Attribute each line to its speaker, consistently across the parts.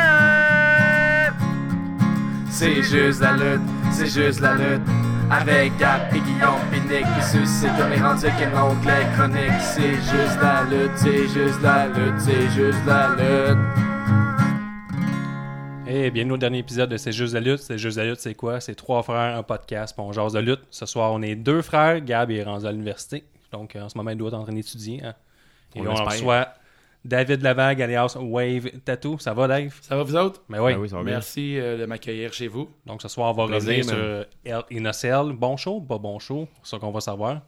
Speaker 1: J-D-L-L.
Speaker 2: C'est juste la lutte, c'est juste la lutte. Avec Gab et Guillaume Pinique qui suscite comme les rendus qu'un onglet chronique. C'est juste la lutte, c'est juste la lutte, c'est juste la lutte.
Speaker 3: Eh bien, nous, dernier épisode de C'est juste la lutte. C'est juste la lutte, c'est quoi? C'est trois frères, un podcast, puis on jase de lutte. Ce soir, on est deux frères. Gab est rendu à l'université. Donc, euh, en ce moment, il doit être en train d'étudier. hein. Et
Speaker 4: On
Speaker 3: on,
Speaker 4: l'espère.
Speaker 3: reçoit David Lavague, alias Wave Tattoo. Ça va, Dave?
Speaker 4: Ça va vous autres?
Speaker 3: Mais oui.
Speaker 4: Ben ça va bien.
Speaker 5: Merci euh, de m'accueillir chez vous.
Speaker 3: Donc, ce soir, on va
Speaker 4: Plaisir,
Speaker 3: revenir sur
Speaker 4: man.
Speaker 3: euh, El Inocel. Bon show, pas bon show. C'est ça qu'on va savoir.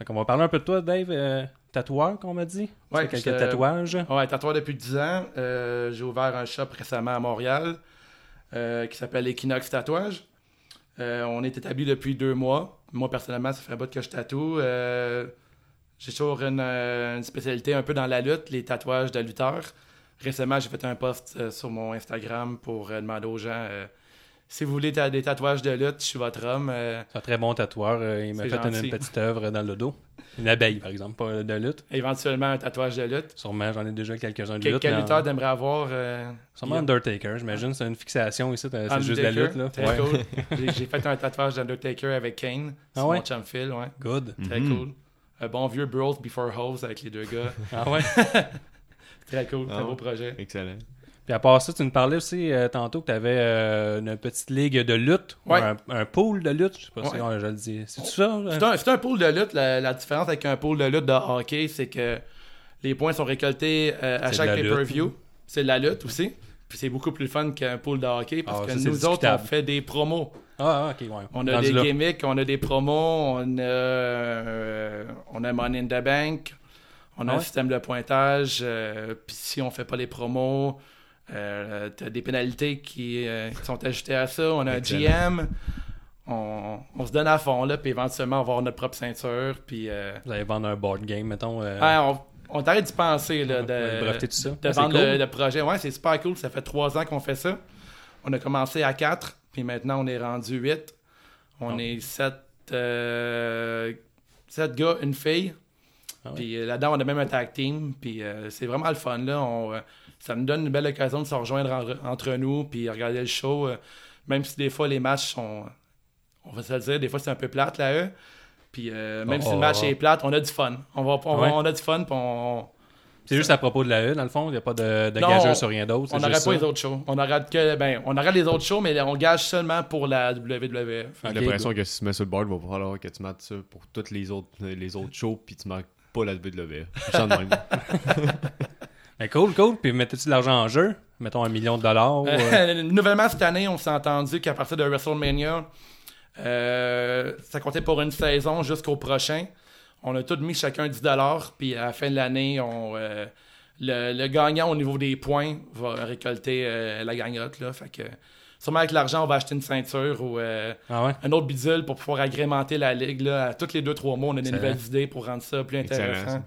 Speaker 3: Donc, on va parler un peu de toi, Dave. euh, tatoueur, qu'on m'a dit. Tu
Speaker 5: Ouais,
Speaker 3: fais quelques
Speaker 5: je-
Speaker 3: tatouages.
Speaker 5: Ouais, tatoueur depuis 10 ans. Euh, j'ai ouvert un shop récemment à Montréal euh, qui s'appelle Equinox Tatouage. Euh, on est établi depuis deux mois. Moi, personnellement, ça fait un bout que je tatoue. Euh, j'ai toujours une, euh, une spécialité un peu dans la lutte, les tatouages de lutteurs. Récemment, j'ai fait un post euh, sur mon Instagram pour euh, demander aux gens euh, si vous voulez ta- des tatouages de lutte, je suis votre homme. Euh,
Speaker 3: C'est un très bon tatoueur. euh, Il m'a
Speaker 5: C'est
Speaker 3: fait une,
Speaker 5: gentil.
Speaker 3: petite œuvre dans le dos. Une abeille, par exemple, pas de lutte.
Speaker 5: éventuellement, un tatouage de lutte.
Speaker 3: Sûrement, j'en ai déjà quelques-uns de
Speaker 5: Quel,
Speaker 3: lutte.
Speaker 5: quel
Speaker 3: mais en-
Speaker 5: lutteur t'aimerais avoir euh,
Speaker 3: Sûrement
Speaker 5: Guillaume?
Speaker 3: Undertaker, j'imagine. C'est une fixation ici. t'as- C'est juste de la
Speaker 5: Undertaker,
Speaker 3: lutte. Là.
Speaker 5: Très
Speaker 3: Ouais.
Speaker 5: cool. J'ai- J'ai fait un tatouage d'Undertaker avec Kane. C'est
Speaker 3: Ah ouais?
Speaker 5: mon chum Phil, ouais.
Speaker 3: Good.
Speaker 5: Très
Speaker 4: Mhm.
Speaker 5: cool. Un bon vieux Bros Before Hose avec les deux gars.
Speaker 3: Ah ouais.
Speaker 5: Très cool, très
Speaker 4: Ah.
Speaker 5: beau projet.
Speaker 4: Excellent.
Speaker 3: Puis à part ça, tu nous parlais aussi euh, tantôt que tu avais une petite ligue de lutte. ou
Speaker 5: Ouais.
Speaker 3: Un, un pool de lutte. Je sais pas si
Speaker 5: Ouais.
Speaker 3: on- je le dis. C'est ça? hein?
Speaker 5: C'est un, c'est un pool de lutte. La, la différence avec un pool de lutte de hockey, c'est que les points sont récoltés euh, à
Speaker 3: C'est
Speaker 5: chaque
Speaker 3: de la
Speaker 5: pay-per-view. C'est de la lutte aussi. Puis c'est beaucoup plus fun qu'un pool de hockey parce
Speaker 3: Ah,
Speaker 5: que
Speaker 3: ça, c'est
Speaker 5: nous autres, on
Speaker 3: discutable.
Speaker 5: fait des promos.
Speaker 3: Ah, ah, ok, ouais.
Speaker 5: On a
Speaker 3: Rendu
Speaker 5: des
Speaker 3: là.
Speaker 5: gimmicks, on a des promos, on a, euh, on a Money in the Bank, on a
Speaker 3: Ah
Speaker 5: un
Speaker 3: ouais?
Speaker 5: système de pointage. euh, Puis si on fait pas les promos, euh, t'as des pénalités qui, euh, qui sont ajoutées à ça. On a un GM. On, on se donne à fond, là, puis éventuellement, on va avoir notre propre ceinture. Puis euh,
Speaker 3: Vous allez vendre un board game, mettons. euh,
Speaker 5: ah, on, on t'arrête d'y penser, là,
Speaker 3: Ouais,
Speaker 5: de,
Speaker 3: breveter tout ça.
Speaker 5: de
Speaker 3: Ah, c'est
Speaker 5: vendre le,
Speaker 3: cool.
Speaker 5: le projet. Ouais, c'est super cool. Ça fait trois ans qu'on fait ça. On a commencé à quatre, puis maintenant on est rendu huit. On
Speaker 3: Oh.
Speaker 5: est sept, euh, sept gars, une fille.
Speaker 3: Ah ouais.
Speaker 5: Puis euh, là-dedans, on a même un tag team. Puis euh, c'est vraiment le fun, là. On, euh, ça nous donne une belle occasion de se rejoindre en- entre nous, puis regarder le show. euh, même si des fois, les matchs sont. On va se le dire, des fois, c'est un peu plate, là, eux. Puis euh, même si
Speaker 3: Oh.
Speaker 5: le match est plate, on a du fun. On, va, on, va-
Speaker 3: Ouais.
Speaker 5: on a du fun, puis on,
Speaker 3: C'est juste à propos de la E, dans le fond. Il n'y a pas de, de
Speaker 5: Non,
Speaker 3: gageur sur rien d'autre. c'est
Speaker 5: on n'aurait pas
Speaker 3: juste
Speaker 5: les
Speaker 3: ça.
Speaker 5: autres shows. On aurait que, ben, on aurait les autres shows, mais on gage seulement pour la E. WWF.
Speaker 3: Ok,
Speaker 4: J'ai l'impression que si tu mets sur le board, il va falloir que tu mettes ça pour toutes les autres, les autres shows, puis tu manques pas la levée de levée. Je sens de même.
Speaker 3: Mais cool, cool. Puis mettez-tu de l'argent en jeu? Mettons un million de dollars.
Speaker 5: Euh,
Speaker 3: euh,
Speaker 5: nouvellement cette année, on s'est entendu qu'à partir de WrestleMania, euh, ça comptait pour une saison jusqu'au prochain. On a tous mis chacun 10$, puis à la fin de l'année, on, euh, le, le gagnant au niveau des points va récolter euh, la gagnotte. Là, fait que, sûrement avec l'argent, on va acheter une ceinture ou euh,
Speaker 3: Ah ouais?
Speaker 5: un autre bidule pour pouvoir agrémenter la ligue. Là. À Toutes les deux, trois mois, on a des
Speaker 3: Excellent.
Speaker 5: nouvelles idées pour rendre ça plus
Speaker 4: Excellent,
Speaker 5: intéressant.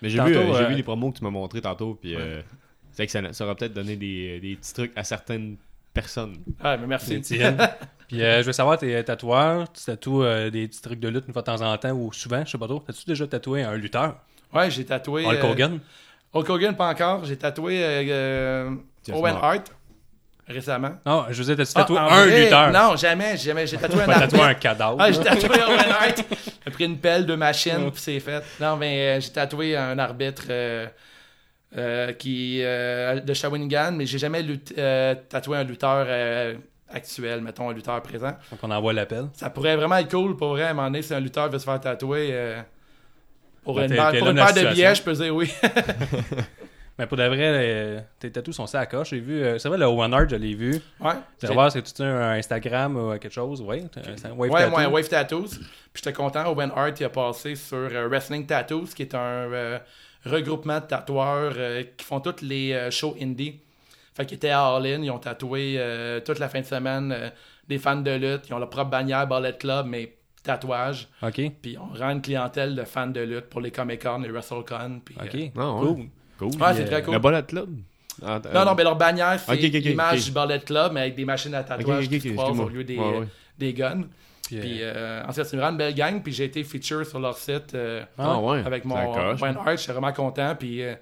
Speaker 4: Mais j'ai
Speaker 3: Tantôt,
Speaker 4: vu, euh, j'ai
Speaker 3: euh,
Speaker 4: vu les promos que tu m'as montré tantôt, puis euh, c'est excellent. Ça aura peut-être donné des, des petits trucs à certaines personnes.
Speaker 5: Ah, mais merci.
Speaker 3: Étienne. Puis euh, je veux savoir, tes tatoueurs, tu tatoues euh, des petits trucs de lutte une fois de temps en temps ou souvent, je sais pas trop. T'as-tu déjà tatoué un lutteur?
Speaker 5: Ouais, j'ai tatoué.
Speaker 3: Hulk
Speaker 5: euh,
Speaker 3: Hogan?
Speaker 5: Hulk Hogan, pas encore. J'ai tatoué euh, euh,
Speaker 4: Jeff
Speaker 5: Owen
Speaker 4: Mark.
Speaker 5: Hart récemment.
Speaker 3: Non, je veux dire, t'as-tu tatoué
Speaker 5: Ah, en
Speaker 3: un
Speaker 5: vrai,
Speaker 3: lutteur?
Speaker 5: Non, jamais. jamais. J'ai tatoué un
Speaker 3: Pas tatoué
Speaker 5: arbitre.
Speaker 3: un cadavre.
Speaker 5: Ah, j'ai tatoué Owen Hart. J'ai pris une pelle, deux machines, puis c'est fait. Non, mais euh, j'ai tatoué un arbitre euh, euh, qui, euh, de Shawinigan, mais j'ai jamais lut- euh, tatoué un lutteur euh, actuel, mettons, un lutteur présent.
Speaker 3: Donc on envoie l'appel.
Speaker 5: Ça pourrait vraiment être cool pour vrai, à un moment donné, si un lutteur veut se faire tatouer euh, pour
Speaker 3: Ouais, Ben,
Speaker 5: une,
Speaker 3: t'es-
Speaker 5: paire-
Speaker 3: t'es
Speaker 5: pour
Speaker 3: là
Speaker 5: une
Speaker 3: dans la
Speaker 5: paire de billets, je
Speaker 3: situation.
Speaker 5: peux dire oui.
Speaker 3: Mais pour de vrai, euh, tes tatous sont ça à coche. J'ai vu, euh, c'est vrai, le One Heart, je l'ai vu.
Speaker 5: ouais.
Speaker 3: Tu vas voir, c'est tout un Instagram ou quelque chose, ouais. t'as un- c'est un wave
Speaker 5: ouais,
Speaker 3: tattoo.
Speaker 5: ouais, Wave Tattoos. Puis j'étais content, Owen Hart il a passé sur euh, Wrestling Tattoos, qui est un euh, regroupement de tatoueurs euh, qui font toutes les euh, shows indie. Fait qu'ils étaient à All In, ils ont tatoué euh, toute la fin de semaine euh, des fans de lutte. Ils ont leur propre bannière, Ballet Club, mais tatouage.
Speaker 3: Ok,
Speaker 5: Puis on rend une clientèle de fans de lutte pour les Comic-Con, les WrestleCon. Puis,
Speaker 3: ok. euh,
Speaker 5: euh,
Speaker 4: Ah, ouais.
Speaker 3: cool.
Speaker 4: Cool.
Speaker 5: Ouais, c'est très cool.
Speaker 4: La bonne club. Ah,
Speaker 5: Non,
Speaker 4: euh,
Speaker 5: non, mais leur bannière, c'est
Speaker 4: Ok, ok, ok,
Speaker 5: l'image
Speaker 4: ok.
Speaker 5: du Ballet Club, mais avec des machines à tatouage
Speaker 4: Ok, ok, ok,
Speaker 5: qui se croisent
Speaker 4: excuse-moi.
Speaker 5: au lieu des,
Speaker 4: Ouais, ouais.
Speaker 5: des guns.
Speaker 3: Puis,
Speaker 5: Puis,
Speaker 3: euh,
Speaker 5: euh, en fait, c'est une vraiment belle gang. Puis, j'ai été feature sur leur site euh,
Speaker 4: Ah ouais.
Speaker 5: avec
Speaker 4: Ça
Speaker 5: mon
Speaker 4: coche.
Speaker 5: Wine Art. Je suis vraiment content. Puis, euh,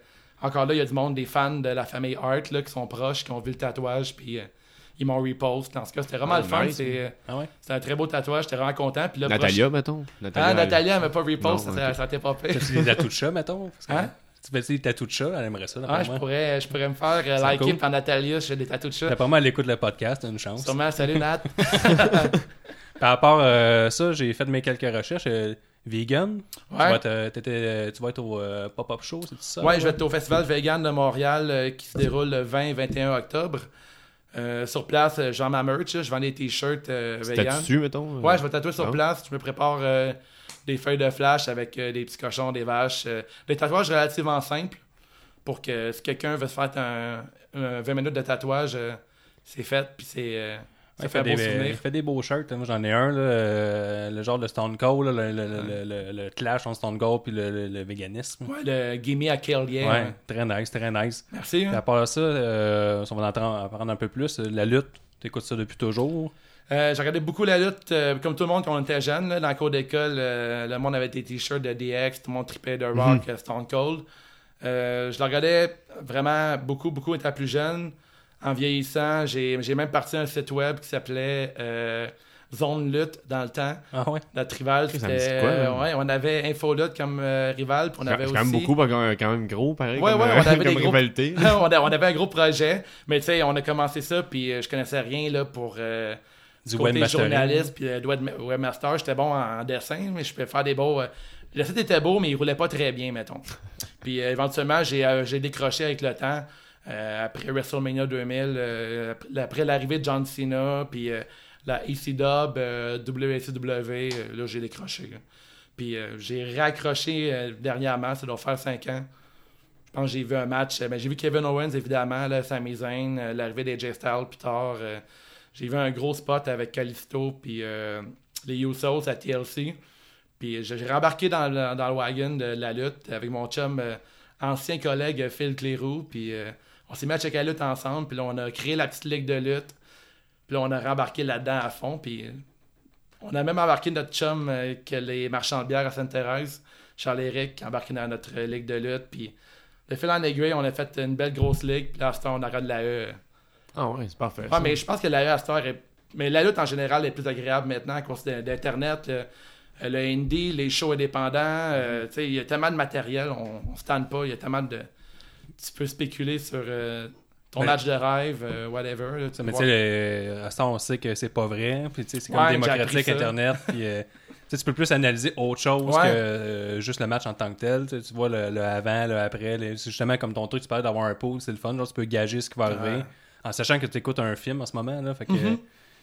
Speaker 5: Encore là, il y a du monde, des fans de la famille Hart là, qui sont proches, qui ont vu le tatouage, puis euh, ils m'ont repost. Dans ce cas, c'était vraiment
Speaker 4: Ah,
Speaker 5: le fun.
Speaker 4: nice.
Speaker 5: C'est euh,
Speaker 3: Ah ouais?
Speaker 5: c'était un très beau tatouage, j'étais vraiment content. Puis là,
Speaker 4: Natalia, mettons.
Speaker 5: proche- Ah,
Speaker 4: elle-
Speaker 5: Natalia, elle m'a pas repost,
Speaker 4: Non,
Speaker 5: ça,
Speaker 4: ok.
Speaker 5: ça t'est pas fait.
Speaker 3: T'as-tu des tatous de chat, mettons? Parce que-
Speaker 5: Hein?
Speaker 3: Tu fais des tatous de chat, elle aimerait ça.
Speaker 5: Ah,
Speaker 3: d'après
Speaker 5: je
Speaker 3: moi.
Speaker 5: pourrais, je pourrais me faire euh,
Speaker 3: C'est
Speaker 5: liker
Speaker 3: cool.
Speaker 5: par Natalia, je fais des tatous de chat.
Speaker 3: T'as pas mal l'écoute le podcast, t'as une chance.
Speaker 5: Sûrement, salut Nat.
Speaker 3: Par rapport à euh, ça, j'ai fait mes quelques recherches. euh, vegan, tu,
Speaker 5: Ouais.
Speaker 3: vas être, t'étais- tu vas être au euh, pop-up show, c'est ça?
Speaker 5: Ouais, je vais être au Festival Vegan de Montréal euh, qui se déroule le 20 et 21 octobre. Euh, sur place, euh, j'ai ma merch, là, je vends des t-shirts euh,
Speaker 4: T'as
Speaker 5: vegan.
Speaker 4: dessus, mettons.
Speaker 5: Ouais, je vais tatouer sur
Speaker 3: Ah.
Speaker 4: Non.
Speaker 5: place. Je me prépare euh, des feuilles de flash avec euh, des petits cochons, des vaches. euh, des tatouages relativement simples pour que si quelqu'un veut se faire un, un 20 minutes de tatouage, euh, c'est fait. Puis c'est. euh, ça
Speaker 3: Ouais, il
Speaker 5: fait
Speaker 3: fait
Speaker 5: un beau
Speaker 3: des-
Speaker 5: souvenir.
Speaker 3: Il fait des beaux shirts. hein. Moi, j'en ai un, là, euh, le genre de Stone Cold, là, le, le- le- le- le- le clash entre Stone Cold puis le, le- le véganisme.
Speaker 5: Ouais, le Gimme à Kill Yeah,
Speaker 3: Ouais,
Speaker 5: hein.
Speaker 3: très nice, très nice.
Speaker 5: Merci. hein.
Speaker 3: Puis à part ça, euh, si on va en apprendre apprendre un peu plus, euh, la lutte, t'écoutes ça depuis toujours.
Speaker 5: Euh, j'ai regardé beaucoup la lutte, euh, comme tout le monde quand on était jeune. là, dans la cour d'école, euh, le monde avait des t-shirts de DX, tout le monde tripait de
Speaker 4: Mhm.
Speaker 5: Rock, euh, Stone Cold. Euh, je le regardais vraiment beaucoup, beaucoup étant plus jeune. En vieillissant, j'ai j'ai même parti un site web qui s'appelait euh, Zone Lutte dans le temps.
Speaker 3: Ah ouais?
Speaker 5: Notre rival,
Speaker 4: Ça me dit
Speaker 5: c'était.
Speaker 4: quoi,
Speaker 5: euh,
Speaker 4: hein?
Speaker 5: ouais, on avait InfoLutte comme euh, rival, puis on
Speaker 4: C'est
Speaker 5: avait
Speaker 4: quand
Speaker 5: aussi.
Speaker 4: même beaucoup, par contre, quand même gros, pareil.
Speaker 5: Ouais,
Speaker 4: comme,
Speaker 5: ouais,
Speaker 4: euh,
Speaker 5: on avait des
Speaker 4: comme
Speaker 5: gros-
Speaker 4: rivalité.
Speaker 5: on, a- on avait un gros projet, mais tu sais, on a commencé ça, puis euh, je connaissais rien là, pour euh,
Speaker 3: Du
Speaker 5: côté
Speaker 3: webmastering.
Speaker 5: journaliste, puis le web- webmaster, j'étais bon en, en dessin, mais je pouvais faire des beaux... euh, le site était beau, mais il roulait pas très bien, mettons. puis euh, éventuellement, j'ai euh, j'ai décroché avec le temps, euh, après WrestleMania 2000, euh, après- après l'arrivée de John Cena, puis euh, la ECW, euh, WCW, euh, là, j'ai décroché. là. Puis euh, j'ai raccroché euh, dernièrement, ça doit faire 5 ans. Je pense que j'ai vu un match. euh, ben, j'ai vu Kevin Owens, évidemment, là, Sami Zayn, euh, l'arrivée des J Styles plus tard. euh, j'ai vu un gros spot avec Calisto puis euh, les Usos à TLC. Puis je- j'ai rembarqué dans, le- dans le wagon de la lutte avec mon chum, euh, ancien collègue euh, Phil Cléroux. Puis euh, on s'est mis à checker la lutte ensemble. Puis là, on a créé la petite ligue de lutte. Puis là, on a rembarqué là-dedans à fond. Puis euh, on a même embarqué notre chum euh, que les marchands de bière à Sainte-Thérèse, Charles-Éric, embarqué dans notre euh, ligue de lutte. Puis de fil en aiguille, on a fait une belle grosse ligue. Puis là, à ce temps, on arrête la E.
Speaker 4: Ah ouais, c'est parfait.
Speaker 5: Ouais, mais je pense que la lutte à cette heure est- Mais la lutte en général est plus agréable maintenant à cause de- d'Internet, le, euh, le indie, les shows indépendants.
Speaker 3: Mm-hmm.
Speaker 5: euh, tu sais, il y a tellement de matériel, on ne se tanne pas. Il y a tellement de. Tu peux spéculer sur euh, ton
Speaker 3: Mais-
Speaker 5: match de rêve, euh, whatever. là, tu
Speaker 3: Mais tu
Speaker 5: vois.
Speaker 3: sais, le- à ça, on sait que c'est pas vrai. Puis tu sais, c'est comme
Speaker 5: Ouais, j'ai
Speaker 3: démocratique,
Speaker 5: appris ça.
Speaker 3: Internet. Puis euh, tu sais, tu peux plus analyser autre chose
Speaker 5: Ouais.
Speaker 3: que euh, juste le match en tant que tel. Tu sais, tu vois le, le avant, le après. le- C'est justement comme ton truc, tu parlais d'avoir un pool, c'est le fun. Genre, tu peux gager ce qui va arriver en sachant que tu écoutes un film en ce moment. Là, fait que euh,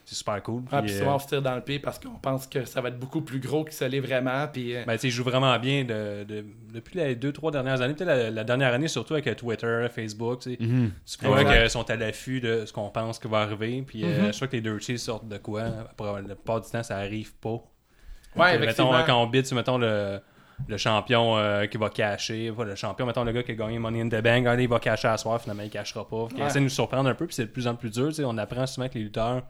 Speaker 3: c'est super cool. puis,
Speaker 5: Ouais, Mm-hmm. Ah, puis
Speaker 3: euh,
Speaker 5: souvent, on se tire dans le pied parce qu'on pense que ça va être beaucoup plus gros que ça l'est vraiment. Puis, euh,
Speaker 3: Ben, tu sais, il joue vraiment bien de- de- depuis les deux, trois dernières années. Peut-être la, la dernière année, surtout avec euh, Twitter, Facebook. Tu sais. Tu vois
Speaker 5: Exact.
Speaker 3: qu'ils sont à l'affût de ce qu'on pense qui va arriver. Puis euh, je crois que les Dirty sortent de quoi. Après, la plupart du temps, ça arrive pas.
Speaker 5: ouais,
Speaker 3: Puis, mettons,
Speaker 5: effectivement.
Speaker 3: quand on bid, c'est mettons le, le champion euh, qui va cacher. Pas le champion, mettons le gars qui a gagné Money in the Bank. Allez, il va cacher à soir, finalement, il cachera pas. Fait qu'il
Speaker 5: Ouais.
Speaker 3: essaie de nous surprendre un peu. Puis c'est de plus en plus dur. tu sais. On apprend souvent que les lutteurs,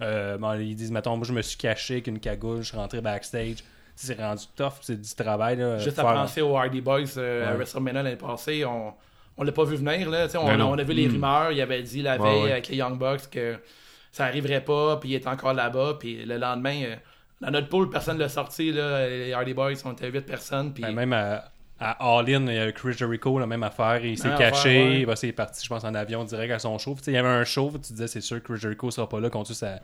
Speaker 3: euh, bon, ils disent, mettons, moi, je me suis caché avec une cagoule, je suis rentré backstage. Tu sais, C'est rendu tough, c'est du travail. Là,
Speaker 5: Juste à
Speaker 3: Euh, Faire-
Speaker 5: penser aux Hardy Boys euh, à
Speaker 3: Ouais.
Speaker 5: WrestleMania l'année passée, on on l'a pas vu venir. Là, tu sais, on,
Speaker 4: Ben non.
Speaker 5: on a vu les
Speaker 3: Mm.
Speaker 5: rumeurs, il avait dit la
Speaker 4: Ouais,
Speaker 5: veille
Speaker 4: ouais.
Speaker 5: avec les Young Bucks que ça arriverait pas, puis il est encore là-bas, puis le lendemain, euh, dans notre pool, personne l'a sorti. Là, les Hardy Boys, on était 8 personnes. Puis,
Speaker 3: Ben, même à, à All In, il y a Chris Jericho, la même affaire. Il s'est
Speaker 5: Même
Speaker 3: caché,
Speaker 5: affaire, Ah, ouais.
Speaker 3: il va- c'est parti, je pense, en avion direct à son show. Puis, tu sais, Il y avait un show, tu disais, c'est sûr que Chris Jericho sera pas là contre sa,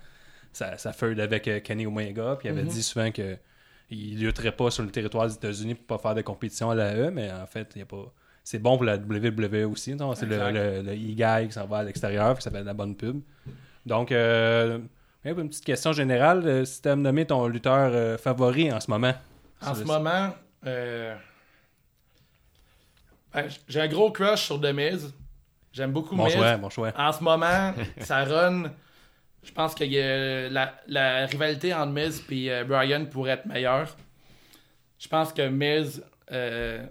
Speaker 3: sa, sa feud avec euh, Kenny Omega. Puis il
Speaker 5: Mhm.
Speaker 3: avait dit souvent que il lutterait pas sur le territoire des États-Unis pour pas faire de compétition à la E, mais en fait, il y a pas. C'est bon pour la WWE aussi. non? C'est le,
Speaker 5: Exact.
Speaker 3: le, le e-guy qui s'en va à l'extérieur, puis ça fait de la bonne pub. Donc, euh, ouais, une petite question générale. euh, Si tu as nommé ton lutteur euh, favori en ce moment,
Speaker 5: en ce
Speaker 3: Sur-
Speaker 5: moment, euh, ben, j- j'ai un gros crush sur The Miz. J'aime beaucoup
Speaker 3: Bon
Speaker 5: Miz.
Speaker 3: choix, bon choix.
Speaker 5: En ce moment, ça run. Je pense que euh, la, la rivalité entre Miz et Brian pourrait être meilleure. Je pense que Miz, euh,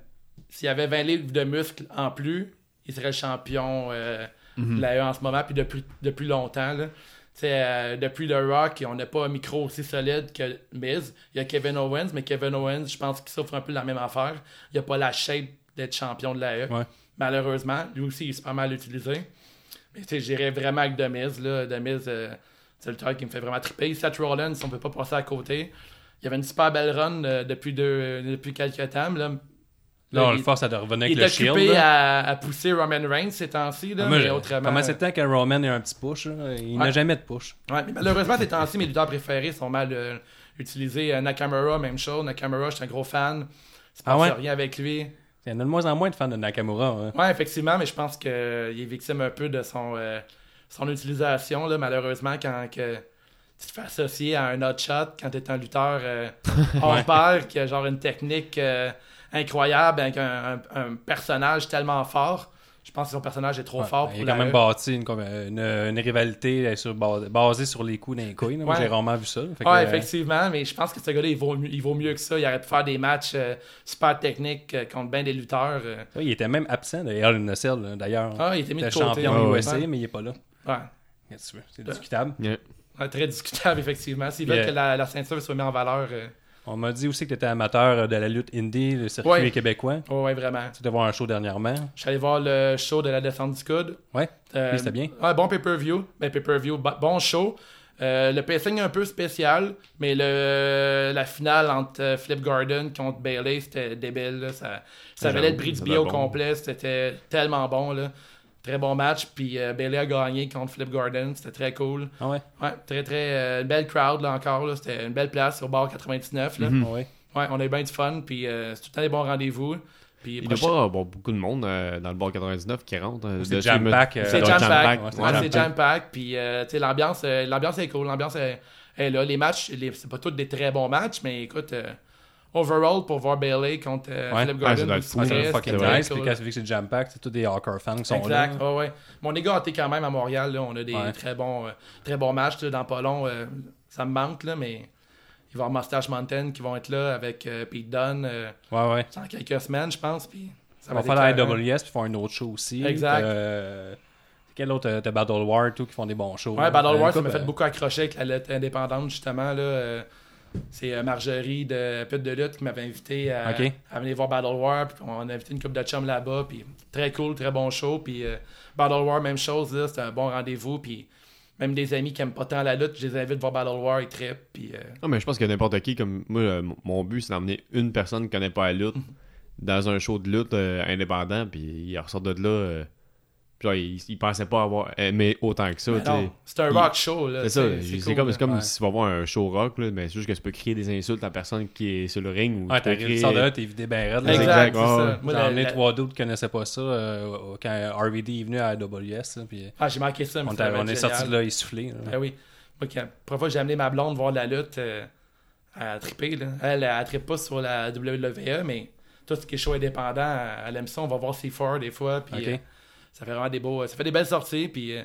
Speaker 5: s'il avait 20 livres de muscles en plus, il serait le champion euh, de la E en ce moment, puis depuis, depuis longtemps. là. Tu sais, euh, depuis le Rock, on n'a pas un micro aussi solide que Miz. Il y a Kevin Owens, mais Kevin Owens, je pense qu'il souffre un peu de la même affaire. Il n'a pas la shape d'être champion de la E.
Speaker 3: Ouais.
Speaker 5: malheureusement. Lui aussi, il est super mal utilisé. Mais tu sais, j'irais vraiment avec Demise. Là. Demise, euh, c'est le lutteur qui me fait vraiment triper. Seth Rollins, on peut pas passer à côté. Il y avait une super belle run euh, depuis, deux, euh, depuis quelques temps. mais Là,
Speaker 3: Là, on
Speaker 5: il-
Speaker 3: le force à de revenir avec
Speaker 5: il
Speaker 3: le
Speaker 5: est
Speaker 3: shield.
Speaker 5: occupé
Speaker 3: là.
Speaker 5: à, à pousser Roman Reigns ces temps-ci, là,
Speaker 3: Ah, moi,
Speaker 5: mais
Speaker 3: j'ai-
Speaker 5: autrement. euh,
Speaker 3: Comment c'est le temps que Roman ait un petit push là? Il n'a
Speaker 5: Ouais.
Speaker 3: jamais de push.
Speaker 5: Ouais, mais malheureusement, ces temps-ci, mes lutteurs préférés sont mal euh, utilisés. Euh, Nakamura, même chose. Nakamura, je suis un gros fan. C'est pas
Speaker 3: Ah ouais?
Speaker 5: rien avec lui.
Speaker 3: Il y en a de moins en moins de fans de Nakamura. hein.
Speaker 5: Ouais, effectivement, mais je pense qu'il est victime un peu de son, euh, son utilisation, là, malheureusement, quand que tu te fais associer à un hot shot, quand tu es un lutteur euh, hors pair, qui a genre une technique euh, incroyable, avec un, un- un personnage tellement fort. Je pense que son personnage est trop
Speaker 3: Ouais, Ben,
Speaker 5: fort
Speaker 3: il
Speaker 5: pour
Speaker 3: a
Speaker 5: la
Speaker 3: quand même
Speaker 5: E.
Speaker 3: bâti une, une- une rivalité euh, sur- basée sur les coups d'un couille. là. Moi,
Speaker 5: Ouais.
Speaker 3: j'ai rarement vu ça. Fait que,
Speaker 5: Ouais,
Speaker 3: euh,
Speaker 5: effectivement, mais je pense que ce gars-là, il vaut, mieux- il vaut mieux que ça. Il aurait pu faire des matchs euh, super techniques euh, contre bien des lutteurs. euh.
Speaker 3: ouais, il était même absent de Hell in a Cell, là, d'ailleurs.
Speaker 5: Ah, il était mis
Speaker 3: il
Speaker 5: de
Speaker 3: était
Speaker 5: côté.
Speaker 3: champion
Speaker 5: ouais, Euh.
Speaker 3: USA,
Speaker 5: ouais.
Speaker 3: mais il n'est pas là.
Speaker 5: Ouais.
Speaker 3: Qu'est-ce que tu veux? C'est discutable.
Speaker 4: Yeah.
Speaker 5: Ouais, très discutable, effectivement. S'ils veulent
Speaker 3: Yeah.
Speaker 5: que la, la ceinture soit mise en valeur. euh,
Speaker 3: On m'a dit aussi que tu étais amateur euh, de la lutte indie, le circuit
Speaker 5: Ouais.
Speaker 3: québécois.
Speaker 5: ouais, ouais, vraiment.
Speaker 3: Tu devais voir un show dernièrement.
Speaker 5: Je suis allé voir le show de la descente du coude.
Speaker 3: Ouais.
Speaker 5: Euh,
Speaker 3: Oui, c'était bien.
Speaker 5: ouais, bon pay-per-view. Ben, pay-per-view, ba- bon show. Euh, le pacing un peu spécial, mais le, la finale entre euh, Flip Garden contre Bailey, c'était débile. là. Ça, ça
Speaker 4: Ah,
Speaker 5: valait le
Speaker 4: j'avoue,
Speaker 5: prix du
Speaker 4: ça
Speaker 5: billet
Speaker 4: doit
Speaker 5: au
Speaker 4: bon.
Speaker 5: complet. C'était tellement bon. Là. Très bon match. Puis euh, Bailey a gagné contre Flip Garden. C'était très cool.
Speaker 3: Ah ouais?
Speaker 5: Ouais, très, très euh, une belle crowd là encore. là. C'était une belle place au bar 99.
Speaker 4: Mm-hmm.
Speaker 5: Là.
Speaker 3: Ah ouais.
Speaker 5: Ouais, on a eu bien du fun. Puis euh, c'est tout le temps des bons rendez-vous. Puis
Speaker 4: Il doit
Speaker 5: prochain-
Speaker 4: pas avoir beaucoup de monde euh, dans le bar 99 qui rentre. euh,
Speaker 3: C'est
Speaker 4: de-
Speaker 3: jam
Speaker 4: je me-
Speaker 3: pack, euh,
Speaker 5: C'est
Speaker 4: Ouais,
Speaker 5: jam
Speaker 4: jam
Speaker 5: pack.
Speaker 4: pack,
Speaker 5: Ouais,
Speaker 4: ouais,
Speaker 5: c'est
Speaker 4: jam
Speaker 5: jam pack. Puis, euh, tu sais, l'ambiance, euh, l'ambiance est cool. L'ambiance est, est là. Les matchs, les- c'est pas tous des très bons matchs, mais écoute, euh, overall, pour voir Bailey contre euh,
Speaker 3: Ouais.
Speaker 5: Philip
Speaker 4: Ah, ça
Speaker 5: Gordon,
Speaker 4: doit être fou,
Speaker 3: Ah,
Speaker 4: ça
Speaker 3: c'est
Speaker 4: Ouais,
Speaker 3: fucking
Speaker 4: c'était
Speaker 3: nice. Puis quand tu vu que c'est jam pack, c'est tous des hardcore fans qui sont
Speaker 5: Exact,
Speaker 3: là.
Speaker 5: ouais, ouais. Mon est gâté quand même à Montréal. là. On a des
Speaker 3: Ouais.
Speaker 5: très, bons, euh, très bons matchs là, dans pas long. euh, ça me manque, là, mais il va y avoir Mustache Mountain qui vont être là avec euh, Pete Dunne euh,
Speaker 3: Ouais, ouais.
Speaker 5: dans quelques semaines, je pense. Puis ça
Speaker 3: On va
Speaker 5: être euh,
Speaker 3: faire la
Speaker 5: éclairant.
Speaker 3: IWS puis faire un autre show aussi.
Speaker 5: Exact.
Speaker 3: Euh, quel autre euh, T'as Battle War et tout qui font des bons shows.
Speaker 5: Ouais, Battle Wars, ça
Speaker 3: Écoute,
Speaker 5: m'a fait
Speaker 3: euh,
Speaker 5: beaucoup accrocher avec la lutte indépendante, justement. Là, euh, c'est euh, Marjorie de Pute de Lutte qui m'avait invité à,
Speaker 3: Ok.
Speaker 5: à venir voir Battle War. Puis on a invité une coupe de chums là-bas. Puis très cool, très bon show. Puis euh, Battle War, même chose. là, C'était un bon rendez-vous. Puis même des amis qui aiment pas tant la lutte, je les invite voir Battle War. Ils trippent. Puis euh,
Speaker 4: Non, mais je pense que n'importe qui, comme moi, euh, m- mon but, c'est d'emmener une personne qui connaît pas la lutte dans un show de lutte euh, indépendant, puis il ressort de là. euh, puis genre, il, il pensait pas avoir aimé autant que ça.
Speaker 5: mais
Speaker 4: tu sais.
Speaker 5: non, c'est un
Speaker 4: il-
Speaker 5: rock show. là,
Speaker 4: C'est ça,
Speaker 5: tu sais,
Speaker 4: c'est
Speaker 5: cool,
Speaker 4: comme,
Speaker 5: là.
Speaker 4: c'est comme
Speaker 3: ouais.
Speaker 4: si tu vas voir un show rock, là, mais c'est juste que tu peux crier des insultes à la personne qui est sur le ring. Ou
Speaker 3: Ouais,
Speaker 4: tu peux
Speaker 3: t'arrives, tu
Speaker 4: crier-
Speaker 3: sors de là, t'es vidé ben raide. là.
Speaker 5: Exact,
Speaker 4: Exact,
Speaker 5: c'est
Speaker 4: ouais,
Speaker 5: ça.
Speaker 4: ouais.
Speaker 5: Moi,
Speaker 3: J'ai
Speaker 5: la-
Speaker 3: emmené
Speaker 5: la-
Speaker 3: trois d'autres qui connaissaient pas ça euh, quand RVD est venu à AWS. E là, puis
Speaker 5: Ah, j'ai manqué ça, mais
Speaker 3: on,
Speaker 5: ça
Speaker 3: t'a-
Speaker 5: va
Speaker 3: on
Speaker 5: être
Speaker 3: est
Speaker 5: génial.
Speaker 3: sorti de là essoufflé. là.
Speaker 5: Ben oui. Moi, quand, la première fois que j'ai amené ma blonde voir de la lutte, euh, elle a trippé. Là. Elle, elle trippe pas sur la WWE, mais tout ce qui est show indépendant, elle elle aime ça. On va voir c fort des fois. Puis,
Speaker 3: Ok.
Speaker 5: euh, ça fait vraiment des beaux. Ça fait des belles sorties. Puis, euh,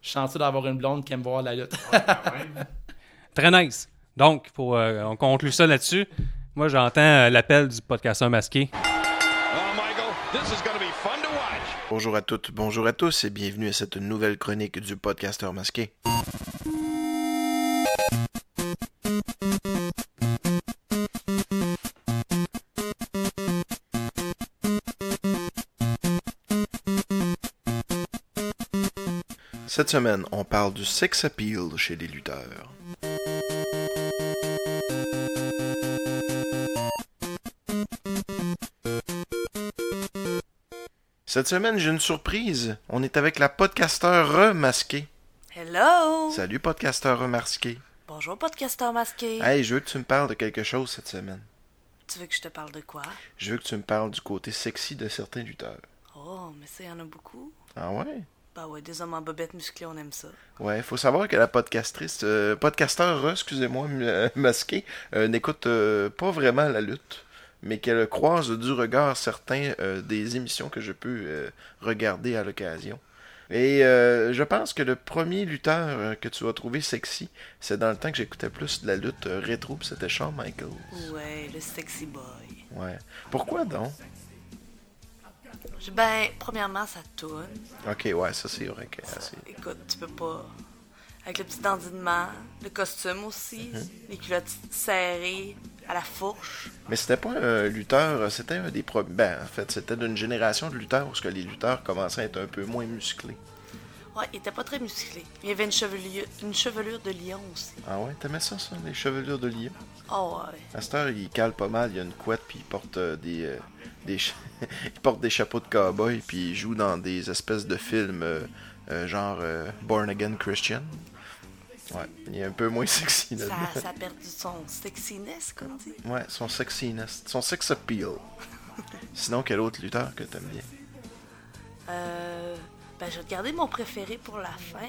Speaker 5: je suis chanceux d'avoir une blonde qui aime voir la lutte.
Speaker 3: Très nice. Donc, pour, euh, on conclut ça là-dessus. Moi, j'entends euh, l'appel du podcasteur masqué.
Speaker 6: Bonjour à toutes, bonjour à tous et bienvenue à cette nouvelle chronique du podcasteur masqué. Cette semaine, on parle du sex appeal chez les lutteurs. Cette semaine, j'ai une surprise. On est avec la podcasteur remasquée.
Speaker 7: Hello!
Speaker 6: Salut podcasteur remasqué.
Speaker 7: Bonjour, podcasteur masqué.
Speaker 6: Hey, je veux que tu me parles de quelque chose cette semaine.
Speaker 7: Tu veux que je te parle de quoi?
Speaker 6: Je veux que tu me parles du côté sexy de certains lutteurs.
Speaker 7: Oh, mais ça, y en a beaucoup.
Speaker 6: Ah ouais?
Speaker 7: Bah ouais, des hommes en bobette musclée, on aime ça.
Speaker 6: Ouais, faut savoir que la podcastrice, euh, podcasteur, euh, excusez-moi, m- euh, masquée, euh, n'écoute euh, pas vraiment la lutte, mais qu'elle croise du regard certains euh, des émissions que je peux euh, regarder à l'occasion. Et euh, je pense que le premier lutteur euh, que tu vas trouver sexy, c'est dans le temps que j'écoutais plus de la lutte euh, rétro, puis c'était Shawn Michaels.
Speaker 7: Ouais, le sexy boy.
Speaker 6: Ouais. Pourquoi donc?
Speaker 7: Je- Ben, premièrement, ça tourne.
Speaker 6: Ok, ouais, ça c'est vrai. que- c'est-
Speaker 7: Écoute, tu peux pas. Avec le petit dandinement, le costume aussi, les culottes serrées, à la fourche.
Speaker 6: Mais c'était pas un lutteur, c'était un des pro- Ben, en fait, c'était d'une génération de lutteurs où ce que les lutteurs commençaient à être un peu moins musclés.
Speaker 7: Ouais, il était pas très musclé. Il avait une chevelure, une chevelure de lion aussi.
Speaker 6: Ah ouais, t'aimais ça, ça, les chevelures de lion?
Speaker 7: Oh, ouais.
Speaker 6: À cette heure, il cale pas mal, il a une couette, puis il porte euh, des, euh, des cha- il porte des chapeaux de cow-boy, puis il joue dans des espèces de films euh, euh, genre euh, Born Again Christian. Ouais, il est un peu moins sexy là
Speaker 7: Ça, ça a perdu son sexiness, comme on dit.
Speaker 6: Ouais, son sexiness, son sex appeal. Sinon, quel autre lutteur que t'aimes bien?
Speaker 7: Euh, ben, je vais te garder mon préféré pour la fin.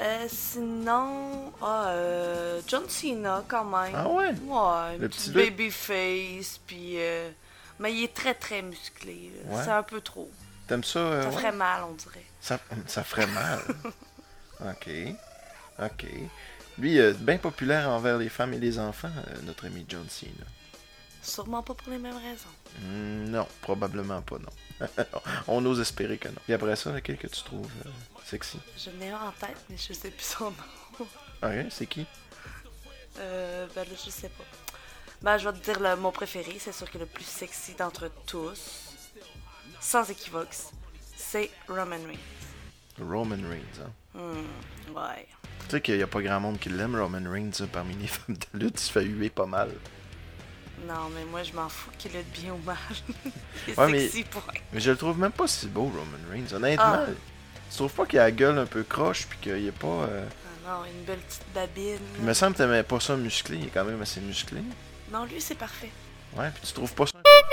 Speaker 7: Euh, sinon, ah, euh, John Cena, quand même.
Speaker 6: Ah ouais?
Speaker 7: Ouais, une
Speaker 6: Le petit
Speaker 7: petite
Speaker 6: look.
Speaker 7: babyface, puis... euh, mais il est très, très musclé. là.
Speaker 6: Ouais.
Speaker 7: C'est un peu trop.
Speaker 6: T'aimes ça? euh,
Speaker 7: Ça
Speaker 6: ouais?
Speaker 7: ferait mal, on dirait.
Speaker 6: Ça, ça ferait mal. ok. Ok. Lui, euh, bien populaire envers les femmes et les enfants, euh, notre ami John Cena.
Speaker 7: Sûrement pas pour les mêmes raisons.
Speaker 6: Hmm, non, probablement pas, non. On ose espérer que non. Et après ça, lequel que tu trouves euh, sexy
Speaker 7: Je n'ai un en tête, mais je sais plus son nom.
Speaker 6: Ah, hein, c'est qui
Speaker 7: Euh, ben là, je sais pas. Ben, je vais te dire le, mon préféré, c'est sûr que le plus sexy d'entre tous, sans équivoque, c'est Roman Reigns.
Speaker 6: Roman Reigns, hein.
Speaker 7: Hmm, ouais.
Speaker 6: Tu sais qu'il n'y a pas grand monde qui l'aime, Roman Reigns, hein, parmi les femmes de lutte, il se fait huer pas mal.
Speaker 7: Non, mais moi, je m'en fous qu'il ait bien ou mal. Il est
Speaker 6: Ouais, mais-
Speaker 7: sexy, point.
Speaker 6: Mais je le trouve même pas si beau, Roman Reigns, honnêtement.
Speaker 7: Ah.
Speaker 6: Tu trouves pas qu'il a la gueule un peu croche, puis qu'il est pas... euh,
Speaker 7: Ah non, une belle petite babine.
Speaker 6: Il me semble que t'aimais pas ça musclé, il est quand même assez musclé.
Speaker 7: Non, lui, c'est parfait.
Speaker 6: Ouais, puis tu trouves pas ça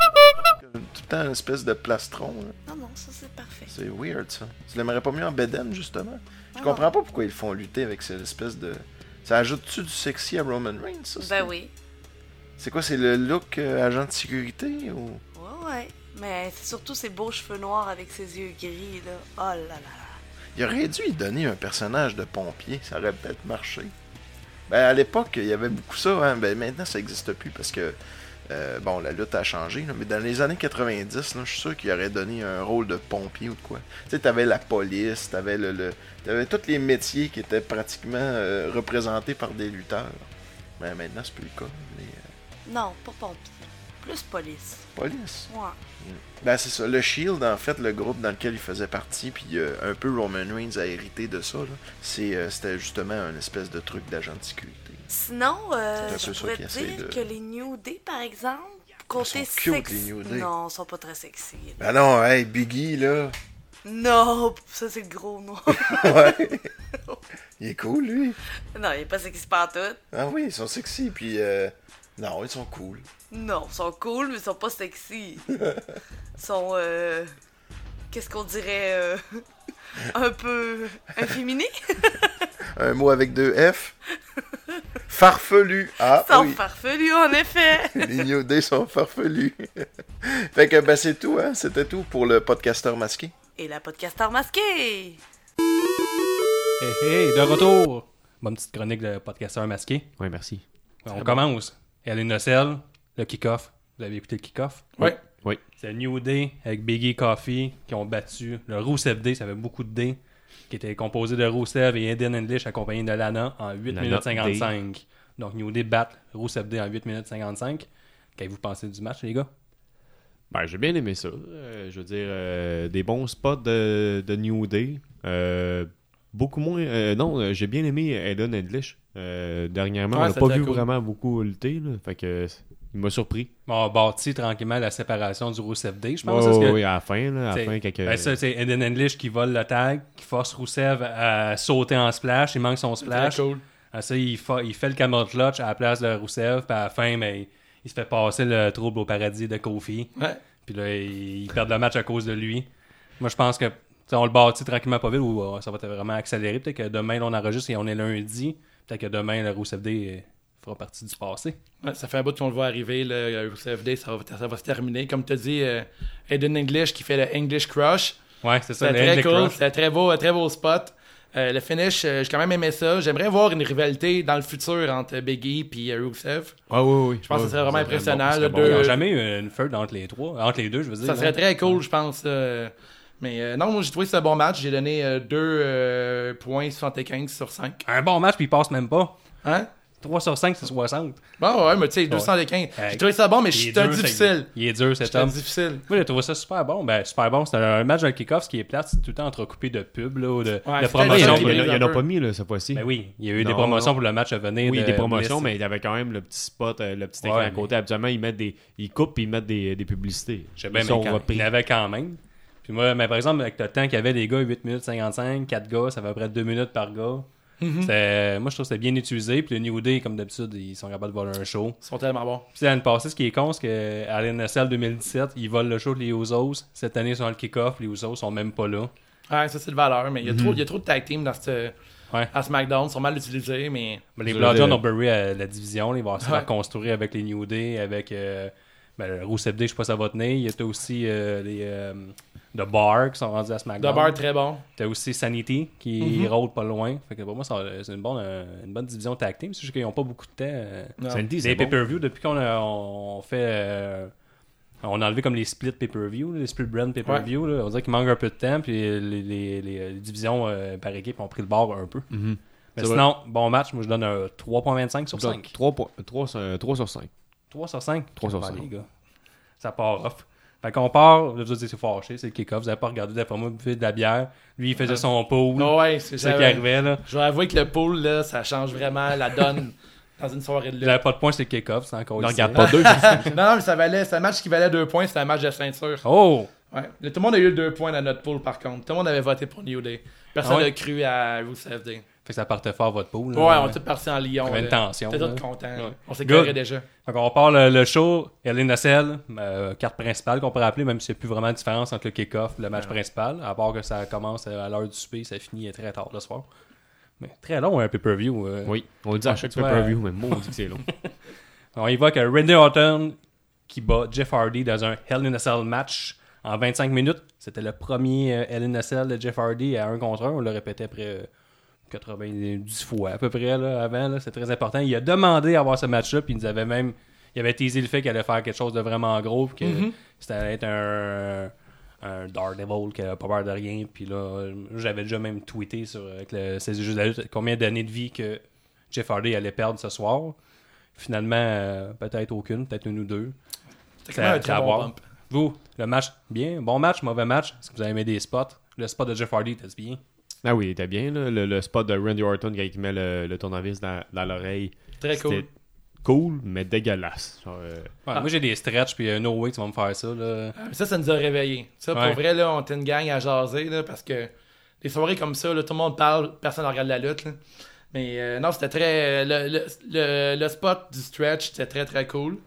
Speaker 6: tout le temps une espèce de plastron. là.
Speaker 7: Non, non, ça, c'est parfait.
Speaker 6: C'est weird ça. Tu l'aimerais pas mieux en Beden justement.
Speaker 7: Ah
Speaker 6: Je comprends pas pourquoi ils le font lutter avec cette espèce de. Ça ajoute-tu du sexy à Roman Reigns ça c'est-
Speaker 7: Ben oui.
Speaker 6: C'est quoi, c'est le look euh, agent de sécurité ou.
Speaker 7: Ouais, ouais. Mais c'est surtout ses beaux cheveux noirs avec ses yeux gris, là. Oh là là là.
Speaker 6: Il aurait dû y donner un personnage de pompier, ça aurait peut-être marché. Ben à l'époque, il y avait beaucoup ça, hein. Ben maintenant ça n'existe plus parce que. euh, bon, la lutte a changé, là, mais dans les années 90, là, je suis sûr qu'il aurait donné un rôle de pompier ou de quoi. Tu sais, t'avais la police, t'avais le, le- t'avais tous les métiers qui étaient pratiquement euh, représentés par des lutteurs. Ben maintenant, c'est plus le cas. Les, euh,
Speaker 7: Non, pas pompier. Plus police.
Speaker 6: police.
Speaker 7: Ouais.
Speaker 6: Ben c'est ça, le Shield en fait, le groupe dans lequel il faisait partie, puis euh, un peu Roman Reigns a hérité de ça, là. C'est, euh, c'était justement un espèce de truc d'agent de sécurité.
Speaker 7: Sinon, euh,
Speaker 6: C'est
Speaker 7: je
Speaker 6: sûr
Speaker 7: pourrais
Speaker 6: qu'ils
Speaker 7: dire
Speaker 6: essayent de-
Speaker 7: que les New Day, par exemple, côté
Speaker 6: sont cute,
Speaker 7: sexy...
Speaker 6: les New Day.
Speaker 7: Non, ils sont pas très sexy.
Speaker 6: Ben non, hey, Biggie là,
Speaker 7: Non, ça c'est le gros noir.
Speaker 6: ouais. il est cool lui.
Speaker 7: non, il est pas sexy pantoute.
Speaker 6: Ah oui, ils sont sexy, puis euh, non, ils sont cool.
Speaker 7: Non, ils sont cool, mais ils sont pas sexy. Ils sont... euh, Qu'est-ce qu'on dirait euh, Un peu inféminés?
Speaker 6: Un mot avec deux F. Farfelu. Ah
Speaker 7: Ils sont
Speaker 6: oui,
Speaker 7: farfelus, en effet.
Speaker 6: les New Day sont farfelus. fait que ben c'est tout, hein, c'était tout pour le podcasteur masqué.
Speaker 7: Et la podcasteur masquée.
Speaker 3: Hey, hey, de retour! Bonne petite chronique de podcasteur masqué.
Speaker 4: Ouais, merci.
Speaker 3: On commence. Elle est Nocelle, le kick-off. Vous avez écouté le kick-off?
Speaker 5: Ouais.
Speaker 4: Oui.
Speaker 3: C'est New Day avec Biggie Coffee qui ont battu le Rusev Day, ça avait beaucoup de dés, qui était composé de Rusev et Eden English accompagné de Lana en 8
Speaker 4: Lana
Speaker 3: minutes 55. Donc New Day bat Rusev Day en 8 minutes 55. Qu'avez-vous pensé du match, les gars?
Speaker 4: Ben, j'ai bien aimé ça. Euh, je veux dire, euh, des bons spots de, de New Day. Euh, beaucoup moins. euh, non, euh, j'ai bien aimé Ellen English. Euh, dernièrement,
Speaker 5: Ouais,
Speaker 4: on l'a
Speaker 5: c'était
Speaker 4: pas vu
Speaker 5: cool.
Speaker 4: vraiment beaucoup lutter. Là, fait que euh, il m'a surpris.
Speaker 3: Bon, on bâtit tranquillement la séparation du Rusev Day, je
Speaker 4: Oh,
Speaker 3: pense.
Speaker 4: Oui,
Speaker 3: parce Ah, que-
Speaker 4: à la fin. Là, à la
Speaker 3: T'sais,
Speaker 4: fin, quelques...
Speaker 3: ben ça, c'est Eden English qui vole le tag, qui force Rousseff à sauter en splash. Il manque son
Speaker 5: Très
Speaker 3: splash.
Speaker 5: cool.
Speaker 3: Ah, ça, il, fa- il fait le camel clutch à la place de Rousseff. Puis à la fin, mais il, il se fait passer le trouble au paradis de Kofi.
Speaker 5: Ouais.
Speaker 3: Puis là, ils il perdent le match à cause de lui. Moi, je pense que t'sais, on le bâtit tranquillement pas vite ou euh, ça va être vraiment accéléré. Peut-être que demain, là, on enregistre et on est lundi. Peut-être que demain, le Rousseff Day euh, fera partie du passé.
Speaker 5: Ouais, ça fait un bout qu'on le voit arriver, euh, le CFD, ça va, ça va se terminer. Comme tu as dit, euh, Aiden English qui fait le English Crush.
Speaker 3: Ouais, c'est ça.
Speaker 5: C'est
Speaker 3: le
Speaker 5: très
Speaker 3: Hendrick
Speaker 5: cool,
Speaker 3: Rush.
Speaker 5: c'est un très beau, un très beau spot. Euh, le finish, euh, j'ai quand même aimé ça. J'aimerais voir une rivalité dans le futur entre Biggie et Rusev.
Speaker 4: Ah, oui, oui.
Speaker 5: Je pense que
Speaker 4: Ouais,
Speaker 5: ça serait vraiment impressionnant.
Speaker 4: bon, ça
Speaker 5: là,
Speaker 4: serait
Speaker 3: Ils n'ont
Speaker 5: deux-
Speaker 3: jamais hein. eu une feud entre les trois, entre les deux, je veux dire.
Speaker 5: Ça
Speaker 3: là.
Speaker 5: serait très cool, je pense. euh, mais euh, non, moi, j'ai trouvé que c'est un bon match. J'ai euh, donné 2.75 sur 5.
Speaker 3: Un bon match, puis il passe même pas.
Speaker 5: Hein?
Speaker 3: 3 sur 5, c'est 60.
Speaker 5: Bon, ouais, mais tu sais, 215.
Speaker 3: Ouais.
Speaker 5: J'ai trouvé ça bon, mais
Speaker 3: Il est
Speaker 5: j'étais
Speaker 3: dur, ce-
Speaker 5: difficile.
Speaker 3: Il est dur, cet
Speaker 5: J'étais
Speaker 3: homme.
Speaker 5: difficile.
Speaker 3: Moi, j'ai trouvé ça super bon. Ben, super bon. C'était un match d'un kick-off. Ce qui est plate, c'est tout le temps entrecoupé de pub, là, ou de,
Speaker 5: Ouais,
Speaker 3: de
Speaker 5: c'était
Speaker 4: Ouais, il y en
Speaker 3: promotions.
Speaker 4: a-
Speaker 5: qui
Speaker 3: pour
Speaker 4: il
Speaker 3: le-
Speaker 4: y en a- il y en a
Speaker 5: peu.
Speaker 4: pas mis là, cette fois-ci.
Speaker 3: Ben oui, il y a eu des
Speaker 4: Non,
Speaker 3: promotions
Speaker 4: non.
Speaker 3: pour le match à venir.
Speaker 4: Oui,
Speaker 3: de
Speaker 4: des promotions,
Speaker 3: Bliss.
Speaker 4: mais il avait quand même le petit spot, euh, le petit écran
Speaker 3: Ouais,
Speaker 4: à côté. Habituellement, ils mettent des. Ils coupent et ils mettent des, des publicités.
Speaker 3: Je sais bien,
Speaker 4: Ils
Speaker 3: mais
Speaker 4: sont
Speaker 3: quand,
Speaker 4: repris.
Speaker 3: il y en avait quand même. Puis moi, mais par exemple, avec le temps qu'il y avait les gars, 8 minutes 55, 4 gars, ça fait à peu près 2 minutes par gars. C'était- Moi, je trouve que c'était bien utilisé. Puis le New Day, comme d'habitude, ils sont capables de voler un show.
Speaker 5: Ils sont tellement bons.
Speaker 3: Puis l'année passée, ce qui est con, c'est qu'à l'NSL 2017, ils volent le show de les Usos. Cette année, ils sont dans le kick-off. Les Usos sont même pas là.
Speaker 5: Ouais, ça, c'est le valeur, mais il y a trop- il y a trop de tag team dans cette.
Speaker 3: Ouais.
Speaker 5: À SmackDown, ils sont mal utilisés, mais.
Speaker 3: Mais Ben, les
Speaker 4: Je
Speaker 3: Bludgeon
Speaker 4: dirais-
Speaker 3: ont bury euh, la division. là. Ils vont essayer de
Speaker 5: Ouais.
Speaker 3: la construire avec les New Day, avec euh, ben, le Rousseff Day, je sais pas si ça va tenir. Il y a aussi euh, les euh, The Bar qui sont rendus à SmackDown.
Speaker 5: De beurre, très bon.
Speaker 3: T'as aussi Sanity qui rôde pas loin. Fait que pour moi, ça- c'est une bonne, euh, une bonne division tag team. C'est juste qu'ils n'ont pas beaucoup de temps. euh.
Speaker 5: Non.
Speaker 4: Sanity,
Speaker 3: Les
Speaker 4: c'est bon.
Speaker 3: pay-per-view, depuis qu'on a on fait. euh, on a enlevé comme les split pay-per-view, là, les split brand pay-per-view. là. On dirait qu'il manque un peu de temps. Puis les, les- les- les divisions euh, par équipe ont pris le bord un peu.
Speaker 4: Mhm.
Speaker 3: Mais
Speaker 4: C'est
Speaker 3: sinon, bon match. Moi, je donne un 3.25 sur 5.
Speaker 4: 3, sur, 3 euh, sur 5.
Speaker 3: 3 sur 5.
Speaker 4: 3 sur 5.
Speaker 3: les gars. Ça part off. Fait qu'on part, là, vous êtes c'est fâché, c'est le kick-off, vous avez pas regardé d'après moi, vous buvez de la bière. Lui, il faisait son pot.
Speaker 5: Ouais, c'est
Speaker 3: C'est ça qui
Speaker 5: j'avais-
Speaker 3: arrivait, là.
Speaker 5: Je vais avouer que le pool, là, ça change vraiment la donne dans une soirée de
Speaker 3: Il
Speaker 5: lutte.
Speaker 3: n'avait pas de points, c'est le kick-off, c'est encore
Speaker 4: Non,
Speaker 3: ici.
Speaker 4: regarde pas deux.
Speaker 5: non, mais ça valait. C'est un match qui valait deux points, c'était un match de ceinture.
Speaker 3: Oh!
Speaker 5: Ouais. Là, Tout le monde a eu deux points dans notre pool, par contre. Tout le monde avait voté pour New Day. Personne
Speaker 3: Ah
Speaker 5: n'a
Speaker 3: ouais?
Speaker 5: cru à Rusev Day.
Speaker 3: Fait que ça partait fort votre poule.
Speaker 5: Ouais, on est tous partis en Lyon.
Speaker 3: Il y avait une
Speaker 5: là.
Speaker 3: tension,
Speaker 5: T'es
Speaker 3: là.
Speaker 5: tous contents. là. On s'est
Speaker 3: Good.
Speaker 5: carré déjà.
Speaker 3: Fait qu'on part le, le show, Hélène Nacelle, euh, carte principale qu'on pourrait appeler, même s'il n'y a plus vraiment de différence entre le kick-off et le match principal, à part que ça commence à l'heure du souper, ça finit très tard le soir. Mais très long, un pay-per-view. euh.
Speaker 4: Oui, on le dit à chaque
Speaker 3: Toi,
Speaker 4: pay-per-view, mais moi, on dit que c'est long.
Speaker 3: On évoque euh, Randy Orton qui bat Jeff Hardy dans un Hell in a Cell match en 25 minutes. C'était le premier euh, Hell in a Cell de Jeff Hardy à 1 contre 1. On le répétait près euh, 90 fois à peu près là, avant. là. C'est très important. Il a demandé à avoir ce match-là. Puis il nous avait même. Il avait teasé le fait qu'il allait faire quelque chose de vraiment gros. Puis que c'était allait être un. Un Daredevil qui a pas peur de rien. Puis là, euh, j'avais déjà même tweeté sur euh, que le- c'est juste la lutte, combien d'années de vie que Jeff Hardy allait perdre ce soir. Finalement, euh, peut-être aucune, peut-être une ou deux.
Speaker 5: C'était
Speaker 3: Ça-
Speaker 5: quand même un
Speaker 3: ça
Speaker 5: très
Speaker 3: à
Speaker 5: bon
Speaker 3: voir.
Speaker 5: bump.
Speaker 3: Vous, le match, bien. Bon match, mauvais match. Est-ce que vous avez aimé des spots? Le spot de Jeff Hardy, était bien?
Speaker 4: Ah oui, t'as bien, là, le, le spot de Randy Orton quand il met le, le tournevis dans, dans l'oreille.
Speaker 5: Très cool.
Speaker 4: C'était Cool, mais dégueulasse. Genre, euh,
Speaker 3: Ouais,
Speaker 5: Ah.
Speaker 3: Moi, j'ai des stretches, puis euh, no way que tu vas me faire ça. Là.
Speaker 5: Mais Ça, ça nous a réveillés. Ça,
Speaker 3: Ouais.
Speaker 5: pour vrai, là, on était une gang à jaser, là, parce que des soirées comme ça, là, tout le monde parle, personne ne regarde la lutte. là. Mais euh, non, c'était très. Le, le- le- le spot du stretch, c'était très, très cool.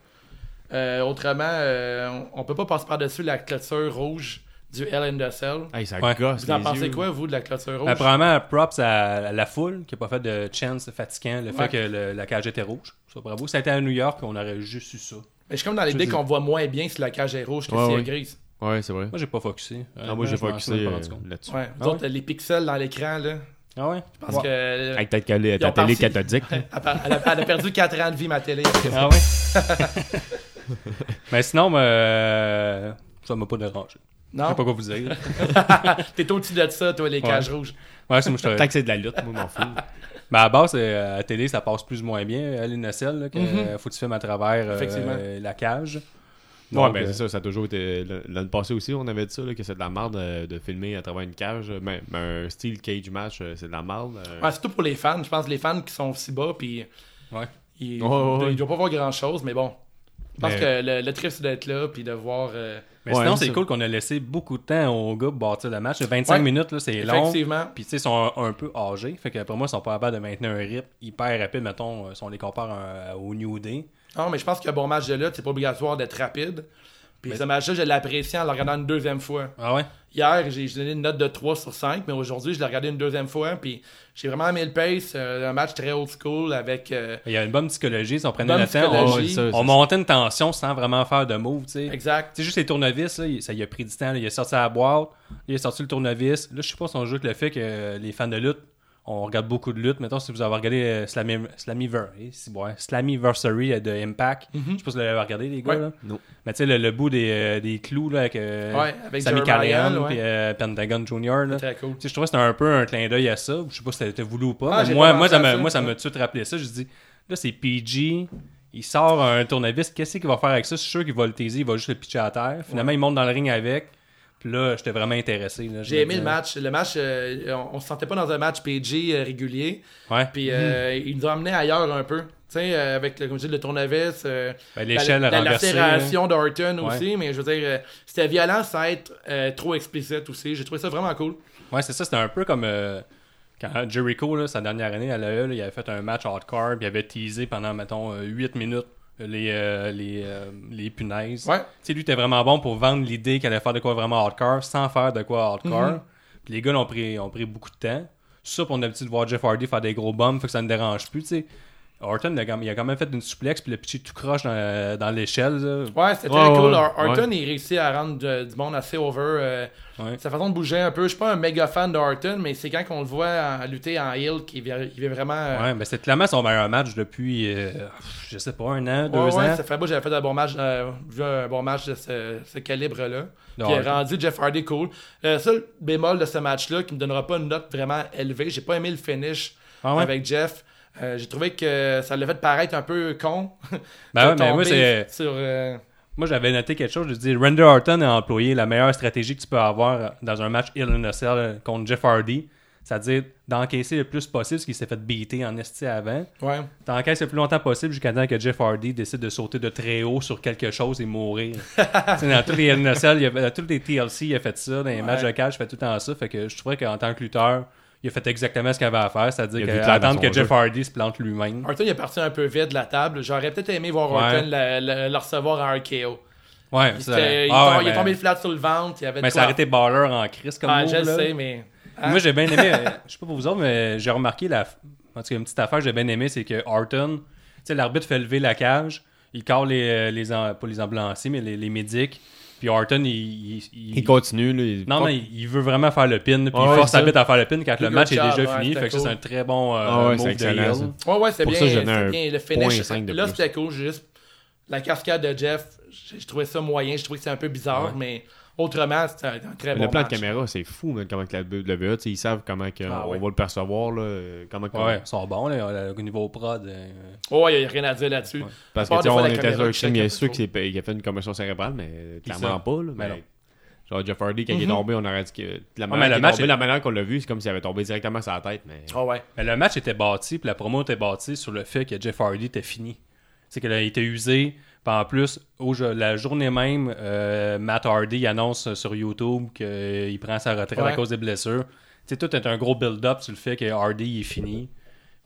Speaker 5: Euh, autrement, euh, on, on peut pas passer par-dessus la clôture rouge du Hell in the Cell.
Speaker 4: hey, ça
Speaker 3: Ouais.
Speaker 4: gosse.
Speaker 5: Vous en
Speaker 4: Ah, les
Speaker 5: pensez
Speaker 4: yeux.
Speaker 5: quoi, vous, de la clôture rouge?
Speaker 3: Ben, premièrement, props à, à la foule qui n'a pas fait de chance fatigant, le fait
Speaker 5: Ouais.
Speaker 3: que le- la cage était rouge. Ça, bravo. Si ça était à New York, on aurait juste eu ça. Moi,
Speaker 5: Mais je suis comme dans l'idée qu'on voit moins bien si la cage est rouge que
Speaker 4: Ouais,
Speaker 5: si elle est
Speaker 4: ouais.
Speaker 5: grise.
Speaker 4: Ouais, c'est vrai.
Speaker 3: j'ai pas focusé.
Speaker 4: Ah, moi, j'ai
Speaker 3: Honnêtement,
Speaker 4: pas
Speaker 3: je m'en suis
Speaker 4: accusé
Speaker 3: même rendu compte.
Speaker 4: là-dessus.
Speaker 5: Ouais. Nous
Speaker 3: Ah ouais?
Speaker 5: autres, les pixels dans l'écran, là,
Speaker 3: Ah ouais?
Speaker 5: je pense que.
Speaker 4: Hey, peut-être qu'elle est à
Speaker 5: Ils
Speaker 4: ta
Speaker 5: ont
Speaker 4: télé
Speaker 5: parti.
Speaker 4: cathodique. là.
Speaker 5: Elle a, elle a- elle a perdu 4 ans de vie, ma télé.
Speaker 3: Ah ouais? Mais sinon, euh, ça m'a pas dérangé. Je sais
Speaker 5: Non?
Speaker 3: pas quoi vous dire.
Speaker 5: T'es au-dessus de ça, toi, les cages rouges.
Speaker 3: Ouais, c'est moi, je te-
Speaker 4: Tant que c'est de la lutte, moi, m'en fous.
Speaker 3: Mais à la base, euh, à la télé, ça passe plus ou moins bien, euh, les nacelles, là, que, euh, faut que tu filmes à travers euh,
Speaker 5: Effectivement.
Speaker 3: la cage.
Speaker 4: Ouais,
Speaker 3: Donc,
Speaker 4: ben
Speaker 3: euh,
Speaker 4: c'est ça, ça a toujours été. l- L'année passée aussi, on avait dit ça, là, que c'est de la merde euh, de filmer à travers une cage. euh, Mais, mais un steel cage match, euh, c'est de la merde. euh.
Speaker 5: Ouais, surtout pour les fans. Je pense que les fans qui sont aussi bas, puis
Speaker 3: ouais.
Speaker 5: ils,
Speaker 4: Ouais, ouais, ouais.
Speaker 5: ils doivent pas voir grand-chose, mais bon. Je pense
Speaker 4: Mais-
Speaker 5: que le, le trip, c'est d'être là, puis de voir... euh,
Speaker 3: Mais
Speaker 4: Ouais,
Speaker 3: sinon,
Speaker 4: c'est
Speaker 3: c'est
Speaker 4: ça.
Speaker 3: cool qu'on a laissé beaucoup de temps aux gars pour bâtir le match. 25
Speaker 5: Ouais.
Speaker 3: minutes, là, c'est long.
Speaker 5: Effectivement.
Speaker 3: Puis, tu sais, ils sont un, un peu âgés. Fait que pour moi, ils sont pas capables de maintenir un rythme hyper rapide, mettons, euh, si on les compare euh, au New Day.
Speaker 5: Non, mais je pense qu'un bon match de lutte, c'est pas obligatoire d'être rapide. Puis ce match-là, je l'ai apprécié en le regardant une deuxième fois.
Speaker 3: Ah ouais?
Speaker 5: Hier, j'ai j'ai donné une note de 3 sur 5, mais aujourd'hui, je l'ai regardé une deuxième fois, puis j'ai vraiment aimé le pace. euh, un match très old school avec... euh,
Speaker 3: Il y a une bonne psychologie. Si on prenait
Speaker 5: Bonne
Speaker 3: le temps, on,
Speaker 5: psychologie.
Speaker 4: ça,
Speaker 3: on
Speaker 4: ça,
Speaker 3: montait une tension sans vraiment faire de move, tu sais.
Speaker 5: exact.
Speaker 3: C'est juste les tournevis, là, il- ça y a pris du temps. là. Il est sorti à la boîte, là, il est sorti le tournevis. Là, je sais pas si on joue avec le fait que euh, les fans de lutte, on regarde beaucoup de lutte. Mettons, si vous avez regardé euh, Slammy- Slammiver- eh, si, ouais, Slammiversary euh, de Impact, je sais pas si vous l'avez regardé, les gars.
Speaker 5: Mhm. Ouais.
Speaker 3: là.
Speaker 4: Non.
Speaker 3: Mais tu sais, le, le bout des, euh, des clous là, avec, euh,
Speaker 5: Ouais, avec
Speaker 3: Sami
Speaker 5: Jeremiah,
Speaker 3: Callihan
Speaker 5: ouais.
Speaker 3: puis, euh, Pentagon Junior. là.
Speaker 5: Très cool.
Speaker 3: Tu sais, je trouvais que c'était un peu un clin d'œil à ça. Je sais pas si c'était voulu ou pas.
Speaker 5: Ah,
Speaker 3: mais
Speaker 5: j'ai
Speaker 3: moi,
Speaker 5: pas
Speaker 3: moi,
Speaker 5: pensé
Speaker 3: ça
Speaker 5: à
Speaker 3: m'a-
Speaker 5: ça.
Speaker 3: moi, ça m'a tout rappelé ça. Je dis, Là, c'est PG. Il sort un tournevis. Qu'est-ce qu'il va faire avec ça? Je suis sûr qu'il va le taiser. Il va juste le pitcher à terre. Finalement, il monte dans le ring avec. Puis là, j'étais vraiment intéressé. là.
Speaker 5: J'ai aimé le match. Le match, euh, on, on se sentait pas dans un match PG euh, régulier.
Speaker 3: Ouais.
Speaker 5: Puis euh,
Speaker 3: Mm-hmm.
Speaker 5: il nous a emmené ailleurs un peu. Tu sais, euh, avec, le- comme je dis, le tournevis. euh,
Speaker 3: Ben, l'échelle
Speaker 5: la, la, la
Speaker 3: renversée,
Speaker 5: lacération d'Horton aussi.
Speaker 3: Ouais.
Speaker 5: Mais je veux dire, euh, c'était violent sans être euh, trop explicite aussi. J'ai trouvé ça vraiment cool.
Speaker 3: Ouais, c'est ça. C'était un peu comme euh, quand Jericho, là, sa dernière année à l'AE, là, il avait fait un match hardcore. puis Il avait teasé pendant, mettons, euh, 8 minutes les, euh, les, euh, les punaises.
Speaker 5: Ouais.
Speaker 3: Tu sais, lui, était vraiment bon pour vendre l'idée qu'il allait faire de quoi vraiment hardcore sans faire de quoi hardcore.
Speaker 5: Mhm.
Speaker 3: Puis les gars l'ont pris, ont pris beaucoup de temps. Ça, puis on a l'habitude de voir Jeff Hardy faire des gros bombs, fait que ça ne dérange plus, tu sais. Orton, il a, quand- il a quand même fait une suplex, puis le petit tout croche dans, dans l'échelle. là.
Speaker 5: Ouais, c'était
Speaker 4: Ouais,
Speaker 5: très cool.
Speaker 4: ouais,
Speaker 5: Hor-
Speaker 4: ouais.
Speaker 5: Orton, il réussit à rendre de- du monde assez over. euh,
Speaker 3: Ouais.
Speaker 5: Sa façon de bouger un peu. Je suis pas un méga fan de Orton, mais c'est quand on le voit en- lutter en heel qu'il vient il vient vraiment. euh,
Speaker 3: Ouais, mais c'est clairement son meilleur match depuis, euh, pff, je sais pas, un an, deux
Speaker 5: Ouais, ouais,
Speaker 3: ans.
Speaker 5: ça fait un bout que j'avais fait un bon match, euh, vu un bon match de ce, ce calibre-là. Qui
Speaker 3: Ouais.
Speaker 5: a rendu Jeff Hardy cool. Euh, Le seul bémol de ce match-là qui me donnera pas une note vraiment élevée, j'ai pas aimé le finish
Speaker 3: Ah ouais?
Speaker 5: avec Jeff. Euh, j'ai trouvé que ça l'a fait paraître un peu con.
Speaker 3: Ben ouais,
Speaker 5: De
Speaker 3: mais moi,
Speaker 5: tomber
Speaker 3: c'est-
Speaker 5: sur, euh,
Speaker 3: Moi, j'avais noté quelque chose. Je dis, Randy Orton a employé la meilleure stratégie que tu peux avoir dans un match Hill in a Cell contre Jeff Hardy. C'est-à-dire d'encaisser le plus possible parce qu'il s'est fait beater en esti avant.
Speaker 5: Ouais.
Speaker 3: T'encaisses le plus longtemps possible jusqu'à temps que Jeff Hardy décide de sauter de très haut sur quelque chose et mourir. C'est dans tous les Hell in a Cell, il a- dans tous les TLC, il a fait ça. Dans les matchs de cage, il fait tout le temps ça. Fait que je trouvais qu'en tant que lutteur, il a fait exactement ce qu'il avait à faire. C'est-à-dire
Speaker 4: Il a
Speaker 3: que-
Speaker 4: vu clair dans
Speaker 3: attendre
Speaker 4: son
Speaker 3: que
Speaker 4: jeu.
Speaker 3: Jeff Hardy se plante lui-même.
Speaker 5: Orton il est parti un peu vite de la table. J'aurais peut-être aimé voir
Speaker 3: Ouais.
Speaker 5: Orton la- la- le recevoir en RKO.
Speaker 3: Ouais,
Speaker 5: Il,
Speaker 3: ça-
Speaker 5: était- il
Speaker 3: ah
Speaker 5: tom-
Speaker 3: ouais,
Speaker 5: il est
Speaker 3: mais-
Speaker 5: tombé flat sur le ventre. Il avait de
Speaker 3: Mais ça
Speaker 5: quoi-
Speaker 3: arrêtait baller en crise comme
Speaker 5: Ah,
Speaker 3: move,
Speaker 5: je le
Speaker 3: là.
Speaker 5: sais, mais.
Speaker 3: Moi, j'ai bien aimé, euh, je sais pas pour vous autres, mais j'ai remarqué la. En tout cas, une petite affaire que j'ai bien aimé, c'est que Orton, tu sais, l'arbitre fait lever la cage, il call les, euh, les am- pas les ambulanciers, mais les, les médics, puis Orton, il. il- il-
Speaker 4: Il continue, là. il-
Speaker 3: non, non, il il veut vraiment faire le pin, puis
Speaker 4: Ah ouais,
Speaker 3: il force
Speaker 4: c'est ça.
Speaker 3: l'arbitre à faire le pin quand le
Speaker 5: Good
Speaker 3: match est
Speaker 5: job,
Speaker 3: déjà
Speaker 5: ouais,
Speaker 3: fini,
Speaker 5: c'était
Speaker 3: fait que ça,
Speaker 5: cool.
Speaker 3: c'est un très bon euh,
Speaker 4: Ah ouais,
Speaker 3: move
Speaker 4: c'est
Speaker 3: de
Speaker 4: excellent,
Speaker 3: heel.
Speaker 4: ça.
Speaker 5: Ouais, ouais, c'est
Speaker 4: Pour
Speaker 5: bien.
Speaker 4: ça, je donnais
Speaker 5: c'est
Speaker 4: un
Speaker 5: bien. Le
Speaker 4: point
Speaker 5: finish,
Speaker 4: cinq de
Speaker 5: là,
Speaker 4: plus.
Speaker 5: c'était cool. J'ai Juste la cascade de Jeff, j'ai j'ai trouvé ça moyen. J'ai trouvé que c'était un peu bizarre, mais autrement, c'était un un très
Speaker 4: Mais
Speaker 5: bon
Speaker 4: le plan
Speaker 5: match.
Speaker 4: de caméra, c'est fou, même, comment que la WWE, tu sais, ils savent comment que,
Speaker 5: Ah
Speaker 4: on
Speaker 5: ouais.
Speaker 4: va le percevoir, là, euh, comment que-
Speaker 3: Ouais, ils sont bons, là, au niveau prod. euh,
Speaker 5: Ouais, il n'y a rien à dire là-dessus.
Speaker 4: Parce
Speaker 5: À part
Speaker 4: que, tu sais,
Speaker 5: des
Speaker 4: on
Speaker 5: fois, la
Speaker 4: était
Speaker 5: caméra
Speaker 4: sur un
Speaker 5: qui
Speaker 4: crime,
Speaker 5: check
Speaker 4: bien
Speaker 5: un
Speaker 4: sûr
Speaker 5: peu
Speaker 4: qu'il s'est- qu'il a fait une commotion cérébrale, mais clairement
Speaker 3: savent.
Speaker 5: Ben
Speaker 4: pas, là,
Speaker 3: Mais
Speaker 4: mais-
Speaker 3: non.
Speaker 4: Genre, Jeff Hardy,
Speaker 5: Mm-hmm.
Speaker 4: quand il est tombé, on aurait dit que
Speaker 5: Ah,
Speaker 4: la
Speaker 3: mais
Speaker 4: manière,
Speaker 3: le
Speaker 4: qu'il est
Speaker 3: match
Speaker 4: tombé,
Speaker 3: est-
Speaker 4: la manière qu'on l'a vu, c'est comme s'il avait tombé directement sur la tête, mais.
Speaker 5: Ah ouais.
Speaker 3: Mais le match était bâti, puis la promo était bâtie sur le fait que Jeff Hardy était fini. C'est qu'il était usé. Puis en plus, au jo- la journée même, euh, Matt Hardy il annonce sur YouTube qu'il prend sa retraite
Speaker 5: Ouais.
Speaker 3: à cause des blessures. Tu sais, tout est un gros build-up sur le fait que Hardy est fini.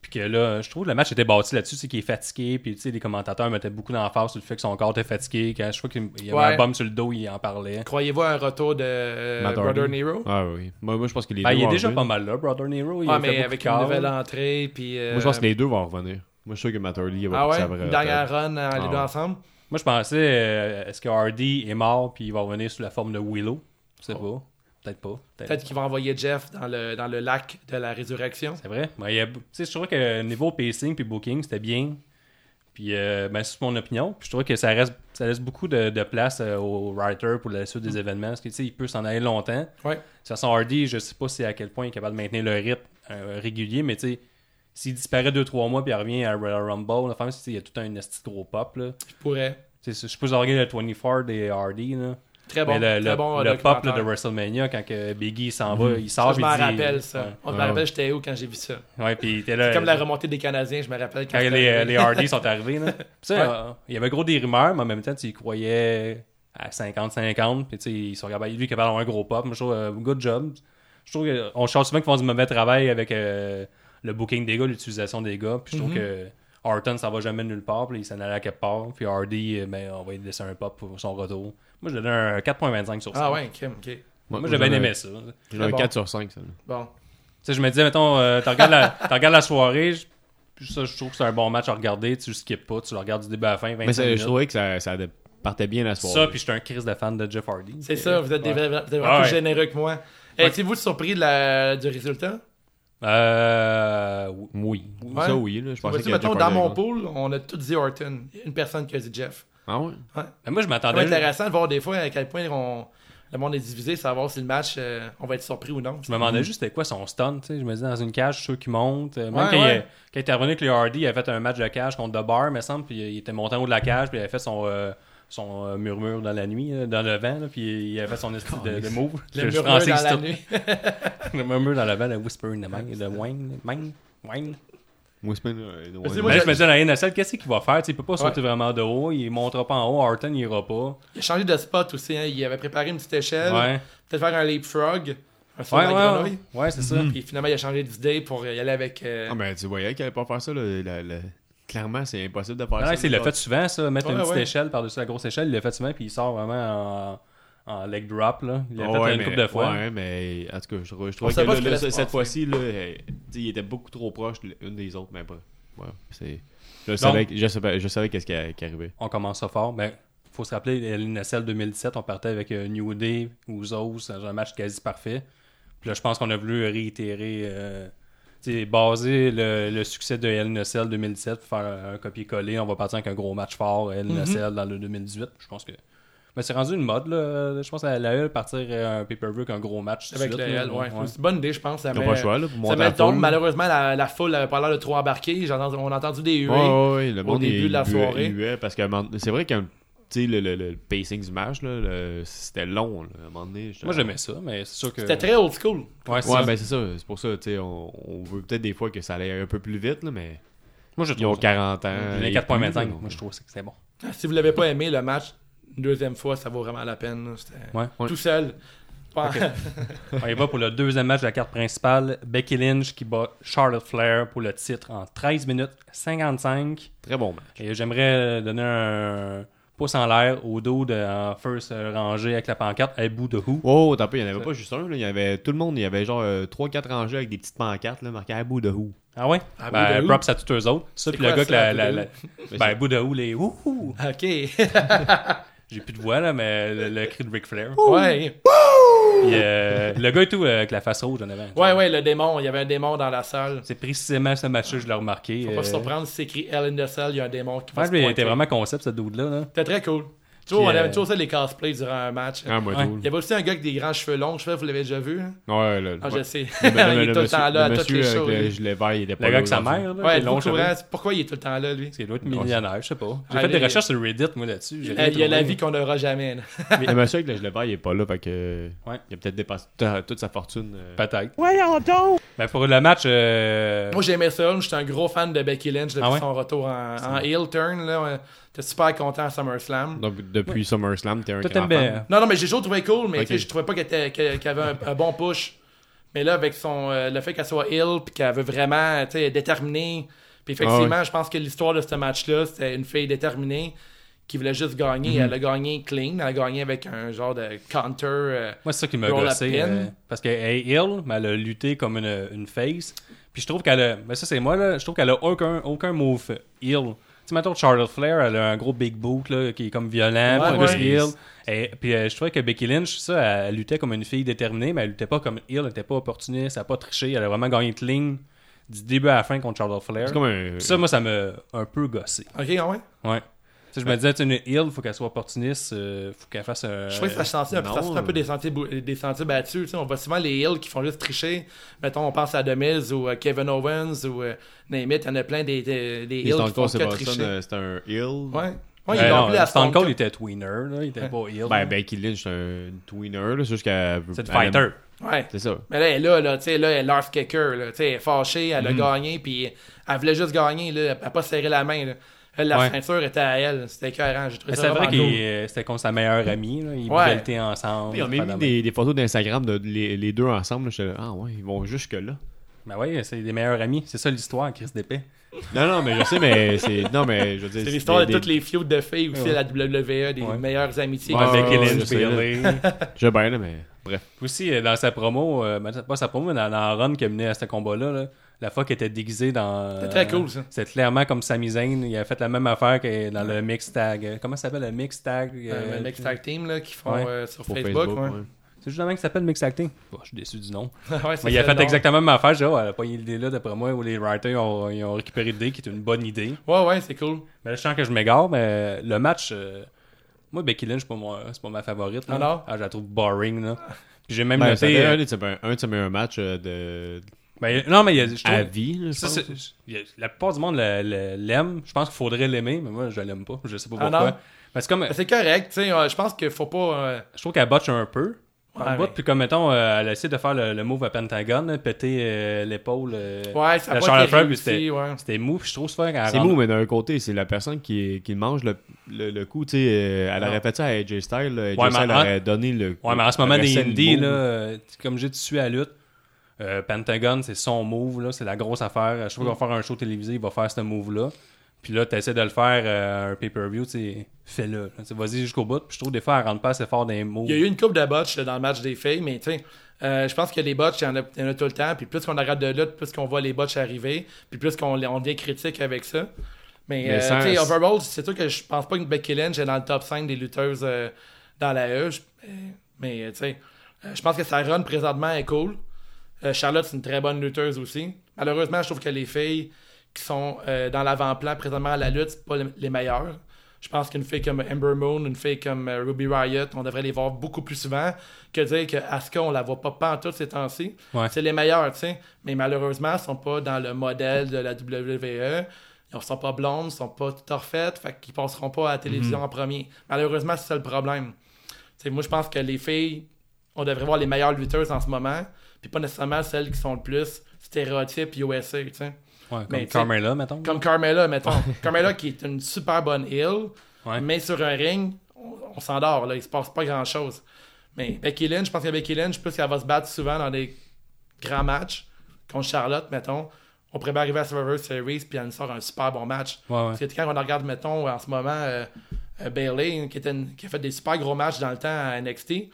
Speaker 3: Puis que là, je trouve que le match était bâti là-dessus, c'est qu'il est fatigué. Puis tu sais, les commentateurs mettaient beaucoup d'emphase sur le fait que son corps était fatigué. Quand je crois qu'il il y avait
Speaker 5: Ouais.
Speaker 3: un bum sur le dos, il en parlait.
Speaker 5: Croyez-vous à un retour de euh,
Speaker 4: Matt Hardy.
Speaker 5: Brother Nero
Speaker 4: Ah oui. Moi, moi, je pense que les
Speaker 3: Ben,
Speaker 4: deux
Speaker 3: il est
Speaker 4: vont
Speaker 3: déjà
Speaker 4: revenir.
Speaker 3: pas mal là, Brother Nero. Il
Speaker 5: Ah,
Speaker 3: a fait
Speaker 5: mais
Speaker 3: beaucoup
Speaker 5: avec
Speaker 3: de
Speaker 5: une
Speaker 3: calls.
Speaker 5: nouvelle entrée. Puis, euh,
Speaker 4: Moi, je pense que les deux vont revenir. Moi, je suis sûr que Matt Hardy, il va
Speaker 5: Ah ouais,
Speaker 4: pousser après.
Speaker 5: une dernière run euh, les deux
Speaker 4: Ah ouais.
Speaker 5: ensemble.
Speaker 3: Moi, je pensais, euh, est-ce que Hardy est mort puis il va revenir sous la forme de Willow Je sais pas. Peut-être pas. Peut-être.
Speaker 5: Peut-être qu'ils vont envoyer Jeff dans le, dans le lac de la résurrection.
Speaker 3: C'est vrai. Ben, il y a- tu sais, je trouvais que niveau pacing puis booking, c'était bien. Puis, euh, ben, c'est mon opinion. Puis, je trouve que ça, reste, ça laisse beaucoup de, de place euh, au writer pour la suite des événements. Parce que, tu sais, il peut s'en aller longtemps. De
Speaker 5: Ouais.
Speaker 3: toute façon, Hardy, je sais pas si à quel point il est capable de maintenir le rythme euh, régulier, mais tu sais, s'il disparaît 2-3 mois puis il revient à Royal Rumble, enfin, tu sais, il y a tout un esti de gros pop. Là.
Speaker 5: Je pourrais.
Speaker 3: Tu sais, Je peux orgueil le 24 des Hardy. Là.
Speaker 5: Très bon.
Speaker 3: Mais le,
Speaker 5: très
Speaker 3: le-
Speaker 5: bon euh,
Speaker 3: le pop là,
Speaker 5: documentaire. Hmm.
Speaker 3: de WrestleMania, quand que Biggie s'en va, il
Speaker 5: Ça,
Speaker 3: sort.
Speaker 5: je
Speaker 3: puis
Speaker 5: m'en
Speaker 3: il dit-
Speaker 5: rappelle ça. On Je me
Speaker 4: Ah ouais.
Speaker 5: rappelle, j'étais où quand j'ai vu ça.
Speaker 3: Ouais, ouais, puis il était là.
Speaker 5: Comme la remontée des Canadiens, je me rappelle
Speaker 3: quand
Speaker 5: quand c'était
Speaker 3: Euh, les,
Speaker 5: arrivé.
Speaker 3: les Hardy sont arrivés. Là. Puis ça,
Speaker 5: Ouais.
Speaker 3: euh, il y avait gros des rumeurs, mais en même temps, tu y croyais à 50-50. Puis tu sais, ils sont capables. Lui, capable d'avoir un gros pop. Moi, je trouve, euh, good job. Je trouve qu'on chante souvent qu'ils font du mauvais travail avec euh, le booking des gars, l'utilisation des gars. Puis je
Speaker 5: Mhm.
Speaker 3: trouve que. Horton, ça va jamais nulle part, puis il s'en allait à quelque part. Puis Hardy, euh, ben, on va lui laisser un pop pour son retour. Moi, je lui donne un 4.25 sur 5.
Speaker 5: Ah ouais, ok, ok.
Speaker 3: Moi, j'ai bien aimé ça.
Speaker 4: J'ai un
Speaker 5: Bon.
Speaker 4: 4 sur 5, ça.
Speaker 5: Bon.
Speaker 3: Tu sais, je me disais, mettons, euh, tu regardes, la- t'en regardes la soirée, je, puis ça, je trouve que c'est un bon match à regarder, tu le skippes pas, tu le regardes du début à la fin, 25
Speaker 4: Mais c'est-
Speaker 3: minutes.
Speaker 4: je trouvais que ça, ça partait bien la soirée.
Speaker 3: ça, puis je suis un Chris de fan de Jeff Hardy.
Speaker 5: C'est ça, vous êtes, des vrais- vous êtes vraiment
Speaker 3: Ouais.
Speaker 5: plus généreux que moi. Étiez-vous surpris de la- du résultat?
Speaker 3: Euh... oui.
Speaker 4: Oui.
Speaker 5: Ouais.
Speaker 4: Ça, oui. Là, je pensais
Speaker 5: Vois-tu,
Speaker 4: que
Speaker 5: mettons,
Speaker 4: Jeff
Speaker 5: dans
Speaker 4: Hardy
Speaker 5: mon
Speaker 4: allait
Speaker 5: pool, on a tous dit Orton. Il y a Une personne qui a dit Jeff.
Speaker 4: gagner. Ah ouais?
Speaker 3: Mais moi, je
Speaker 5: C'est
Speaker 3: m'attendais...
Speaker 5: intéressant de voir des fois à quel point on... le monde est divisé, savoir si le match, euh, on va être surpris ou non.
Speaker 3: Je me
Speaker 4: Mm.
Speaker 3: demandais juste c'était quoi son stun, tu sais. Je me disais dans une cage, ceux qui montent. euh, Même
Speaker 5: Ouais,
Speaker 3: quand, Il,
Speaker 5: ouais.
Speaker 3: a- quand il était revenu avec les Hardy, il avait fait un match de cage contre The Bar, me semble, puis il était monté en haut de la cage, puis il avait fait son, euh, son euh, murmure dans la nuit, euh, dans le vent, là, puis il avait fait son esti de, de move.
Speaker 5: Le
Speaker 3: Je- je
Speaker 5: murmure
Speaker 3: pensais que
Speaker 5: dans la
Speaker 3: c'était-
Speaker 5: nuit.
Speaker 3: le murmure dans le vent, le whisper in the mind, le wine, wine,
Speaker 4: Ben,
Speaker 3: wine.
Speaker 4: Moi, c'est pas une- une-
Speaker 5: Mais c'est
Speaker 4: une-
Speaker 5: moi,
Speaker 3: Mais là,
Speaker 5: je-
Speaker 3: Ben, je me disais, dans la NSL, qu'est-ce qu'il va faire? Tu sais, il peut pas sauter
Speaker 5: Ouais.
Speaker 3: vraiment de haut, il montera pas en haut, Horton, il ira pas.
Speaker 5: Il a changé de spot aussi, hein. il avait préparé une petite échelle,
Speaker 3: Ouais,
Speaker 5: peut-être faire un leapfrog, un saut
Speaker 3: ouais,
Speaker 5: à
Speaker 3: ouais,
Speaker 5: la
Speaker 3: Hmm.
Speaker 5: grenouille.
Speaker 3: ouais. Ouais, c'est ça.
Speaker 4: Mhm.
Speaker 5: Puis finalement, il a changé d'idée pour euh, y aller avec. euh,
Speaker 4: Ah, ben, tu voyais qu'il allait pas faire ça, là. la- la- Clairement, c'est impossible de faire
Speaker 3: Ah,
Speaker 4: ça.
Speaker 3: ouais, c'est, il l'a fait souvent, ça, mettre
Speaker 5: Ouais,
Speaker 3: une petite
Speaker 5: ouais.
Speaker 3: échelle par-dessus la grosse échelle. Il l'a fait souvent, puis il sort vraiment en, en leg drop. Là. Il l'a fait
Speaker 4: Ah Ouais,
Speaker 3: une
Speaker 4: mais-
Speaker 3: couple de fois.
Speaker 4: Ouais, mais en tout cas, je, je trouvais que
Speaker 5: sait pas
Speaker 4: là,
Speaker 5: ce que
Speaker 4: là,
Speaker 5: la-
Speaker 4: cette fois-ci, là, euh, tu sais, il était beaucoup trop proche l'une des autres, mais pas. Ouais, c'est. Je savais, je savais, je savais qu'est-ce qui, a- qui
Speaker 5: Ah,
Speaker 4: arrivait.
Speaker 3: On commence ça fort. Mais faut se rappeler, l'NSL 2017, on partait avec euh, New Day, Ouzos, dans un match quasi parfait. Puis là, je pense qu'on a voulu réitérer, euh, tu sais, baser le, le succès de LNSL 2017 pour faire un copier-coller. On va partir avec un gros match fort, LNSL, dans le 2018. Je pense que. Mais c'est rendu une mode, là. Je pense à l'AE partir euh, un pay-per-view avec un gros match. tout de
Speaker 5: avec
Speaker 3: suite,
Speaker 5: le
Speaker 3: là.
Speaker 5: L, ouais. C'est une bonne idée, je pense. Ça
Speaker 4: Ils
Speaker 5: met,
Speaker 4: n'ont pas le choix, là, pour
Speaker 5: ça
Speaker 4: monter
Speaker 5: met
Speaker 4: à
Speaker 5: le ton.
Speaker 4: foule.
Speaker 5: Malheureusement, la, la foule euh, n'avait pas l'air de trop embarquer. J'entends- On a entendu des huées.
Speaker 4: Ouais, ouais, ouais, le
Speaker 5: au
Speaker 4: monde,
Speaker 5: début
Speaker 4: il
Speaker 5: de la
Speaker 4: huait-
Speaker 5: soirée.
Speaker 4: il huait parce que c'est vrai que le, le, le pacing du match, là, le- c'était long. là. à un moment donné, j'étais-
Speaker 3: Moi, j'aimais ça, mais c'est sûr que.
Speaker 5: C'était très old school.
Speaker 3: Ouais, c'est
Speaker 4: Ouais,
Speaker 3: ça.
Speaker 4: ben c'est ça. C'est pour ça, tu sais, on, on veut peut-être des fois que ça allait un peu plus vite, là, mais
Speaker 3: Moi, je
Speaker 4: ils ont
Speaker 3: trouve. ça.
Speaker 4: 40 ans.
Speaker 3: Il
Speaker 4: et
Speaker 3: est 4.25.
Speaker 4: plus, là.
Speaker 3: Moi, je trouve que c'est bon.
Speaker 5: Si vous l'avez pas aimé, le match, une deuxième fois, ça vaut vraiment la peine. là. C'était
Speaker 3: Ouais.
Speaker 5: tout seul. Pas-
Speaker 3: On y va pour le deuxième match de la carte principale. Becky Lynch qui bat Charlotte Flair pour le titre en 13 minutes 55.
Speaker 4: Très bon match.
Speaker 3: Et j'aimerais euh, donner un pouce en l'air au dos de en first rangée avec la pancarte à bout de who.
Speaker 4: Oh, t'as peu, il n'y en avait pas juste un. Là. Il y avait tout le monde, il y avait genre 3-4 rangées avec des petites pancartes là, marquées à bout de roue.
Speaker 3: Ah ouais?
Speaker 5: À bout
Speaker 3: ben,
Speaker 5: de who?
Speaker 3: props à tous eux autres. Ça, puis
Speaker 5: quoi
Speaker 3: le gars que la.
Speaker 5: ça, à
Speaker 3: la,
Speaker 5: bout de
Speaker 3: la- ben, à bout de who, les wouhou.
Speaker 5: ok.
Speaker 3: J'ai plus de voix, là, mais le, le cri de Ric Flair.
Speaker 5: ouais.
Speaker 3: Puis, euh, le gars et tout, euh, avec la face rouge en avant.
Speaker 5: Ouais, ouais, le démon. Il y avait un démon dans la salle.
Speaker 3: C'est précisément ce match-là que je l'ai remarqué.
Speaker 5: Faut pas se
Speaker 3: euh,
Speaker 5: surprendre si c'est écrit Hell in the Cell, il y a un démon qui va
Speaker 3: Ouais,
Speaker 5: se
Speaker 3: mais il
Speaker 5: pointer.
Speaker 3: était vraiment concept, ce dude-là. Là.
Speaker 5: C'était très cool. Tu vois, on
Speaker 3: Puis,
Speaker 5: avait
Speaker 3: euh,
Speaker 5: toujours ça les cosplays durant un match.
Speaker 4: Ah, moi,
Speaker 3: Ouais.
Speaker 4: tout.
Speaker 5: Il y avait aussi un gars avec des grands cheveux longs, je sais pas, vous l'avez déjà vu. hein?
Speaker 4: Ouais, le,
Speaker 5: Ah, je sais.
Speaker 4: le-
Speaker 5: il est
Speaker 4: le
Speaker 5: tout le
Speaker 4: monsieur-
Speaker 5: temps là, à
Speaker 4: le
Speaker 5: toutes les
Speaker 4: monsieur
Speaker 5: shows.
Speaker 4: avec le
Speaker 5: lui.
Speaker 4: gilet vert, il est pas
Speaker 3: Le gars
Speaker 4: là
Speaker 3: avec sa
Speaker 4: aujourd'hui.
Speaker 3: mère, là,
Speaker 5: Ouais,
Speaker 3: les longs
Speaker 5: long
Speaker 3: cheveux. Parce
Speaker 5: Pourquoi il est tout le temps là, lui
Speaker 3: qu'il doit être millionnaire, je sais pas. J'ai
Speaker 5: Ouais,
Speaker 3: fait des
Speaker 5: les-
Speaker 3: recherches sur Reddit, moi, là-dessus. J'ai
Speaker 5: Il
Speaker 3: rien
Speaker 5: y a la
Speaker 3: trouvé.
Speaker 5: vie qu'on n'aura jamais. là.
Speaker 4: Le monsieur avec le gilet vert, il est pas là, fait que.
Speaker 3: Ouais.
Speaker 4: Il a peut-être dépassé ta- toute sa fortune. euh,
Speaker 3: Peut-être. Voyons donc! Mais pour le match, euh,
Speaker 5: Moi, j'aimais ça. J'étais un gros fan de Becky Lynch depuis
Speaker 3: Ah ouais?
Speaker 5: son retour en, en heel turn. là. Ouais. J'étais super content à SummerSlam.
Speaker 4: Donc, depuis SummerSlam, t'es un
Speaker 3: toi,
Speaker 4: grand
Speaker 3: t'aimes bien. euh,
Speaker 4: fan.
Speaker 5: Non, non, mais j'ai toujours trouvé cool, mais
Speaker 4: Ok.
Speaker 5: tu sais, je trouvais pas qu'elle était- qu'elle qu'elle avait un, un bon push. Mais là, avec son, euh, le fait qu'elle soit heel puis qu'elle veut vraiment tu sais, être déterminée. Puis effectivement,
Speaker 4: Ah
Speaker 5: je pense que l'histoire de ce match-là, c'était une fille déterminée qui voulait juste gagner. Elle a gagné clean, elle a gagné avec un genre de counter. euh,
Speaker 3: Moi, c'est ça qui m'a
Speaker 5: Roll-up
Speaker 3: gossé.
Speaker 5: pin.
Speaker 3: euh, parce qu'elle est ill, mais elle a lutté comme une, une face. Puis je trouve qu'elle a. Mais ça, c'est moi, là. Je trouve qu'elle a aucun, aucun move ill. Tu sais, mettons Charlotte Flair, elle a un gros big boot, là, qui est comme violent, puis
Speaker 5: Ouais,
Speaker 3: plus
Speaker 5: ouais.
Speaker 3: heel. Et, puis euh, je trouvais que Becky Lynch, ça, elle, luttait comme une fille déterminée, mais elle luttait pas comme heel, elle était pas opportuniste, elle a pas triché, elle a vraiment gagné clean du début à la fin contre Charlotte Flair.
Speaker 4: C'est comme un.
Speaker 3: Puis ça, moi, ça m'a un peu gossé.
Speaker 5: Ok, ah ouais.
Speaker 3: Ouais. Tu sais, je me disais, tu sais, une heel, faut qu'elle soit opportuniste, euh, faut qu'elle fasse un. Ben
Speaker 5: Je trouvais que ça sentait un, peu- ça
Speaker 4: non.
Speaker 5: sentait un peu des sentiers, bou- des sentiers battus. tu sais. On voit souvent les Hills qui font juste tricher. Mettons, on pense à Demise ou euh, Kevin Owens ou euh, name it. Il y en a plein des, des, des
Speaker 4: Et
Speaker 5: Hills qui font
Speaker 4: encore
Speaker 5: que
Speaker 4: Sebastian,
Speaker 5: tricher.
Speaker 4: euh, c'est un heel.
Speaker 5: Ouais. Ouais,
Speaker 3: Ouais,
Speaker 5: il est
Speaker 3: Ben non, euh,
Speaker 5: appelé à
Speaker 3: Stone Cold
Speaker 5: Cold.
Speaker 3: était tweener, là, il était pas heel.
Speaker 4: Ben, ben, Becky Lynch, c'est un tweener, là, c'est juste qu'elle veut-
Speaker 3: c'est le
Speaker 4: elle aime-
Speaker 3: fighter.
Speaker 5: Ouais.
Speaker 4: C'est ça.
Speaker 5: Mais là, elle est là, là, tu sais, là, elle est Earth Kicker, là, tu sais, elle est fâchée, elle a
Speaker 3: Mm-hmm.
Speaker 5: gagné, puis elle voulait juste gagner, là, elle n'a pas serré la main, là. Elle, la
Speaker 3: Ouais.
Speaker 5: ceinture était à elle, c'était écœurant, j'ai trouvé
Speaker 3: Mais
Speaker 5: ça
Speaker 3: c'est vrai
Speaker 5: vraiment
Speaker 3: qu'il
Speaker 5: cool.
Speaker 3: euh, c'était contre sa meilleure amie, là, ils
Speaker 5: Ouais.
Speaker 3: ouais. ensemble.
Speaker 4: Ils ont
Speaker 3: pendant-
Speaker 4: même mis des, des photos d'Instagram de les, les deux ensemble. là, J'étais là, ah ouais, ils vont jusque-là.
Speaker 3: Ben ouais, c'est des meilleurs amis, c'est ça l'histoire, Chris d'épée.
Speaker 4: Non, non, mais je sais, mais c'est. Non, mais je veux dire.
Speaker 5: C'est l'histoire
Speaker 4: des-
Speaker 5: de toutes les feuds de filles aussi à la WWE, des
Speaker 3: Ouais.
Speaker 5: meilleures amitiés.
Speaker 4: Ouais,
Speaker 3: Becky
Speaker 4: ouais, je
Speaker 3: Lynch,
Speaker 4: sais,
Speaker 3: Bailey.
Speaker 4: des- Je sais bien, là, mais. Bref.
Speaker 3: Puis aussi, euh, dans sa promo, euh, ben, pas sa promo, mais dans, dans la run qui a mené à ce combat-là, là, la fois qu'il était déguisé dans.
Speaker 5: C'était très cool, ça.
Speaker 3: C'était clairement comme Sami Zayn, il a fait la même affaire que dans le Mix Tag. euh, Comment ça s'appelle le Mix Tag
Speaker 5: Euh,
Speaker 3: euh,
Speaker 5: le Mixed Tag Team, là, qui font
Speaker 3: Ouais.
Speaker 5: euh, sur
Speaker 4: Pour
Speaker 5: Facebook,
Speaker 4: Facebook.
Speaker 5: ouais.
Speaker 4: ouais.
Speaker 3: C'est juste le même qui s'appelle Mix Tag Team. Bon, Bah, je suis déçu du nom.
Speaker 5: Ah Ouais, c'est
Speaker 3: Mais il a
Speaker 5: ça,
Speaker 3: fait
Speaker 5: non.
Speaker 3: exactement la même affaire, j'ai dit, oh, elle a pas eu l'idée là, d'après moi, où les writers ont, ils ont récupéré l'idée, qui est une bonne idée.
Speaker 5: Ouais, ouais, c'est cool.
Speaker 3: Mais là, je sens que je m'égare, mais le match, euh, Moi, Becky Lynch, c'est pas, moi- c'est pas ma favorite. là.
Speaker 5: Ah non?
Speaker 3: Ah, je la trouve boring, là. Puis j'ai même
Speaker 4: Ben, ça
Speaker 3: noté.
Speaker 4: fait
Speaker 3: euh,
Speaker 4: un, tu sais, ben, un, tu sais, mais un match euh, de...
Speaker 3: ben, non, mais il y a- je trouve-
Speaker 4: à vie. là, je
Speaker 3: ça,
Speaker 4: pense.
Speaker 3: c'est- il y a- la plupart du monde le- le- l'aime. Je pense qu'il faudrait l'aimer, mais moi, je l'aime pas. Je sais pas
Speaker 5: Ah
Speaker 3: pourquoi.
Speaker 5: non?
Speaker 3: Mais c'est comme.
Speaker 5: Ben, C'est correct, tu sais, euh, je pense qu'il faut pas. euh,
Speaker 3: Je trouve qu'elle botche un peu.
Speaker 5: Ouais,
Speaker 3: Elle botte,
Speaker 5: mais-
Speaker 3: Puis comme, mettons, euh, elle essaie de faire le, le move à Pentagon, là, péter euh, l'épaule. euh,
Speaker 5: Ouais, ça
Speaker 3: la
Speaker 5: a pas
Speaker 3: Charlotte Flair,
Speaker 5: été
Speaker 3: puis
Speaker 5: réussi,
Speaker 3: c'était
Speaker 5: ouais.
Speaker 3: c'était mou. Puis je trouve souvent qu'elle
Speaker 4: C'est
Speaker 3: rentre-
Speaker 4: mou, mais d'un côté, c'est la personne qui, qui mange le, le, le coup. tu sais, euh, elle aurait fait ça à AJ Styles. là, AJ
Speaker 3: Ouais, mais
Speaker 4: Styles
Speaker 3: en-
Speaker 4: aurait donné le.
Speaker 3: Ouais, mais en ce moment,
Speaker 4: aurait
Speaker 3: des
Speaker 4: fait le
Speaker 3: indies,
Speaker 4: move.
Speaker 3: là, euh, comme j'ai dessus à la lutte, euh, Pentagon, c'est son move, là, c'est la grosse affaire. Je trouve qu'il
Speaker 5: Mm.
Speaker 3: va faire un show télévisé, il va faire ce move-là. Puis là, tu essaies de le faire euh, à un pay-per-view, tu sais, fais-le. Tu sais, Vas-y jusqu'au bout. Puis je trouve des fois, elle rentre pas assez fort dans les moves.
Speaker 5: Il y a eu une coupe de botches dans le match des filles, mais tu sais, euh, je pense que les botches, il y, en a- il y en a tout le temps. Puis plus qu'on arrête de lutte, plus qu'on voit les botches arriver, puis plus qu'on les- on devient critique avec ça. Mais,
Speaker 4: Mais
Speaker 5: euh,
Speaker 4: sans-
Speaker 5: tu sais, overall, c'est sûr que je pense pas que Becky Lynch est dans le top 5 des lutteuses euh, dans la E. Je- euh, Mais euh, tu sais, euh, je pense que sa run présentement est cool. Euh, Charlotte, c'est une très bonne lutteuse aussi. Malheureusement, je trouve que les filles qui sont euh, dans l'avant-plan présentement à la lutte, c'est pas les, les meilleures. Je pense qu'une fille comme Ember Moon, une fille comme euh, Ruby Riot, on devrait les voir beaucoup plus souvent que dire que Asuka, on la voit pas pantoute ces temps-ci.
Speaker 3: Ouais.
Speaker 5: C'est les meilleures, tu sais. Mais malheureusement, elles sont pas dans le modèle de la E. WWE. Ils sont pas blondes, ils sont pas torfaites, fait qu'ils passeront pas à la télévision en premier. Malheureusement, c'est ça le problème. Tu sais, moi, je pense que les filles, on devrait voir les meilleures lutteuses en ce moment, puis pas nécessairement celles qui sont le plus stéréotypes USA, tu sais.
Speaker 3: Ouais, comme
Speaker 5: mais tu sais,
Speaker 3: Carmella, mettons.
Speaker 5: Comme Carmella, mettons. Carmella qui est une super bonne heel,
Speaker 3: Ouais.
Speaker 5: mais sur un ring, on, on s'endort, là. Il se passe pas grand-chose. Mais Becky Lynch, je pense que Becky Lynch, plus qu'elle va se battre souvent dans des grands matchs, contre Charlotte, mettons, on pourrait bien arriver à Survivor Series, puis elle nous sort un super bon match.
Speaker 3: Ouais, ouais.
Speaker 5: Parce que quand on regarde, mettons, en ce moment, euh, euh, Bailey, hein, qui, était une- qui a fait des super gros matchs dans le temps à NXT,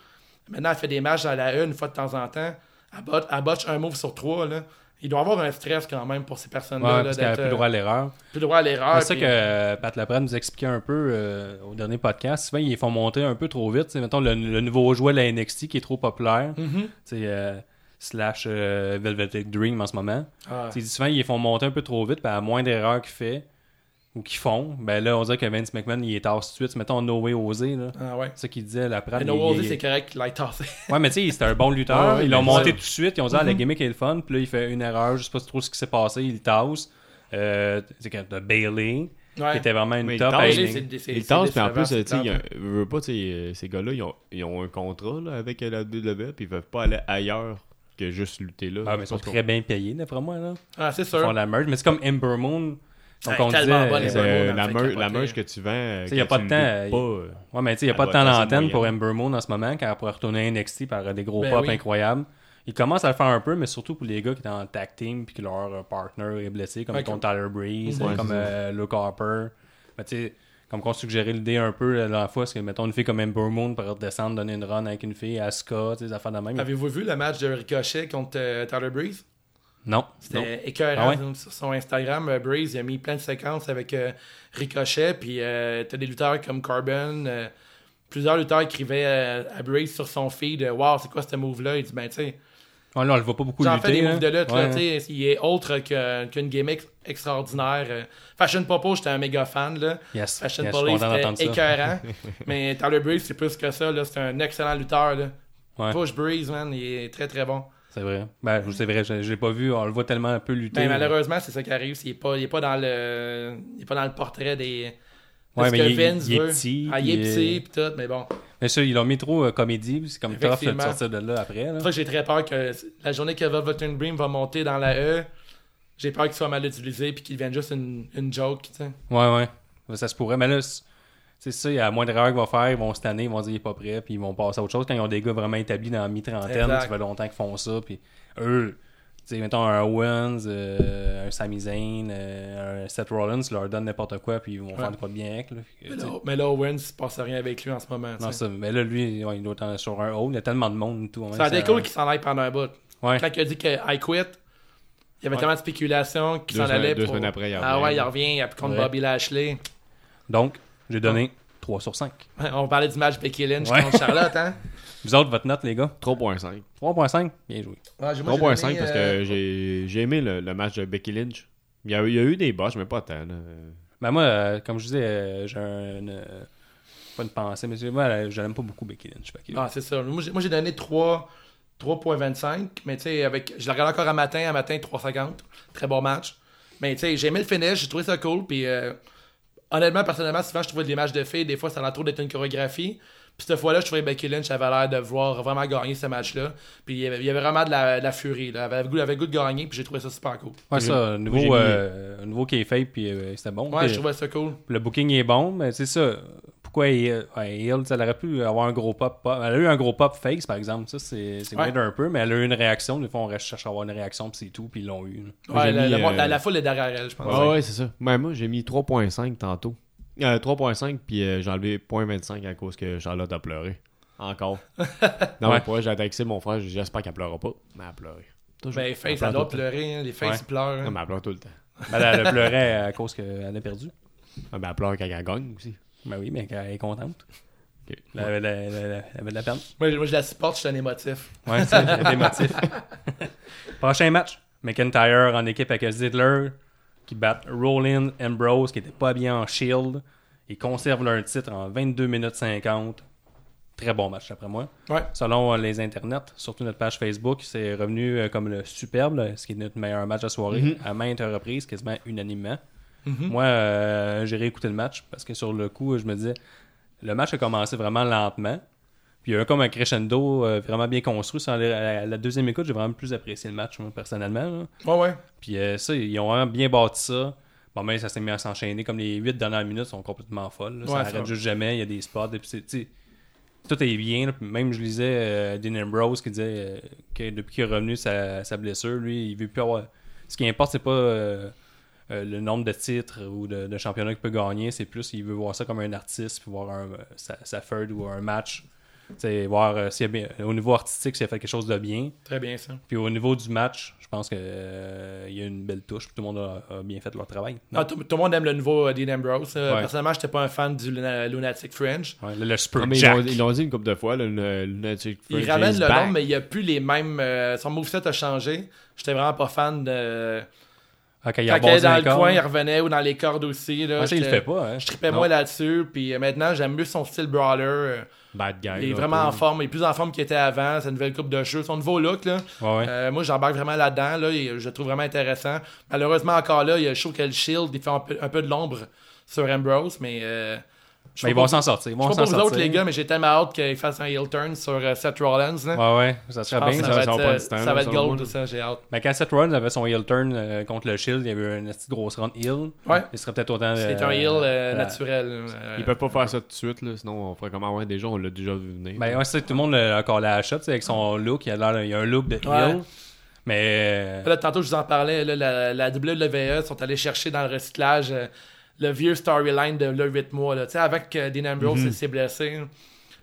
Speaker 5: maintenant elle fait des matchs à la E une fois de temps en temps. Elle, bot- elle botche un move sur trois. Là. Il doit y avoir un stress quand même pour ces
Speaker 3: Ouais,
Speaker 5: personnes-là. là,
Speaker 3: parce qu'elle a
Speaker 5: d'être,
Speaker 3: plus le droit à l'erreur.
Speaker 5: euh, plus droit à l'erreur.
Speaker 4: Ah,
Speaker 3: C'est ça
Speaker 5: puis-
Speaker 3: que euh, Pat Laprade nous expliquait un peu euh, au dernier podcast. Souvent, ils les font monter un peu trop vite. C'est mettons le, le nouveau jouet, la NXT, qui est trop populaire.
Speaker 4: Mm-hmm.
Speaker 3: C'est slash euh, Velvet Dream en ce moment.
Speaker 5: Ah.
Speaker 3: Tu sais, Souvent, ils les font monter un peu trop vite. Puis à moins d'erreurs qu'ils fait ou qu'ils font, ben là, on dirait que Vince McMahon, il est tard tout de suite. Mettons No Way Osé. là.
Speaker 5: Ah ouais.
Speaker 3: C'est ce qu'il disait, Laprade.
Speaker 5: Mais No
Speaker 3: il-
Speaker 5: Wallsy,
Speaker 3: il-
Speaker 5: c'est correct qu'il l'ait tassé.
Speaker 3: Ouais, mais tu sais, c'était un bon lutteur.
Speaker 4: Ouais, ouais,
Speaker 3: ils l'ont
Speaker 4: mais
Speaker 3: monté
Speaker 4: ça- Mm-hmm.
Speaker 3: tout de suite. Ils ont dit, ah, la gimmick est le fun. Puis là, il fait une erreur. Je sais pas trop ce qui s'est passé. Il tasse. Euh, c'est quand t'as Bailey,
Speaker 5: Ouais.
Speaker 3: qui était vraiment une
Speaker 4: Mais il
Speaker 3: top.
Speaker 4: tasse,
Speaker 3: à
Speaker 5: Bailey,
Speaker 3: Evening.
Speaker 5: c'est- c'est-
Speaker 4: Ils
Speaker 5: c'est
Speaker 4: tassent, puis en
Speaker 5: décevant,
Speaker 4: plus,
Speaker 5: c'est
Speaker 4: tu sais,
Speaker 5: plate.
Speaker 4: ils ont- ils veulent pas, tu sais, euh, ces gars-là, ils ont, ils ont un contrat là, avec la WWE, puis ils peuvent pas aller ailleurs que juste lutter là.
Speaker 3: Ah, mais ils sont
Speaker 4: Parce qu'on-
Speaker 3: très bien payés, d'après moi. Là.
Speaker 5: Ah, c'est
Speaker 3: Ils font
Speaker 5: sûr.
Speaker 3: la merge. Mais c'est comme Ember Moon. Donc,
Speaker 5: Ouais,
Speaker 3: on disait.
Speaker 5: tellement bonne,
Speaker 3: euh,
Speaker 5: les
Speaker 4: C'est,
Speaker 5: Ember
Speaker 4: euh,
Speaker 5: Moon,
Speaker 4: la,
Speaker 5: elle
Speaker 4: mer-
Speaker 5: fait
Speaker 4: la
Speaker 5: capoter.
Speaker 4: merge que tu vends. euh,
Speaker 3: sais, y a
Speaker 4: que
Speaker 3: pas
Speaker 4: tu
Speaker 3: de
Speaker 4: le
Speaker 3: temps,
Speaker 4: loupes pas, euh,
Speaker 3: Ouais, mais tu sais, il n'y a
Speaker 4: Elle
Speaker 3: pas de
Speaker 4: doit
Speaker 3: temps
Speaker 4: être assez
Speaker 3: d'antenne pour
Speaker 4: moyenne.
Speaker 3: Ember Moon en ce moment, quand elle pourrait retourner à NXT par euh, des gros
Speaker 5: Ben
Speaker 3: pops
Speaker 5: oui.
Speaker 3: incroyables. Il commence à le faire un peu, mais surtout pour les gars qui étaient en tag team puis que leur euh, partner est blessé, comme
Speaker 5: Ouais,
Speaker 3: ton
Speaker 5: comme-
Speaker 3: Tyler Breeze,
Speaker 4: Mhm.
Speaker 3: euh,
Speaker 4: Ouais,
Speaker 3: comme
Speaker 4: c'est
Speaker 3: euh, Luke Harper. Ben, tu sais, comme qu'on suggérait l'idée un peu euh, la dernière fois, c'est que mettons une fille comme Ember Moon pourrait redescendre, donner une run avec une fille, Asuka, tu sais, des affaires de même.
Speaker 5: Avez-vous vu le match de Ricochet contre euh, Tyler Breeze?
Speaker 3: Non. non.
Speaker 5: C'était écœurant
Speaker 3: Ah ouais?
Speaker 5: donc, sur son Instagram. euh, Breeze il a mis plein de séquences avec euh, Ricochet. Puis euh, t'as des lutteurs comme Carbon. euh, plusieurs lutteurs écrivaient euh, à Breeze sur son feed euh, Wow, c'est quoi ce move-là Il dit Ben, tu sais,
Speaker 3: Ouais, là, on le voit pas beaucoup
Speaker 5: j'en
Speaker 3: lutter.
Speaker 5: fais des
Speaker 3: là.
Speaker 5: moves de lutte. là,
Speaker 3: Ouais.
Speaker 5: tu sais, il est autre que- qu'une gimmick extraordinaire. euh. Fashion Popo, j'étais un méga fan. Là.
Speaker 3: Yes.
Speaker 5: Fashion
Speaker 3: Yes, je suis
Speaker 5: Police,
Speaker 3: content d'entendre
Speaker 5: c'était
Speaker 3: ça.
Speaker 5: écœurant. mais Tyler Breeze, c'est plus que ça. là, C'est un excellent lutteur. Là.
Speaker 3: Ouais.
Speaker 5: Push Breeze, man, il est très très bon.
Speaker 3: C'est vrai. Ben, c'est vrai, je, je l'ai pas vu, on le voit tellement un peu lutter.
Speaker 5: Ben, malheureusement, c'est ça qui arrive. c'est- Il n'est pas, il est pas, dans le- il est pas dans le portrait des. de
Speaker 3: Ouais,
Speaker 5: ce
Speaker 3: mais
Speaker 5: que
Speaker 3: il est-
Speaker 5: Vince
Speaker 3: il est
Speaker 5: veut.
Speaker 3: petit,
Speaker 5: Ah, il est
Speaker 3: il est-
Speaker 5: petit, pis tout, mais bon. C'est
Speaker 3: Mais ça, ils l'ont mis trop euh, comédie, puis c'est comme tough de
Speaker 5: Effectivement.
Speaker 3: sortir de là après. là.
Speaker 5: pour ça que j'ai très peur que la journée que Velveteen Dream va monter dans la E, j'ai peur qu'il soit mal utilisé puis qu'il devienne juste une, une joke, tu sais.
Speaker 3: Ouais, ouais. Ouais, Ça se pourrait. Mais là, c'est c'est ça, il y a moins d'erreurs qu'ils vont faire, ils vont se tanner, ils vont dire il est pas prêt, puis ils vont passer à autre chose. Quand ils ont des gars vraiment établis dans la mi-trentaine,
Speaker 5: Exact.
Speaker 3: ça fait longtemps qu'ils font ça, puis eux, tu sais, mettons un Owens, euh, un Sami Zayn, euh, un Seth Rollins, ils leur donnent n'importe quoi, puis ils vont faire de quoi de bien avec. Là, Fait que,
Speaker 5: Mais
Speaker 3: tu sais,
Speaker 5: là, mais là, Owens, il se passe rien avec lui en ce moment. tu
Speaker 3: non,
Speaker 5: sais.
Speaker 3: ça, mais là, lui, ouais, il doit être sur un haut, il y a tellement de monde et tout. hein,
Speaker 5: ça a
Speaker 3: c'est
Speaker 5: été cool
Speaker 3: un-
Speaker 5: qu'il s'en aille pendant un bout.
Speaker 3: Ouais.
Speaker 5: Quand il a dit que I quit, il y avait
Speaker 3: Ouais.
Speaker 5: tellement de spéculation qu'il
Speaker 4: Deux
Speaker 5: s'en
Speaker 4: semaines-
Speaker 5: allait.
Speaker 4: deux
Speaker 5: pour-
Speaker 4: semaines après, il
Speaker 5: Ah
Speaker 4: revient.
Speaker 5: ouais, il revient, il a plus contre
Speaker 3: Ouais.
Speaker 5: Bobby Lashley.
Speaker 3: Donc, j'ai donné 3 sur 5.
Speaker 5: On parlait du match Becky Lynch
Speaker 3: Ouais.
Speaker 5: contre Charlotte, hein?
Speaker 3: Vous autres, votre note, les gars
Speaker 4: 3.5.
Speaker 3: 3.5 Bien joué.
Speaker 5: Ouais, j'ai- moi, j'ai
Speaker 4: 3.5
Speaker 5: donné,
Speaker 4: parce
Speaker 5: euh,
Speaker 4: que j'ai j'ai aimé le, le match de Becky Lynch. Il y a, il y a eu des botches, mais pas tant. là.
Speaker 3: Ben moi, euh, comme je disais, euh, j'ai un, euh, pas une pensée, mais c'est- moi, elle- je l'aime pas beaucoup, Becky Lynch. Fait que-
Speaker 5: Ah, c'est ça. Moi, j'ai- moi, j'ai donné 3, 3.25, mais tu sais, avec... je la regarde encore à matin, à matin, 3.50. Très bon match. Mais tu sais, j'ai aimé le finish, j'ai trouvé ça cool. Puis euh, honnêtement, personnellement, souvent, je trouvais des matchs de filles, des fois, ça a l'air trop d'être une chorégraphie. Puis cette fois-là, je trouvais que Becky Lynch avait l'air de vouloir vraiment gagner ce match-là. Puis il y avait, il y avait vraiment de la, de la furie. Là. Elle avait le goût- elle avait le goût de gagner, puis j'ai trouvé ça super cool.
Speaker 3: Ouais, ça,
Speaker 4: j'ai mis-
Speaker 3: nouveau, euh, nouveau qui est fait, puis euh, c'était bon.
Speaker 5: Ouais,
Speaker 3: Puis,
Speaker 5: je trouvais ça cool.
Speaker 3: Le booking est bon, mais c'est ça. Pourquoi Hill, ouais, Hill, elle aurait pu avoir un gros pop, pop- Elle a eu un gros pop face, par exemple. Ça, c'est c'est
Speaker 5: Ouais.
Speaker 3: weird un peu, mais elle a eu une réaction. Des fois, on reste- cherche à avoir une réaction, puis c'est tout, puis ils l'ont eu. là.
Speaker 4: Moi,
Speaker 5: Ouais,
Speaker 4: j'ai
Speaker 5: la,
Speaker 4: mis,
Speaker 5: la-
Speaker 4: euh,
Speaker 5: la- la foule est derrière elle, je pense.
Speaker 4: Ah ouais, c'est ça. Mais moi, j'ai mis 3.5 tantôt. Euh, 3.5, puis euh, j'ai enlevé 0.25 à cause que Charlotte a pleuré. Encore. non, mais
Speaker 3: Ouais.
Speaker 4: pour elle, j'ai attaqué mon frère, j'ai dit, j'espère qu'elle pleurera pas. Mais elle a pleuré. Toujours.
Speaker 5: Ben, Face, elle
Speaker 4: pleure tout
Speaker 5: doit
Speaker 4: le temps.
Speaker 5: pleurer. hein. Les Face,
Speaker 3: Ouais.
Speaker 5: ils pleurent.
Speaker 4: Non,
Speaker 5: hein.
Speaker 4: mais elle pleure tout le temps.
Speaker 3: Ben, elle, elle pleurait à cause qu'elle a perdu.
Speaker 4: Ah, ben, elle pleure quand elle gagne aussi.
Speaker 3: Ben oui, mais elle est contente.
Speaker 4: Ok.
Speaker 3: Elle avait de la, la- la- elle avait de la peine.
Speaker 5: Moi, je- moi, je la supporte, je suis un émotif.
Speaker 3: Ouais, c'est elle était émotif. Prochain match. McIntyre en équipe avec Ziggler qui battent Rollin, Ambrose qui n'était pas bien en Shield. Ils conservent leur titre en 22 minutes 50. Très bon match, d'après moi.
Speaker 5: Ouais.
Speaker 3: Selon euh, les internets, surtout notre page Facebook, c'est revenu euh, comme le superbe, là, ce qui est notre meilleur match de soirée, à maintes reprises, quasiment unanimement. Moi, euh, j'ai réécouté le match parce que sur le coup, je me disais, le match a commencé vraiment lentement. Puis il y a eu comme un crescendo euh, vraiment bien construit. Sans les- à la, à la deuxième écoute, j'ai vraiment plus apprécié le match, moi, personnellement. là.
Speaker 5: Ouais, ouais.
Speaker 3: Puis euh, ça, ils ont vraiment bien bâti ça. Bon, mais ça s'est mis à s'enchaîner. Comme les 8 dernières minutes sont complètement folles. là.
Speaker 5: Ouais,
Speaker 3: ça
Speaker 5: ça.
Speaker 3: n'arrête juste jamais. Il y a des spots. Et puis c'est- tu sais, tout est bien. là. Puis Même, je lisais euh, Dean Ambrose qui disait euh, que depuis qu'il est revenu sa, sa blessure, lui, il veut plus avoir. Ce qui importe, c'est pas euh, euh, le nombre de titres ou de, de championnats qu'il peut gagner. C'est plus, il veut voir ça comme un artiste, puis voir un, euh, sa, sa third ou un match. Tu sais, voir euh, s'il y a bien- au niveau artistique, s'il a fait quelque chose de bien.
Speaker 5: Très bien, ça.
Speaker 3: Puis au niveau du match, je pense qu'il y a une belle touche. puis Tout le monde a, a bien fait leur travail.
Speaker 5: Ah, tout, tout le monde aime le nouveau euh, Dean Ambrose. Euh,
Speaker 3: Ouais.
Speaker 5: Personnellement, j'étais pas un fan du Luna- Lunatic Fringe.
Speaker 3: Ouais, le, le
Speaker 4: Ah,
Speaker 3: Super
Speaker 4: mais ils
Speaker 3: Jack.
Speaker 4: l'ont- ils l'ont dit une couple de fois, le le- le Lunatic
Speaker 5: Il
Speaker 4: Fringe
Speaker 5: ramène
Speaker 4: is
Speaker 5: le
Speaker 4: back.
Speaker 5: nom, mais il a plus les mêmes. euh, son moveset a changé. J'étais vraiment pas fan de.
Speaker 3: Ah, quand il
Speaker 5: Quand
Speaker 3: a
Speaker 5: il est
Speaker 3: rebondi
Speaker 5: dans
Speaker 3: les
Speaker 5: le
Speaker 3: cordes.
Speaker 5: coin, il revenait ou dans les cordes aussi. Là,
Speaker 3: Ah, ça, il le
Speaker 5: J'étais-
Speaker 3: fait pas. Hein?
Speaker 5: Je tripais
Speaker 3: Non.
Speaker 5: moins là-dessus. Puis euh, maintenant, j'aime mieux son style brawler. euh,
Speaker 4: Bad guy.
Speaker 5: il est
Speaker 4: là,
Speaker 5: vraiment
Speaker 4: un
Speaker 5: en
Speaker 4: peu.
Speaker 5: forme. Il est plus en forme qu'il était avant. Sa nouvelle coupe de cheveux. Son nouveau look, là.
Speaker 3: Ouais, ouais.
Speaker 5: Euh, moi, j'embarque vraiment là-dedans. Là, et je le trouve vraiment intéressant. Malheureusement, encore là, il y a- je trouve que le Shield il fait un peu, un peu de l'ombre sur Ambrose, mais. euh, je
Speaker 3: Mais ils
Speaker 5: sais pas
Speaker 3: vont
Speaker 5: pour-
Speaker 3: s'en sortir. Ils
Speaker 5: Je
Speaker 3: vont
Speaker 5: sais pas
Speaker 3: s'en
Speaker 5: pour vous
Speaker 3: sortir.
Speaker 5: autres, les gars, mais j'ai tellement hâte qu'ils fassent un heel turn sur euh, Seth Rollins. là.
Speaker 3: Ouais, ouais. Ça
Speaker 5: Je
Speaker 3: serait
Speaker 5: pense
Speaker 3: bien.
Speaker 5: que
Speaker 3: ça.
Speaker 5: ça, va
Speaker 4: ça va pas
Speaker 5: être,
Speaker 4: le
Speaker 5: euh,
Speaker 4: stand,
Speaker 5: ça va être
Speaker 4: selon
Speaker 5: gold,
Speaker 4: moi.
Speaker 5: ça, j'ai hâte.
Speaker 3: Mais quand Seth Rollins avait son heel turn euh, contre le Shield, il y avait une petite grosse run heel.
Speaker 5: Ouais.
Speaker 3: Il serait peut-être autant.
Speaker 5: C'est
Speaker 3: euh,
Speaker 5: un heel euh,
Speaker 3: euh,
Speaker 5: naturel. euh,
Speaker 4: Ils peuvent pas faire ça tout de suite, là, sinon on ferait comment ouais, déjà, on l'a déjà vu venir.
Speaker 3: Ben, ouais, c'est ça, tout le monde a encore la shot. tu sais, Avec son look, il a, l'air- il a un look de heel.
Speaker 5: Ouais.
Speaker 3: Mais. euh,
Speaker 5: Là, tantôt, je vous en parlais, là, la, la WWE sont allés chercher dans le recyclage euh, le vieux storyline de le 8 mois. Là. Tu sais, Avant que Dean Ambrose
Speaker 3: Mhm.
Speaker 5: s'est blessé, hein,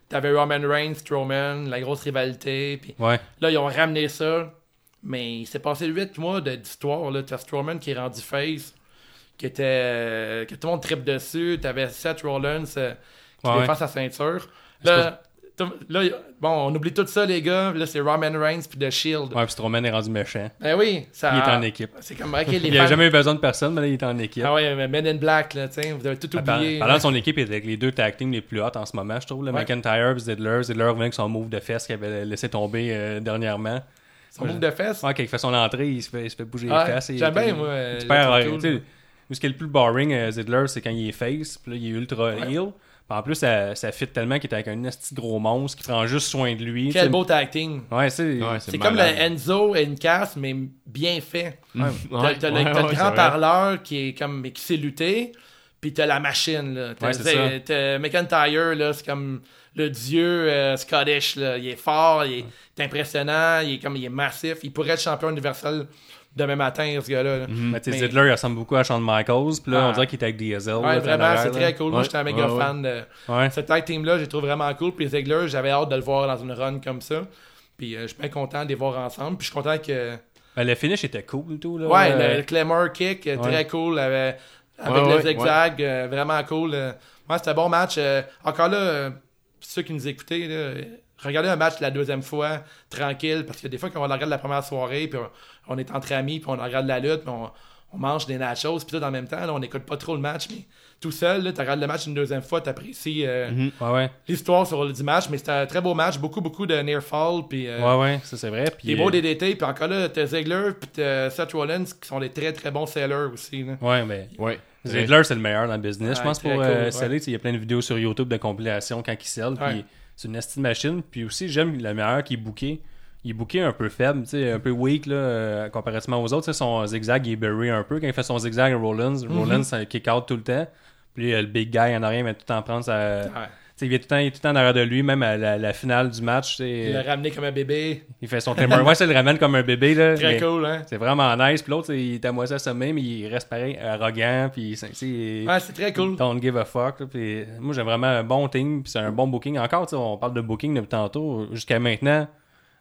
Speaker 5: t'avais Roman Reigns, Strowman, la grosse rivalité. Puis
Speaker 3: Ouais.
Speaker 5: là, ils ont ramené ça, mais il s'est passé 8 mois de- d'histoire. là. T'as Strowman qui est rendu face, qui était, euh, que tout le monde tripe dessus. T'avais Seth Rollins euh, qui
Speaker 3: Ouais,
Speaker 5: défend sa ceinture. Là, t'as- là, y- bon, on oublie tout ça, les gars. Là, c'est Roman Reigns puis The Shield.
Speaker 3: Ouais, puis Strowman est rendu méchant.
Speaker 5: Ben oui, ça.
Speaker 3: Il est en équipe.
Speaker 5: C'est comme, ok, les
Speaker 3: Il n'a
Speaker 5: fans-
Speaker 3: jamais eu besoin de personne, mais là, il est en équipe.
Speaker 5: Ah ouais, mais Men in Black, là, tu sais, vous avez tout
Speaker 3: Ah, par-
Speaker 5: oublié.
Speaker 3: Parlant de son équipe, il était avec les deux tag teams les plus hautes en ce moment, je trouve. Le
Speaker 5: Ouais.
Speaker 3: McIntyre et Zidler. Zidler revenait avec son move de fesses qu'il avait laissé tomber euh, dernièrement.
Speaker 5: Son boucle de fesses.
Speaker 3: Ouais, quand il fait son entrée, il se fait, il se fait bouger
Speaker 5: Ouais,
Speaker 3: les fesses. et-
Speaker 5: j'aime bien, moi, euh,
Speaker 3: Tu perds,
Speaker 5: le
Speaker 3: euh,
Speaker 5: truc cool.
Speaker 3: tu sais, où ce qui est le plus boring, euh, Zidler, c'est quand il est face, puis là, il est ultra heel. Puis en plus, ça, ça fit tellement qu'il est avec un esti gros monstre qui prend juste soin de lui. tu sais.
Speaker 5: Quel beau tag team.
Speaker 3: Ouais, c'est.
Speaker 4: Ouais,
Speaker 5: C'est comme
Speaker 4: malade.
Speaker 5: le Enzo et une casse, mais bien fait. T'as
Speaker 4: Ouais,
Speaker 5: t'as le,
Speaker 4: ouais,
Speaker 5: t'as le
Speaker 4: ouais, c'est
Speaker 5: grand
Speaker 4: vrai.
Speaker 5: parleur qui est comme mais qui sait lutter, puis t'as la machine là. T'as
Speaker 3: Ouais, c'est ça.
Speaker 5: t'as McIntyre là, c'est comme le dieu euh, Scottish là. Il est fort, il est il est impressionnant, il est comme il est massif. Il pourrait être champion universel demain matin ce gars-là. là.
Speaker 4: Mm-hmm.
Speaker 3: Mais tu sais,
Speaker 5: Mais-
Speaker 3: Zidler, il ressemble beaucoup à Shawn Michaels. Puis là,
Speaker 5: Ah.
Speaker 3: on dirait qu'il est avec Diesel.
Speaker 5: Ouais,
Speaker 3: là,
Speaker 5: vraiment,
Speaker 3: derrière,
Speaker 5: c'est
Speaker 3: là.
Speaker 5: très cool. Moi,
Speaker 4: Ouais,
Speaker 5: j'étais un méga
Speaker 4: ouais, ouais.
Speaker 5: fan de
Speaker 3: Ouais.
Speaker 5: cette tag team-là. Je les trouve vraiment cool. Puis Ziggler, j'avais hâte de le voir dans une run comme ça. Puis euh, je suis bien content de les voir ensemble. Puis je suis content que.
Speaker 3: Ben, le finish était cool, tout. Là,
Speaker 5: Ouais,
Speaker 3: Euh,
Speaker 5: le, le Claymore kick, euh, très
Speaker 3: Ouais.
Speaker 5: cool. euh, avec
Speaker 4: Ouais,
Speaker 5: le
Speaker 4: ouais,
Speaker 5: zigzag, euh, vraiment cool. euh. Ouais, c'était un bon match. euh, encore là, euh, ceux qui nous écoutaient, là, euh, regardez un match la deuxième fois, tranquille. Parce que des fois, quand on regarde la première soirée, puis on, on est entre amis, puis on regarde la lutte, puis on, on mange des nachos, puis tout en même temps, là, on n'écoute pas trop le match, mais tout seul, là, tu regardes le match une deuxième fois, tu apprécies
Speaker 3: Ouais, ouais.
Speaker 5: l'histoire sur le du match, mais c'était un très beau match, beaucoup, beaucoup de near fall, puis euh,
Speaker 3: Ouais, ouais, ça c'est vrai. Puis,
Speaker 5: des beaux
Speaker 3: euh,
Speaker 5: DDT, puis encore là, t'as Ziggler, puis t'as Seth Rollins, qui sont des très, très bons sellers aussi. là.
Speaker 3: Ouais, mais.
Speaker 4: Ouais.
Speaker 3: Ziggler, c'est le meilleur dans le business. je
Speaker 5: Ouais,
Speaker 3: pense
Speaker 5: très
Speaker 3: pour euh,
Speaker 5: cool, ouais.
Speaker 3: seller, tu sais, il y a plein de vidéos sur YouTube de compilation quand il sell.
Speaker 5: Ouais.
Speaker 3: Puis c'est une estime machine. Puis aussi, j'aime le meilleur qui est booké. Il est booké un peu faible, tu sais, un peu weak là, euh, comparativement aux autres. tu sais, Son zigzag, il est bury un peu. Quand il fait son zigzag à Rollins,
Speaker 5: Mhm.
Speaker 3: Rollins ça kick out tout le temps. Puis euh, le big guy en arrière, il va tout le temps prendre sa. tu
Speaker 5: Ouais.
Speaker 3: sais, Il, vient tout le temps, il est tout le temps en arrière de lui, même à la, la finale du match. tu sais, euh,
Speaker 5: Il l'a ramené comme un bébé.
Speaker 3: il fait son climber. Ouais, ça le ramène comme un bébé. Là,
Speaker 5: Très
Speaker 3: mais-
Speaker 5: cool, hein?
Speaker 3: c'est vraiment nice. Puis l'autre, il est à moitié assommé, mais il reste pareil, arrogant. Puis, c'est- tu sais, il-
Speaker 5: Ouais, Ah, c'est très cool.
Speaker 3: don't give a fuck. là. Puis, moi, j'ai vraiment un bon team. Puis, c'est un bon booking. Encore, tu sais, on parle de booking depuis tantôt. Jusqu'à maintenant,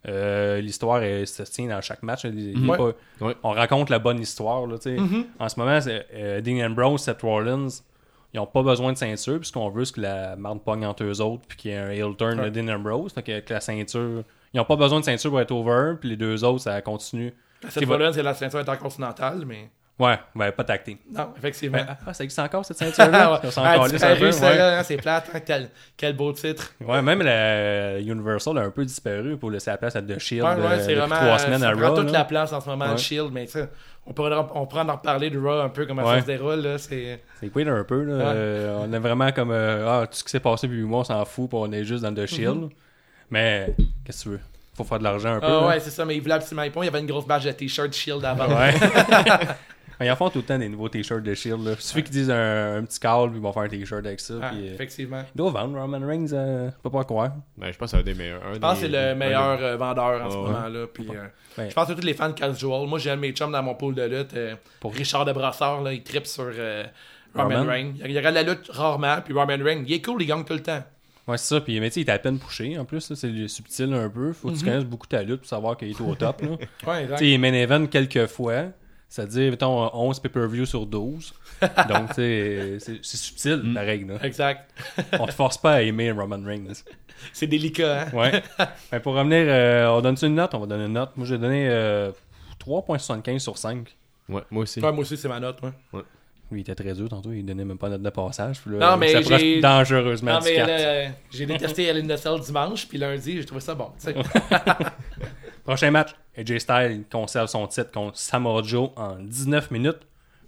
Speaker 3: euh, l'histoire elle se tient dans chaque match. Il- il est
Speaker 5: Ouais.
Speaker 3: pas-
Speaker 4: Ouais.
Speaker 3: On raconte la bonne histoire. là, tu sais.
Speaker 5: Mhm.
Speaker 3: En ce moment, c'est, euh, Dean Ambrose, Seth Rollins, ils n'ont pas besoin de ceinture. Puis, ce qu'on veut, c'est que la marde pogne entre eux autres. Puis, qu'il y ait un heel turn de Dean Ambrose. Fait que, que la ceinture. Ils n'ont pas besoin de ceinture pour être over. Puis, les deux autres, ça continue.
Speaker 5: Seth Rollins, c'est la ceinture intercontinentale, mais
Speaker 3: Ouais, ben pas tacté.
Speaker 5: non, effectivement.
Speaker 3: Ah, ça existe encore cette
Speaker 5: Ben, Ah,
Speaker 3: ceinture-là?
Speaker 5: ouais.
Speaker 3: On s'en
Speaker 5: Ah,
Speaker 3: calisse un
Speaker 5: disparu,
Speaker 3: peu, ouais.
Speaker 5: celle-là, hein, c'est plate, hein, quel, quel beau titre.
Speaker 3: Ouais, même la euh, Universal a un peu disparu pour laisser la place à The Shield
Speaker 5: Ouais,
Speaker 3: euh,
Speaker 5: ouais,
Speaker 3: depuis
Speaker 5: c'est vraiment.
Speaker 3: trois semaines
Speaker 5: ça
Speaker 3: à
Speaker 5: prend
Speaker 3: Raw. là.
Speaker 5: toute la place en ce moment, le
Speaker 3: Ouais.
Speaker 5: Shield, mais tu sais, on pourra, on pourra en reparler de Raw un peu, comment
Speaker 3: Ouais.
Speaker 5: ça se déroule, là. C'est.
Speaker 3: C'est weird un peu. Là. Euh, on est vraiment comme euh, Ah, tout ce qui s'est passé depuis moi, on s'en fout, puis on est juste dans
Speaker 5: Mhm.
Speaker 3: The Shield. Mais qu'est-ce que tu veux? Faut faire de l'argent un peu.
Speaker 5: Ah
Speaker 3: là.
Speaker 5: ouais, c'est ça, mais il voulait absolument répondre. Il y avait une grosse badge de t-shirt Shield avant.
Speaker 3: Ouais. Mais Ils en font tout le temps des nouveaux t-shirts de Shield. Là. Suffit qu'ils disent un, un petit call, puis ils vont faire un t-shirt avec ça.
Speaker 5: Ah,
Speaker 3: puis, euh,
Speaker 5: effectivement.
Speaker 3: Ils doivent vendre Roman Reigns, euh, je peux pas croire.
Speaker 4: Ben, je pense que c'est un des meilleurs.
Speaker 5: Je pense que c'est le meilleur euh, vendeur en ce
Speaker 4: Ah ouais.
Speaker 5: moment-là. Puis, euh,
Speaker 3: Ouais.
Speaker 5: Je pense que tous les fans de casual. Moi, j'ai un de mes chums dans mon pool de lutte. euh,
Speaker 3: Pour-
Speaker 5: Richard de Brassard, là, il tripe sur euh, Roman
Speaker 3: Roman.
Speaker 5: Reigns. Il, il regarde la lutte rarement, puis Roman Reigns, il est cool, il gagne tout le temps.
Speaker 3: Ouais, c'est ça. Puis, mais tu sais, il était à peine couché En plus, là, c'est subtil un peu. Faut que
Speaker 5: Mhm.
Speaker 3: tu connaisses beaucoup ta lutte pour savoir qu'il est au top. là. tu
Speaker 5: Ouais, exact.
Speaker 3: sais, il main event quelques fois. C'est-à-dire, mettons, 11 pay-per-view sur 12. Donc, tu sais, c'est c'est subtil,
Speaker 5: Mm.
Speaker 3: la règle. là.
Speaker 5: Exact.
Speaker 3: On te force pas à aimer Roman Reigns.
Speaker 5: C'est délicat, hein?
Speaker 3: Ouais. Ben, pour revenir, euh, on donne une note? On va donner une note. Moi, j'ai donné euh, 3.75 sur 5.
Speaker 4: Ouais, moi aussi.
Speaker 5: Ouais, moi aussi, c'est ma note. ouais.
Speaker 3: Lui, il était très dur tantôt. Il donnait même pas notre de passage. Puis là,
Speaker 5: Non,
Speaker 3: il
Speaker 5: mais
Speaker 3: s'approche
Speaker 5: j'ai-
Speaker 3: dangereusement
Speaker 5: Non,
Speaker 3: du
Speaker 5: mais
Speaker 3: quatre.
Speaker 5: là, euh, j'ai détesté Hell in the Cell dimanche, puis lundi, j'ai trouvé ça bon. tu sais.
Speaker 3: Prochain match, AJ Styles conserve son titre contre Samoa Joe en 19 minutes.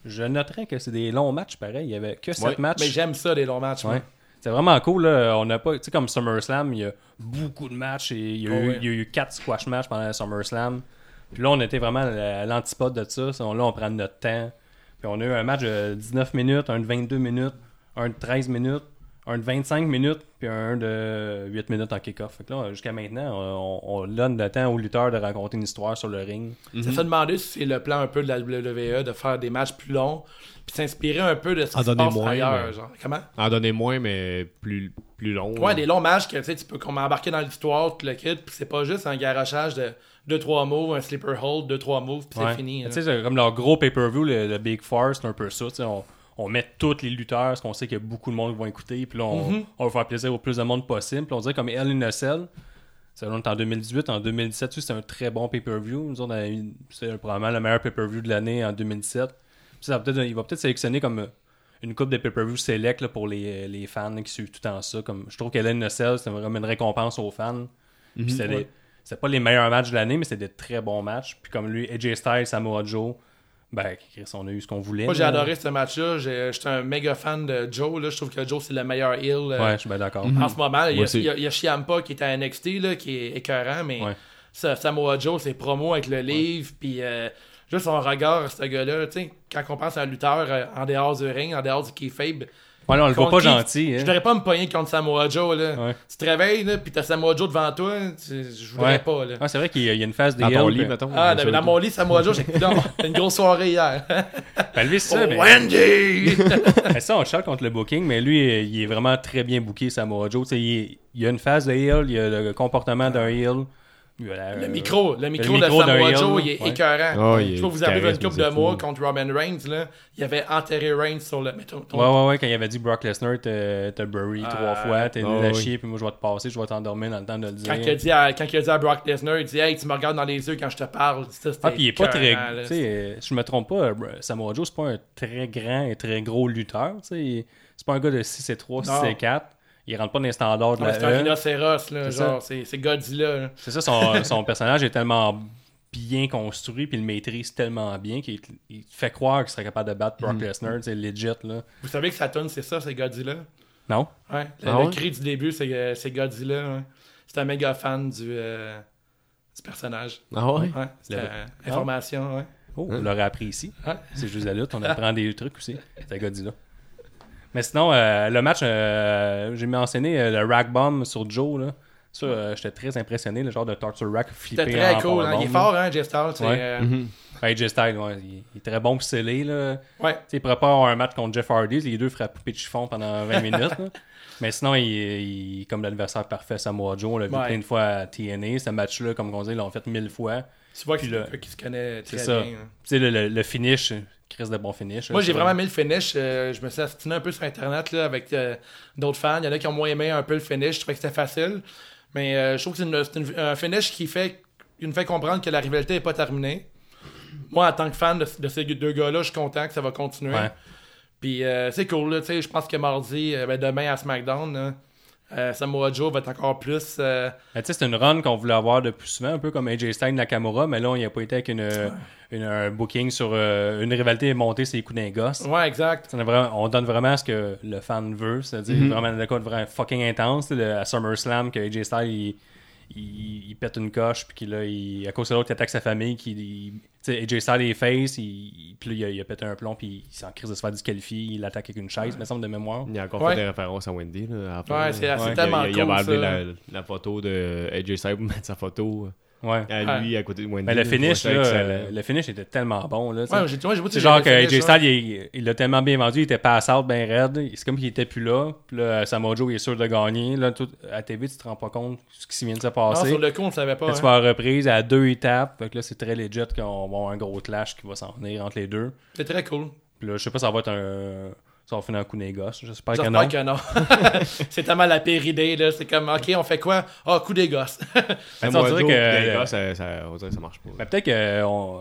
Speaker 3: Je noterais que c'est des longs matchs, pareil. Il n'y avait que 7
Speaker 4: Ouais,
Speaker 3: matchs.
Speaker 5: mais j'aime ça, les longs matchs.
Speaker 3: Ouais.
Speaker 5: moi.
Speaker 3: C'est vraiment cool. Là. On n'a pas, tu sais, comme SummerSlam, il y a beaucoup de matchs. Et il, y a
Speaker 5: Oh,
Speaker 3: eu,
Speaker 5: ouais.
Speaker 3: il y a eu 4 squash matchs pendant SummerSlam. Puis là, on était vraiment à l'antipode de ça. Ça, Là, on prend notre temps. Puis on a eu un match de 19 minutes, un de 22 minutes, un de 13 minutes, un de 25 minutes, puis un de 8 minutes en kick-off. Fait que là, jusqu'à maintenant, on, on donne le temps aux lutteurs de raconter une histoire sur le ring.
Speaker 5: Ça se demandait si c'est le plan un peu de la WWE de faire des matchs plus longs, puis s'inspirer un peu de ce
Speaker 4: En
Speaker 5: qui se
Speaker 4: donner
Speaker 5: passe
Speaker 4: moins,
Speaker 5: ailleurs.
Speaker 4: mais-
Speaker 5: Genre. Comment?
Speaker 4: En donner moins, mais plus, plus long.
Speaker 5: Ouais, des longs matchs que tu sais, tu peux comme embarquer dans l'histoire, tout le kit, puis c'est pas juste un garochage de 2-3 moves, un slipper hold, 2-3 moves, puis
Speaker 3: Ouais.
Speaker 5: c'est fini.
Speaker 3: Tu
Speaker 5: là.
Speaker 3: sais, c'est comme leur gros pay-per-view, le, le Big Four, c'est un peu ça. tu sais, On, on met tous les lutteurs, parce qu'on sait qu'il y a beaucoup de monde qui vont écouter, puis là, on,
Speaker 5: Mhm.
Speaker 3: on va faire plaisir au plus de monde possible. Puis on dirait comme Hell in a Cell, ça, on est en 2018, en 2017, tu sais, c'était un très bon pay-per-view. Nous autres, on a eu- c'est probablement le meilleur pay-per-view de l'année en 2017. Puis ça va peut-être- il va peut-être sélectionner comme une coupe de pay-per-view select là, pour les, les fans là, qui suivent tout en ça. Comme, je trouve qu'Hell in a Cell, c'est vraiment une récompense aux fans.
Speaker 4: Mhm.
Speaker 3: Puis c'était des- c'était pas les meilleurs matchs de l'année, mais c'était des très bons matchs. Puis comme lui, AJ Styles, Samoa Joe, ben, Chris, on a eu ce qu'on voulait.
Speaker 5: Moi, j'ai
Speaker 3: là.
Speaker 5: adoré ce match-là. J'ai- J'étais un méga fan de Joe. Là. Je trouve que Joe, c'est le meilleur heel euh,
Speaker 3: Ouais, je suis bien d'accord.
Speaker 4: Mhm.
Speaker 5: en ce moment. là. Il y,
Speaker 4: Moi
Speaker 5: a,
Speaker 4: aussi.
Speaker 5: il y a- il y a Chiampa qui est à NXT, là, qui est écœurant, mais
Speaker 3: Ouais.
Speaker 5: ça, Samoa Joe, ses promos avec le livre, puis euh, juste son regard, ce gars-là. Tu sais, quand on pense à un lutteur euh, en dehors du ring, en dehors du kayfabe,
Speaker 3: Ouais, là, on le voit pas
Speaker 5: Contre qui-
Speaker 3: gentil.
Speaker 5: Je
Speaker 3: Hein.
Speaker 5: devrais pas me pogner contre Samoa Joe. Là.
Speaker 3: Ouais.
Speaker 5: Tu te réveilles, là, pis t'as Samoa Joe devant toi. tu- Je voudrais
Speaker 3: Ouais.
Speaker 5: pas. Là.
Speaker 3: Ah, c'est vrai qu'il y a il y a une phase des
Speaker 4: Dans ton
Speaker 3: Hells,
Speaker 4: lit,
Speaker 3: ben-
Speaker 4: mettons.
Speaker 5: Ah,
Speaker 4: Sur
Speaker 5: dans,
Speaker 4: le
Speaker 5: dans
Speaker 4: dos.
Speaker 5: mon lit, Samoa Joe, j'ai Non, t'as une grosse soirée hier.
Speaker 3: Ben, lui,
Speaker 5: Oh,
Speaker 3: c'est ça, mais-
Speaker 5: Wendy!
Speaker 3: Ben, ça, on chale contre le booking, mais lui, euh, il est vraiment très bien booké, Samoa Joe. Tu sais, Il, est- il y a euh, une phase de heel, il y a le comportement d'un heel.
Speaker 5: Le micro, le micro de
Speaker 3: micro d'un
Speaker 5: Samoa
Speaker 3: heel,
Speaker 5: Joe,
Speaker 3: là.
Speaker 5: il est
Speaker 3: Ouais.
Speaker 5: écœurant.
Speaker 4: Ah, il
Speaker 5: Je
Speaker 4: est
Speaker 5: trouve que vous avez vu une
Speaker 4: charisme,
Speaker 5: couple
Speaker 4: c'est
Speaker 5: de mois
Speaker 4: fou.
Speaker 5: contre Roman Reigns, là. Il avait enterré Reigns sur le. Mais ton- ton-
Speaker 3: Ouais, ouais, ouais, quand il avait dit Brock Lesnar, t'as t'as bury trois fois, t'es
Speaker 4: ah
Speaker 3: nul à
Speaker 4: oui.
Speaker 3: chier, puis moi je vais te passer, je vais t'endormir dans le temps de le dire.
Speaker 5: Quand, il a dit à, quand il a dit à Brock Lesnar, il dit Hey, tu me regardes dans les yeux quand je te parle. Ça, c'était
Speaker 3: Ah, puis il est pas très.
Speaker 5: écœurant, là.
Speaker 3: tu sais, euh, si je me trompe pas, euh, br- Samoa Joe, c'est pas un très grand et très gros lutteur. tu sais. Il- C'est pas un gars de 6 et 3, 6 et 4. Il rentre pas dans les standards de
Speaker 5: Ouais, C'est
Speaker 3: la
Speaker 5: un
Speaker 3: E.
Speaker 5: rhinocéros,
Speaker 3: C'est
Speaker 5: là. Genre, c'est c'est Godzilla. là.
Speaker 3: C'est ça, son, son personnage est tellement bien construit, puis il le maîtrise tellement bien qu'il te- il te fait croire qu'il serait capable de battre Brock
Speaker 5: Mm.
Speaker 3: Lesnar, tu sais, legit, là.
Speaker 5: Vous savez que sa tune, c'est ça, c'est Godzilla.
Speaker 3: Non?
Speaker 5: Ouais. Le,
Speaker 4: Ah
Speaker 5: le
Speaker 4: ouais?
Speaker 5: cri du début, c'est euh, c'est Godzilla. ouais. C'est un méga fan du, euh, du personnage.
Speaker 4: Ah ouais?
Speaker 5: Ouais, c'est
Speaker 3: Le- Ah.
Speaker 5: euh, information, ouais.
Speaker 3: Oh, on l'aurait appris ici.
Speaker 5: Ouais.
Speaker 3: C'est juste la lutte, on apprend des trucs aussi. C'est un Godzilla. Mais sinon, euh, le match, euh, j'ai mentionné euh, le rack bomb sur Joe. Là. Ça, euh, j'étais très impressionné, le genre de torture rack flippé.
Speaker 5: C'était très
Speaker 3: en
Speaker 5: cool. hein.
Speaker 3: powerbomb,
Speaker 5: Il est
Speaker 3: là.
Speaker 5: fort, hein, Gestar. c'est,
Speaker 3: Ouais. Mm-hmm.
Speaker 5: euh,
Speaker 3: Ouais, AJ Styles, ouais, il, il est très bon pour sceller. Là. Tu
Speaker 5: ouais.
Speaker 3: sais, il prépare un match contre Jeff Hardy. Les deux frappent poupée de chiffon pendant 20 minutes. là. Mais sinon, il, il- comme l'adversaire parfait, Samoa Joe, on l'a vu
Speaker 5: Ouais.
Speaker 3: plein de fois à TNA. Ce match-là, comme on dit, ils l'ont fait mille fois.
Speaker 5: Tu vois que
Speaker 3: Puis
Speaker 5: c'est
Speaker 3: le-
Speaker 5: un qui se connaît
Speaker 3: C'est
Speaker 5: très
Speaker 3: ça.
Speaker 5: bien. hein.
Speaker 3: Tu sais, le, le- le finish, Chris de bon finish.
Speaker 5: Moi,
Speaker 3: là,
Speaker 5: j'ai
Speaker 3: c'est-
Speaker 5: vraiment aimé le finish. euh, je me suis astiné un peu sur Internet là, avec euh, d'autres fans. Il y en a qui ont moins aimé un peu le finish. Je trouvais que c'était facile. Mais euh, je trouve que c'est une- c'est une- un finish qui fait, qui nous fait comprendre que la rivalité n'est pas terminée. Moi, en tant que fan de, de ces deux gars-là, je suis content que ça va continuer.
Speaker 3: Ouais.
Speaker 5: Puis euh, c'est cool. là, tu sais, Je pense que mardi, euh, ben, demain à SmackDown, là, euh, Samoa Joe va être encore plus. euh,
Speaker 3: Ben, tu sais, c'est une run qu'on voulait avoir depuis souvent, un peu comme AJ Styles Nakamura, mais là, on n'y a pas été avec une, une- un booking sur euh, une rivalité montée, c'est les coups d'un gosse.
Speaker 5: Ouais, exact.
Speaker 3: On, a vraiment- on donne vraiment ce que le fan veut, c'est-à-dire vraiment le code vraiment fucking intense. tu sais, le- à SummerSlam, que AJ Styles, il, il- il pète une coche, puis qu'il, là, il- à cause de l'autre, il attaque sa famille. Qui, il- tu sais, AJ Styles est face, il, il- puis là, il, a, il a pété un plomb, puis il s'en crise de se faire disqualifier, il l'attaque avec une chaise, me semble, de mémoire.
Speaker 4: Il a encore
Speaker 5: Ouais.
Speaker 4: fait des références à Wendy. Là, à la fin,
Speaker 5: Ouais,
Speaker 4: là.
Speaker 5: c'est c'est
Speaker 3: Ouais.
Speaker 5: tellement
Speaker 4: il,
Speaker 5: cool.
Speaker 4: il avait enlevé
Speaker 5: ça.
Speaker 4: la, la photo de AJ Styles pour mettre sa photo euh,
Speaker 3: Ouais.
Speaker 4: à lui à côté de Wendy.
Speaker 3: Mais Ben, le
Speaker 4: là,
Speaker 3: finish,
Speaker 4: je trouvais
Speaker 3: là,
Speaker 4: ça
Speaker 3: euh,
Speaker 4: excellent.
Speaker 3: le finish était tellement bon. Là, tu sais.
Speaker 5: Ouais, j'ai moi, j'ai beaucoup
Speaker 3: C'est
Speaker 5: aimé
Speaker 3: genre
Speaker 5: le
Speaker 3: que
Speaker 5: finish,
Speaker 3: AJ
Speaker 5: ouais.
Speaker 3: Styles, il- il l'a tellement bien vendu, il était pass out, bien ben raide. C'est comme qu'il était plus là. Puis là, euh, Samoa Joe, il est sûr de gagner. Là, tout, à TV, tu te rends pas compte ce qui vient de se
Speaker 5: Non,
Speaker 3: passer.
Speaker 5: Ah, sur le coup, on ne savait pas.
Speaker 3: Là,
Speaker 5: hein.
Speaker 3: tu vas en reprise à deux étapes. Fait que là, c'est très legit qu'on va avoir un gros clash qui va s'en venir entre les deux.
Speaker 5: C'est très cool.
Speaker 3: Puis là, je sais pas, ça va être un. Ça va finir un coup de négoce. J'espère que non.
Speaker 5: J'espère que non. c'est tellement la pire idée, là. C'est comme, OK, on fait quoi? Ah, coup des gosses.
Speaker 3: Mais
Speaker 4: Mais
Speaker 3: on
Speaker 4: moi,
Speaker 3: dirait que-
Speaker 4: Joe,
Speaker 3: Ben,
Speaker 4: les gars, ça, ça, on dirait que ça marche pas.
Speaker 3: Mais peut-être qu'on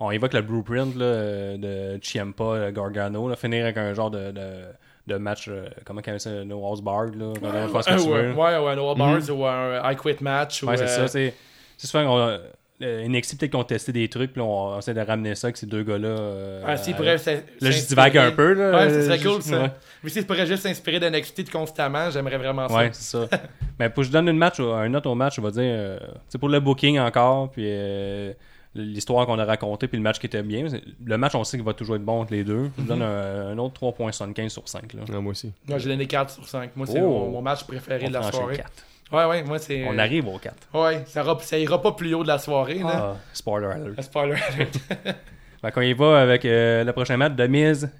Speaker 3: on évoque le blueprint là, euh, de Chiempa euh, Gargano, là, finir avec un genre de, de, de match, euh, comment qu'on appelle ça, No House Bar, là, vraiment, je pense que
Speaker 5: Un-
Speaker 3: tu
Speaker 5: ouais,
Speaker 3: veux.
Speaker 5: ouais, ou un All Bars ou un I Quit Match. ou,
Speaker 3: Mhm. Ouais, c'est
Speaker 5: euh,
Speaker 3: ça. C'est c'est souvent qu'on. euh, euh, NXT, peut-être qu'on testait des trucs, puis on, on essaie de ramener ça avec ces deux gars-là. euh,
Speaker 5: Ah, s'ils
Speaker 3: à-
Speaker 5: pourraient s'in-
Speaker 3: Là, je
Speaker 5: s'inspirer.
Speaker 3: divague un peu, là.
Speaker 5: Ouais, c'est
Speaker 3: Euh,
Speaker 5: très
Speaker 3: je-
Speaker 5: cool, ça.
Speaker 3: ouais.
Speaker 5: Mais s'ils pourraient juste s'inspirer d'un NXT de constamment, j'aimerais vraiment ça.
Speaker 3: Ouais, c'est ça. Mais pour que je donne une match, un note au match, je vais dire, euh, c'est pour le booking encore, puis euh, l'histoire qu'on a racontée, puis le match qui était bien. C'est- Le match, on sait qu'il va toujours être bon entre les deux. Je
Speaker 5: Mhm.
Speaker 3: donne un, un autre 3.75 sur 5. Là.
Speaker 4: Ouais, moi aussi.
Speaker 5: Moi, j'ai donné 4 sur 5. Moi, c'est
Speaker 3: Oh.
Speaker 5: mon, mon match préféré
Speaker 3: On
Speaker 5: de la
Speaker 3: franchit le
Speaker 5: soirée.
Speaker 3: 4.
Speaker 5: Ouais, ouais, moi, c'est.
Speaker 3: On arrive au 4.
Speaker 5: Ouais, ça, ira- ça ira pas plus haut de la soirée, là.
Speaker 3: Ah, spoiler alert.
Speaker 5: Spoiler alert.
Speaker 3: Fait qu'on y va avec euh, le prochain match de Miz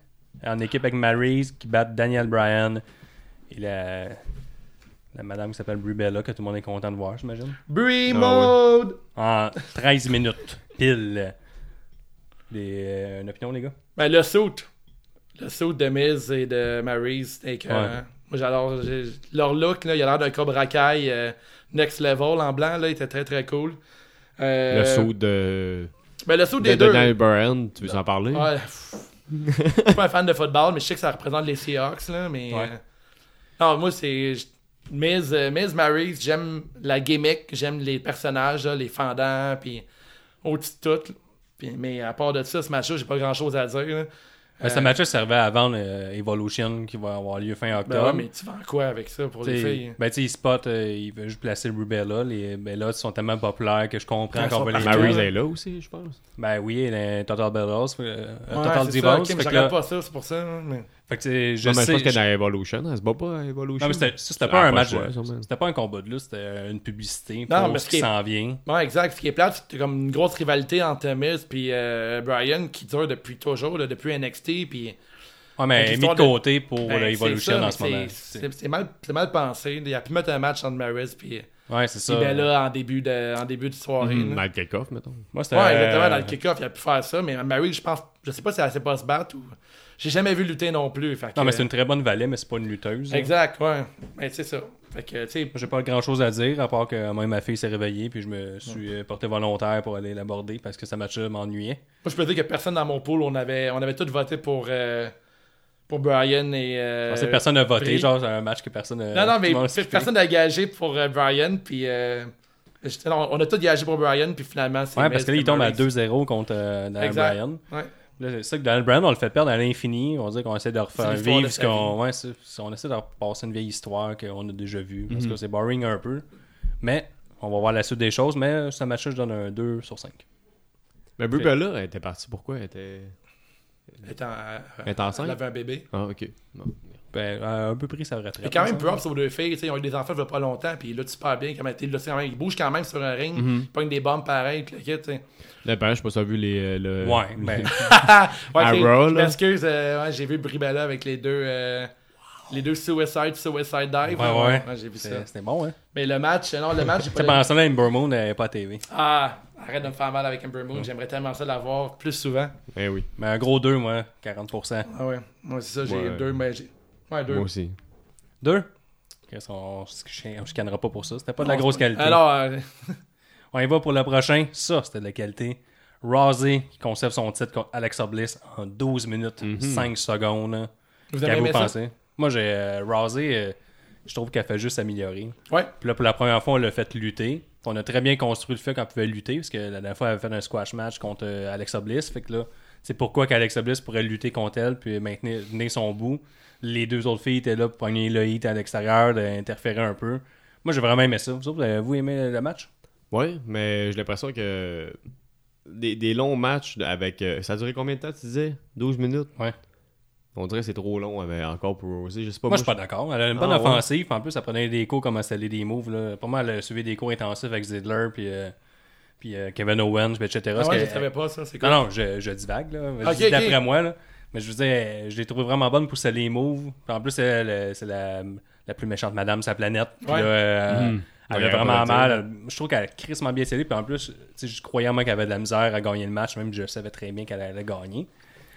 Speaker 3: en équipe avec Maryse qui bat Daniel Bryan et la, la madame qui s'appelle Brubella que tout le monde est content de voir, j'imagine.
Speaker 5: Bree
Speaker 4: Ah, ouais.
Speaker 5: Mode!
Speaker 3: En 13 minutes, pile. Des, euh, une opinion, les gars?
Speaker 5: Ben, le suit. Le suit de Miz et de Maryse, c'était écœurant.
Speaker 3: Ouais.
Speaker 5: Moi, j'adore. j'ai- Leur look, là, il a l'air d'un Cobra Kai euh, next level en blanc, là, il était très très cool. Euh,
Speaker 4: Le saut de,
Speaker 5: Ben, le suit
Speaker 4: de
Speaker 5: des deux.
Speaker 4: Daniel Bryan, tu veux en parler?
Speaker 5: Ouais, pff. je suis pas un fan de football, mais je sais que ça représente les Seahawks, là, mais.
Speaker 3: Ouais.
Speaker 5: euh, Non, moi, c'est. je- Miz, euh, Miz Maryse, j'aime la gimmick, j'aime les personnages, là, les fendants, puis au-dessus de tout. Puis- mais à part de ça, ce match-là, j'ai pas grand-chose à dire. là.
Speaker 3: Ben, Ce
Speaker 5: Euh,
Speaker 3: match-là servait à vendre euh, Evolution qui va avoir lieu fin
Speaker 5: Ben
Speaker 3: octobre.
Speaker 5: ouais, mais tu vends quoi avec ça pour les filles?
Speaker 3: T'sais, Ben, tu sais, ils spot, euh, ils veulent juste placer Rubella. Les Bellas sont tellement populaires que je comprends
Speaker 5: Elles
Speaker 3: qu'on
Speaker 5: sont
Speaker 3: veut les
Speaker 5: partout.
Speaker 4: Maryse
Speaker 3: Maryse.
Speaker 4: est là aussi, je pense.
Speaker 3: Ben oui, elle est un Total Bellas. euh, un
Speaker 5: Ouais,
Speaker 3: Total
Speaker 5: c'est
Speaker 3: Divas.
Speaker 5: ça, ok, mais
Speaker 3: fait que
Speaker 5: j'arrête
Speaker 3: là-
Speaker 5: pas ça, c'est pour ça. hein, mais-
Speaker 3: fait que, t'sais, je
Speaker 4: non, mais
Speaker 3: sais.
Speaker 4: je pense
Speaker 3: je-
Speaker 4: qu'elle est dans Evolution. Elle se bat pas à Evolution.
Speaker 3: Non, mais c'était, ça, c'était
Speaker 4: Ah,
Speaker 3: pas un
Speaker 4: pas
Speaker 3: match.
Speaker 4: le choix,
Speaker 3: euh,
Speaker 4: sûrement.
Speaker 3: c'était pas un combat de lutte, c'était une publicité
Speaker 5: Non,
Speaker 3: pour
Speaker 5: mais
Speaker 3: ce
Speaker 5: ce
Speaker 3: qui
Speaker 5: qui est-
Speaker 3: s'en vient.
Speaker 5: Ouais, exact. Ce qui est plate, c'est que t'as comme une grosse rivalité entre Miz puis euh, Brian qui dure depuis toujours, là, depuis NXT. Puis,
Speaker 3: Ouais, Ah, mais
Speaker 5: Fait
Speaker 3: elle est
Speaker 5: que
Speaker 3: mis de
Speaker 5: l'histoire de-
Speaker 3: côté pour
Speaker 5: Ben,
Speaker 3: l'Evolution
Speaker 5: c'est ça,
Speaker 3: en ce
Speaker 5: mais
Speaker 3: moment.
Speaker 5: c'est- C'est c'est mal, c'est mal pensé. Il a pu mettre un match entre Maryse puis
Speaker 3: Ouais, c'est ça.
Speaker 5: Puis ben là, en début de, en début de soirée. là.
Speaker 4: Dans le kick-off, mettons.
Speaker 3: Moi, c'était.
Speaker 5: Ouais, exactement,
Speaker 3: euh,
Speaker 5: dans le kick-off, il a pu faire ça, mais Mary, je pense, je sais pas si elle sait pas se battre ou. J'ai jamais vu lutter non plus. fait que-
Speaker 3: Non, mais c'est une très bonne valet, mais c'est pas une lutteuse. là.
Speaker 5: euh, Exact, ouais. Mais c'est ça. Fait que, tu sais,
Speaker 3: Moi, J'ai pas grand chose à dire, à part que moi, ma fille s'est réveillée, puis je me suis euh, porté volontaire pour aller l'aborder parce que ça match-là m'ennuyait.
Speaker 5: moi, je peux dire que personne dans mon pool, on avait, on avait tous voté pour, euh, pour Brian et. euh,
Speaker 3: Parce que Ah, personne n'a voté,
Speaker 5: Brie.
Speaker 3: genre, c'est un match que personne euh, n'a.
Speaker 5: Non, non, mais
Speaker 3: tout le monde a skippé.
Speaker 5: personne n'a gagé pour euh, Brian, puis. euh, j'étais- non, on a tous gagé pour Brian, puis finalement, c'est.
Speaker 3: Ouais, parce que là, il tombe à
Speaker 5: Murray.
Speaker 3: 2-0 contre euh, Daniel
Speaker 5: Exact.
Speaker 3: Bryan.
Speaker 5: Ouais.
Speaker 3: Là, c'est ça que Daniel Bryan, on le fait perdre à l'infini. On dit qu'on essaie de refaire
Speaker 5: C'est l'histoire
Speaker 3: vivre
Speaker 5: de
Speaker 3: ce
Speaker 5: sa
Speaker 3: qu'on. Ouais, c'est- c'est- on essaie de repasser une vieille histoire qu'on a déjà vue.
Speaker 5: Mhm.
Speaker 3: Parce que c'est boring un peu. Mais on va voir la suite des choses. Mais ce match-là, je donne un 2 sur 5.
Speaker 4: Mais Brie là elle était partie pourquoi Elle était,
Speaker 5: Étant, euh,
Speaker 4: elle était enceinte
Speaker 5: elle avait un bébé.
Speaker 4: Ah, ok. Bon.
Speaker 3: Ben, elle a un peu pris sa retraite.
Speaker 5: Mais quand même,
Speaker 3: me semble.
Speaker 5: props aux deux filles, tu sais, ils ont eu des enfants il y a pas longtemps, puis là, tu pars bien, comme tu sais, quand même, ils bougent quand même sur un ring, ils pognent des bombes pareilles, puis le kit, tu sais.
Speaker 4: Là, ben, je sais pas si t'as vu les. euh, le-
Speaker 3: Ouais, ben,
Speaker 5: Ouais,
Speaker 4: À
Speaker 5: tu sais,
Speaker 4: Raw,
Speaker 5: je
Speaker 4: là.
Speaker 5: m'excuse, euh, ouais, j'ai vu Bribella avec les deux, euh, les deux Suicide, Suicide Dive.
Speaker 3: Ouais, ouais.
Speaker 5: j'ai vu ça.
Speaker 3: c'est- c'était bon, hein.
Speaker 5: Mais le match, euh, non, le match, j'ai pas
Speaker 3: T'sais,
Speaker 5: le-
Speaker 3: pendant ce temps-là, Ember Moon n'avait pas à TV.
Speaker 5: Ah, arrête de me faire mal avec Ember Moon, j'aimerais tellement ça l'avoir plus souvent.
Speaker 4: Eh oui,
Speaker 3: Mais un gros 2, moi, 40%.
Speaker 5: Ah ouais, moi, c'est ça, j'ai
Speaker 4: Ouais.
Speaker 5: deux, mais j'ai. Ouais, deux.
Speaker 4: moi aussi.
Speaker 3: 2 Qu'est-ce qu'on se chic- on se chicanera pas pour ça. C'était pas de la
Speaker 5: Non,
Speaker 3: grosse
Speaker 5: c'est-
Speaker 3: qualité.
Speaker 5: Alors, euh,
Speaker 3: On y va pour le prochain. Ça, c'était de la qualité. Rousey qui conserve son titre contre Alexa Bliss en 12 minutes 5 secondes.
Speaker 5: vous avez
Speaker 3: Qu'avez-vous
Speaker 5: aimé ça?
Speaker 3: pensé? Moi, j'ai euh, Rousey, euh, je trouve qu'elle fait juste s'améliorer.
Speaker 5: Ouais.
Speaker 3: Puis là, pour la première fois, on l'a fait lutter. On a très bien construit le fait qu'on pouvait lutter, parce que la dernière fois, elle avait fait un squash match contre euh, Alexa Bliss. Fait que là, c'est pourquoi qu'Alexa Bliss pourrait lutter contre elle, puis maintenir tenir son bout. Les deux autres filles étaient là pour pogner le hit à l'extérieur, d'interférer un peu. Moi, j'ai vraiment aimé ça. Vous autres, avez-vous aimé le match?
Speaker 4: Ouais, mais j'ai l'impression que des, des longs matchs avec. euh, ça a duré combien de temps, tu disais 12 minutes
Speaker 3: Ouais.
Speaker 4: On dirait que c'est trop long, mais encore pour Rosie. Je sais pas.
Speaker 3: Moi, je suis pas d'accord. Elle a une bonne
Speaker 4: Ah, ouais.
Speaker 3: offensive. En plus, elle prenait des cours comme elle scellait des moves. Là. Pour moi, elle a suivi des cours intensifs avec Zidler, puis, euh, puis euh, Kevin Owens, puis etc.
Speaker 5: Ah
Speaker 3: Parce
Speaker 5: ouais,
Speaker 3: que-
Speaker 5: je savais pas ça, c'est quoi?
Speaker 3: Non, non, je, je divague, là. Je
Speaker 5: Ok,
Speaker 3: dis d'après
Speaker 5: ok.
Speaker 3: moi, là. Mais je vous disais, je l'ai trouvé vraiment bonne pour sceller les moves. Puis en plus, elle, euh, c'est la, la plus méchante madame sa planète. Puis
Speaker 5: Ouais.
Speaker 3: là, euh, elle
Speaker 4: Ouais,
Speaker 3: a vraiment
Speaker 4: on va
Speaker 3: mal. Je trouve qu'elle a crissement bien scellé. Puis en plus, tu sais, je croyais moi qu'elle avait de la misère à gagner le match, même que je savais très bien qu'elle allait gagner.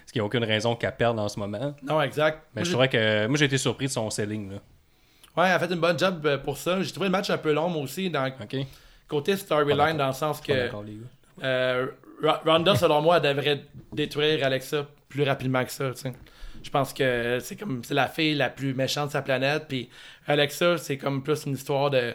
Speaker 3: Parce qu'il n'y a aucune raison qu'elle perde en ce moment.
Speaker 5: Non, exact.
Speaker 3: Mais je
Speaker 5: Moi, j'ai-
Speaker 3: trouvais que. Moi, j'ai été surpris de son selling, là.
Speaker 5: Ouais, elle a fait une bonne job euh, pour ça. J'ai trouvé le match un peu long, moi aussi, dans
Speaker 3: OK? Je suis
Speaker 5: côté
Speaker 3: Pas
Speaker 5: storyline,
Speaker 3: d'accord.
Speaker 5: dans le sens
Speaker 3: pas
Speaker 5: que
Speaker 3: d'accord, les gars.
Speaker 5: euh, Ro- Ronda, selon moi, elle devrait détruire Alexa plus rapidement que ça. tu sais. Je pense que euh, c'est comme c'est la fille la plus méchante de sa planète. Puis Alexa, c'est comme plus une histoire de.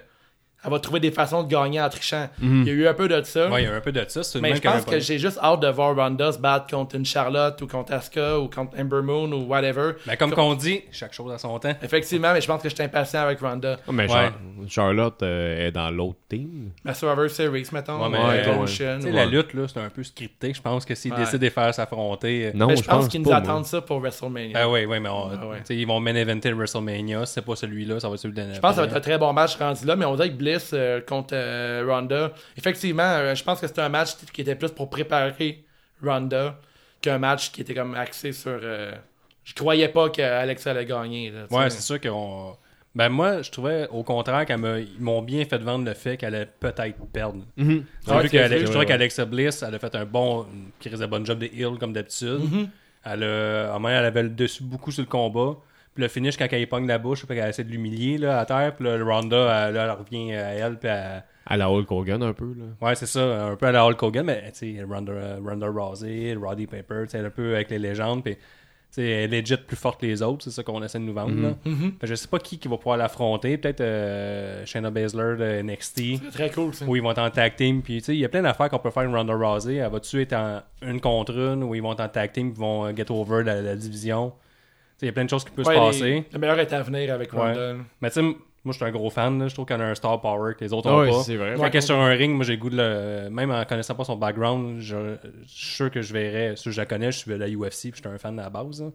Speaker 5: Elle va trouver des façons de gagner en trichant. Il y a eu un peu de ça.
Speaker 3: Mhm. Ouais, il y a un peu de ça. c'est le
Speaker 5: Mais
Speaker 3: même
Speaker 5: je pense
Speaker 3: qu'elle a
Speaker 5: que j'ai juste hâte de voir Ronda se battre contre une Charlotte ou contre Asuka ou contre Ember Moon ou whatever.
Speaker 3: pas- Mais Ben, comme qu'on dit, chaque chose à son temps.
Speaker 5: Effectivement, mais je pense que je suis impatient avec Ronda.
Speaker 4: Ah, mais
Speaker 3: Ouais.
Speaker 4: Char- Charlotte euh, est dans l'autre team.
Speaker 5: Ma Survivor Series, mettons.
Speaker 3: Ouais, mais,
Speaker 5: avec
Speaker 3: euh, Tu
Speaker 5: Ocean,
Speaker 3: sais,
Speaker 5: ou-
Speaker 3: La lutte, là, c'est un peu scripté. Je pense que s'ils
Speaker 5: Ouais.
Speaker 3: décident de les faire s'affronter. euh,
Speaker 4: Non,
Speaker 5: Mais je pense qu'ils nous
Speaker 4: pas,
Speaker 5: attendent ça pour WrestleMania.
Speaker 3: Ah oui, oui, mais on-
Speaker 5: Ah ouais.
Speaker 3: tu sais, ils vont main eventer WrestleMania. Si c'est pas celui-là, ça va être celui de
Speaker 5: Je pense que ça va être un très bon match rendu là, mais on dirait que Bliss euh, contre euh, Ronda. Effectivement, euh, je pense que c'était un match qui était plus pour préparer Ronda qu'un match qui était comme axé sur. euh, Je croyais pas qu'Alexa allait gagner. là, tu
Speaker 3: Ouais,
Speaker 5: sais.
Speaker 3: c'est sûr qu'on. Ben moi, je trouvais au contraire qu'elle m'a- ils m'ont bien fait vendre le fait qu'elle allait peut-être perdre. J'ai
Speaker 5: Ah, Ouais,
Speaker 3: vu
Speaker 5: c'est
Speaker 3: qu'elle-
Speaker 5: sûr.
Speaker 3: je
Speaker 4: Ouais,
Speaker 3: trouvais
Speaker 4: ouais.
Speaker 3: qu'Alexa Bliss, elle a fait un bon, une crise de bonne job des Hill comme d'habitude.
Speaker 5: Mm-hmm.
Speaker 3: Elle a, en même, elle avait le dessus beaucoup sur le combat. Puis le finish, quand elle éponge la bouche, puis qu'elle essaie de l'humilier là, à terre, puis là, le Ronda, elle, là, elle revient à elle, puis elle-
Speaker 4: À la Hulk Hogan un peu là.
Speaker 3: Ouais, c'est ça, un peu à la Hulk Hogan, mais tu sais, Ronda, Ronda Rousey, Roddy Piper, tu sais, un peu avec les légendes, puis tu sais, elle est legit plus forte que les autres, c'est ça qu'on essaie de nous vendre. là.
Speaker 5: Mm-hmm.
Speaker 3: Fait que je sais pas qui, qui va pouvoir l'affronter, peut-être euh, Shayna Baszler de NXT,
Speaker 5: C'est très cool. ça.
Speaker 3: où ils vont être en tag team, puis tu sais, il y a plein d'affaires qu'on peut faire avec Ronda Rousey, elle va-tu être en une contre une, où ils vont être en tag team, puis vont euh, get over la, la division. Tu sais, Il y a plein de choses qui peuvent
Speaker 5: Ouais,
Speaker 3: se
Speaker 5: les-
Speaker 3: passer.
Speaker 5: Le meilleur est à venir avec
Speaker 3: Ouais.
Speaker 5: Ronda.
Speaker 3: Mais tu sais, m- moi, je suis un gros fan. là. Je trouve qu'elle a un star power que les autres
Speaker 4: Ah
Speaker 3: ont
Speaker 4: ouais,
Speaker 3: pas.
Speaker 4: c'est vrai.
Speaker 3: Quand
Speaker 4: Ouais.
Speaker 3: elle est sur un ring, moi, j'ai le goût de le... Même en connaissant pas son background, je, je suis sûr que je verrais... Ceux que je la connais, je suis de la UFC, puis j'étais un fan à la base. là.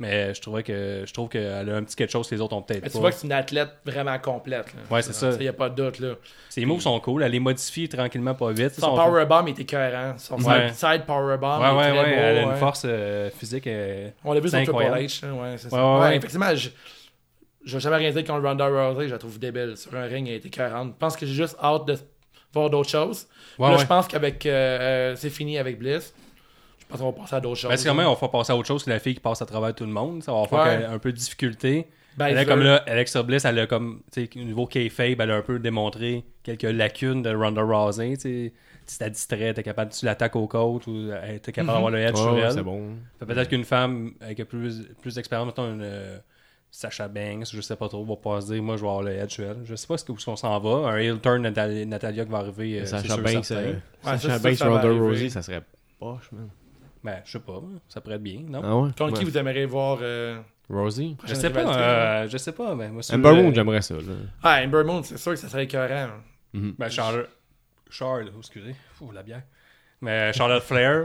Speaker 3: Mais je trouvais que je trouve qu'elle a un petit quelque chose que les autres ont peut-être
Speaker 5: Mais
Speaker 3: pas.
Speaker 5: tu vois que c'est une athlète vraiment complète. là.
Speaker 3: Ouais, c'est ça.
Speaker 5: Il n'y a pas de doute. là.
Speaker 3: Ses moves sont cool. Elle les modifie tranquillement, pas vite. Son-
Speaker 5: Son powerbomb était cohérent. Son
Speaker 3: Ouais.
Speaker 5: side, side powerbomb.
Speaker 3: Ouais,
Speaker 5: est
Speaker 3: ouais,
Speaker 5: très
Speaker 3: ouais.
Speaker 5: beau,
Speaker 3: elle a
Speaker 5: ouais.
Speaker 3: une force euh, physique. euh,
Speaker 5: On l'a vu sur
Speaker 3: C'est
Speaker 5: Triple
Speaker 3: incroyable.
Speaker 5: H. hein, Ouais, c'est
Speaker 3: Ouais,
Speaker 5: ça.
Speaker 3: ouais,
Speaker 5: Ouais,
Speaker 3: ouais.
Speaker 5: effectivement, je- je vais jamais rien dire contre Ronda Rousey, je la trouve débile. Sur un ring, elle était 40. Je pense que j'ai juste hâte de voir d'autres choses.
Speaker 3: Ouais,
Speaker 5: là,
Speaker 3: ouais.
Speaker 5: je pense qu'avec. euh, euh, c'est fini avec Bliss. Je pense qu'on va passer à d'autres choses.
Speaker 3: Ben, c'est quand même, on va passer à autre chose que la fille qui passe à travers tout le monde. Ça va faire
Speaker 5: Ouais.
Speaker 3: qu'elle a un peu de difficulté.
Speaker 5: Ben,
Speaker 3: elle a
Speaker 5: je-
Speaker 3: comme là, Alexa Bliss, elle a comme, tu sais, au niveau kayfabe, elle a un peu démontré quelques lacunes de Ronda Rousey. tu sais. Si t'as distrait, t'es capable, tu l'attaques au coach ou euh, t'es capable d'avoir le head sur
Speaker 4: Mm-hmm. Ouais, ouais,
Speaker 3: elle.
Speaker 4: c'est bon.
Speaker 3: Fait Peut-être qu'une femme avec plus, plus d'expérience, mettons une euh, Sacha Banks, je sais pas trop, va pas se dire, moi je vais avoir le head sur elle. Je sais pas ce que- où on s'en va. Un heel turn Nathalie- Natalia qui va arriver. euh, c'est
Speaker 4: Sacha
Speaker 3: sûr,
Speaker 4: Banks,
Speaker 3: certain.
Speaker 4: euh,
Speaker 5: Ouais, ça,
Speaker 4: Sacha
Speaker 5: ça,
Speaker 4: Banks,
Speaker 5: ça va
Speaker 4: Ronda
Speaker 5: arriver.
Speaker 4: Rousey, ça serait poche, man.
Speaker 3: Ben, je sais pas, ça pourrait être bien, non?
Speaker 4: Ah ouais?
Speaker 5: Contre qui
Speaker 4: Ouais.
Speaker 5: vous aimeriez voir. euh,
Speaker 4: Rousey?
Speaker 3: Je
Speaker 5: prochaine
Speaker 3: sais pas,
Speaker 5: rivalité?
Speaker 3: euh, je sais pas, mais moi sur
Speaker 4: Amber
Speaker 3: le-
Speaker 4: Moon, j'aimerais ça, là.
Speaker 5: Ah, Amber Moon, c'est sûr que ça serait écœurant.
Speaker 3: Ben, Charlotte. Charles, oh, excusez. Ouh, la bière. Mais Charlotte Flair,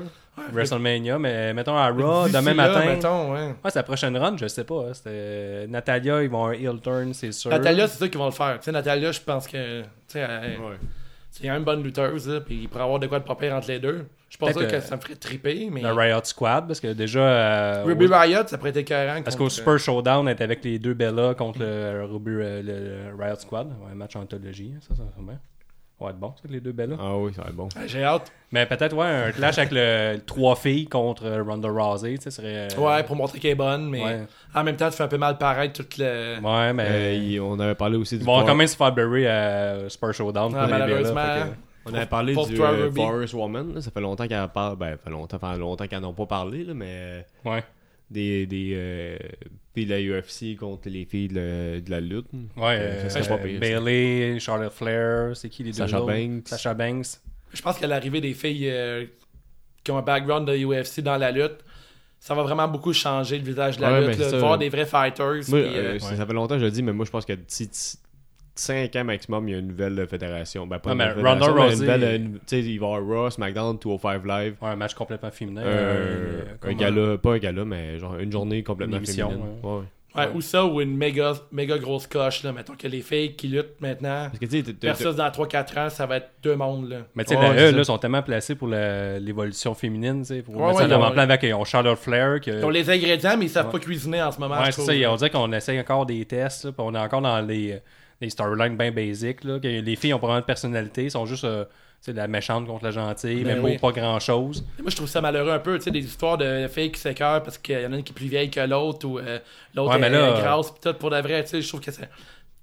Speaker 3: WrestleMania, mais mettons à Raw,
Speaker 5: D'ici
Speaker 3: Ah, demain
Speaker 5: là,
Speaker 3: matin.
Speaker 5: mettons, ouais.
Speaker 3: Ouais, sa prochaine run, je sais pas. hein, C'était Natalia, ils vont un heel turn, c'est sûr.
Speaker 5: Natalia, c'est sûr qu'ils vont le faire. Tu sais, Natalia, je pense que. Tu sais, elle- c'est quand même une bonne lutteuse, là, puis il pourrait avoir de quoi de pas pire entre les deux. Je pense
Speaker 3: Peut-être
Speaker 5: que,
Speaker 3: que-
Speaker 5: ça me ferait triper, mais.
Speaker 3: le Riot Squad, parce que déjà. euh,
Speaker 5: Ruby
Speaker 3: au-
Speaker 5: Riot, ça pourrait être écœurant.
Speaker 3: Parce
Speaker 5: contre-
Speaker 3: qu'au Super Showdown, elle était avec les deux Bella contre le, Ruby, euh, le, le Riot Squad. Ouais, un match en anthologie, hein, ça, ça, ça va bien. Ça va être bon, ça, avec les deux Bella.
Speaker 4: Ah oui, ça serait bon.
Speaker 5: Ah, J'ai hâte.
Speaker 3: Mais peut-être, ouais, un clash avec le trois filles contre Ronda Rousey, tu sais, serait. euh,
Speaker 5: Ouais, pour montrer qu'elle est bonne, mais
Speaker 3: Ouais.
Speaker 5: en même temps, tu fais un peu mal paraître toute le.
Speaker 3: Ouais, mais.
Speaker 4: Euh, il- on avait parlé aussi du.
Speaker 3: Ils vont
Speaker 4: for-
Speaker 3: quand même se faire bury à Super Showdown.
Speaker 5: Ah,
Speaker 3: pour les Bella,
Speaker 5: malheureusement.
Speaker 3: fait
Speaker 4: On avait parlé
Speaker 5: Pauvre
Speaker 4: du
Speaker 5: Troy
Speaker 4: euh,
Speaker 5: Ruby.
Speaker 4: Forest Woman, là. ça fait longtemps qu'elle parle, ben, ça fait longtemps, ça fait longtemps qu'elle n'en a pas parlé, là, mais euh,
Speaker 3: que- Ouais.
Speaker 4: des, des euh, filles de la UFC contre les filles de, la- de la lutte.
Speaker 3: Ouais,
Speaker 4: Euh,
Speaker 3: euh,
Speaker 4: ça serait pas pire, ça.
Speaker 3: Bailey, Charlotte Flair, c'est qui les deux
Speaker 4: Sasha
Speaker 3: autres?
Speaker 4: Banks.
Speaker 3: Sasha Banks.
Speaker 5: Je pense que l'arrivée des filles euh, qui ont un background de UFC dans la lutte, ça va vraiment beaucoup changer le visage de la
Speaker 4: Ouais,
Speaker 3: ben,
Speaker 5: lutte.
Speaker 4: mais
Speaker 5: là.
Speaker 4: ça-
Speaker 5: Voir des vrais fighters. puis,
Speaker 4: Moi,
Speaker 5: euh,
Speaker 4: euh, ça, ça fait longtemps que je le dis, mais moi je pense que d'ici 5 ans maximum, il y a une nouvelle fédération. Ben, pas
Speaker 3: Ouais,
Speaker 4: une
Speaker 3: mais
Speaker 4: nouvelle fédération,
Speaker 3: Ronda
Speaker 4: mais
Speaker 3: Rousey-
Speaker 4: une nouvelle, euh, une- tu sais, il va y avoir Raw, SmackDown, 205 Live.
Speaker 3: Ouais, un match complètement féminin.
Speaker 4: euh,
Speaker 3: euh,
Speaker 4: un
Speaker 3: comme
Speaker 4: gala, pas un gala, mais genre une journée complètement
Speaker 3: Une émission,
Speaker 4: féminine. Ouais. ouais.
Speaker 5: ouais,
Speaker 3: ouais.
Speaker 5: Ou ça, ou une méga, méga grosse coche. Là. Mettons que les filles qui luttent maintenant,
Speaker 4: Parce que tu sais, t'as- t'as-
Speaker 5: versus dans 3-4 ans, ça va être deux mondes. Là.
Speaker 3: Mais tu sais,
Speaker 4: Ouais,
Speaker 3: la E,
Speaker 4: c'est
Speaker 3: là,
Speaker 4: ça.
Speaker 3: sont tellement placés pour la- l'évolution féminine, tu sais, pour
Speaker 5: Ouais,
Speaker 3: mettre ça
Speaker 5: ouais,
Speaker 3: dans
Speaker 5: ils
Speaker 3: en
Speaker 5: ont-
Speaker 3: plan avec ils ont Charlotte Flair. Que...
Speaker 5: Ils ont les ingrédients, mais ils savent pas cuisiner en ce moment.
Speaker 3: Ouais,
Speaker 5: je
Speaker 3: c'est
Speaker 5: trouve.
Speaker 3: ça. On dirait qu'on essaye encore des tests, là, puis on est encore dans les, les storylines bien basiques. Là, que les filles ont vraiment de personnalité, sont juste euh, tu sais, la méchante contre la gentille,
Speaker 5: Ben
Speaker 3: même
Speaker 5: oui.
Speaker 3: pour pas grand-chose.
Speaker 5: Moi, je trouve ça malheureux un peu, tu sais, des histoires de filles qui s'écœurent parce qu'il y en a une qui est plus vieille que l'autre ou euh, l'autre
Speaker 3: Ouais, mais
Speaker 5: est,
Speaker 3: là,
Speaker 5: est grasse, pis tout, pour la vraie, tu sais, je trouve que ça...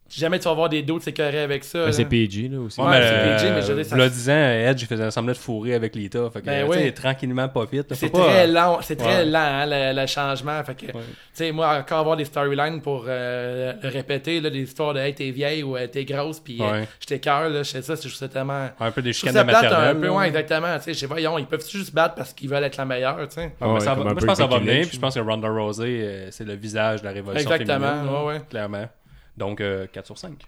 Speaker 5: Jamais tu vas voir des doutes s'écœurer avec ça.
Speaker 4: Ben,
Speaker 5: là.
Speaker 4: c'est PG là aussi.
Speaker 3: Ouais,
Speaker 5: Ouais,
Speaker 3: mais,
Speaker 5: c'est
Speaker 3: euh,
Speaker 5: PG, mais je veux dire, ça-
Speaker 3: v'là 10 ans, Edge, il faisait semblant de fourrer avec Lita. Fait que, euh,
Speaker 5: Ben
Speaker 3: tu sais,
Speaker 5: oui.
Speaker 3: tranquillement, pas vite. là,
Speaker 5: C'est
Speaker 3: faut pas-
Speaker 5: très lent, c'est
Speaker 3: Ouais.
Speaker 5: très lent hein, le, le changement. Fait que, tu sais, moi, encore avoir des storylines pour euh, le répéter, là, des histoires de hey, t'es vieille ou euh, t'es grosse, puis euh,
Speaker 3: Ouais.
Speaker 5: je t'écœure, là, je sais ça, c'est juste tellement.
Speaker 3: Un peu des
Speaker 5: Je trouve
Speaker 3: chicanes de
Speaker 5: ça plate un
Speaker 3: maternelle.
Speaker 5: peu,
Speaker 3: là.
Speaker 5: ouais, exactement. Tu sais, je sais, voyons, ils peuvent juste battre parce qu'ils veulent être la meilleure, tu sais.
Speaker 3: Ouais, mais
Speaker 4: Ah Ouais,
Speaker 3: ça va-
Speaker 4: comme un
Speaker 3: moi,
Speaker 4: peu
Speaker 3: je pense que ça
Speaker 4: Becky
Speaker 3: va venir.
Speaker 4: Lynch,
Speaker 3: Puis je pense que Ronda Rousey, euh, c'est le visage de la révolution
Speaker 5: Exactement,
Speaker 3: féminine. là,
Speaker 5: ouais, ouais.
Speaker 3: Clairement. Donc, euh, 4 sur 5.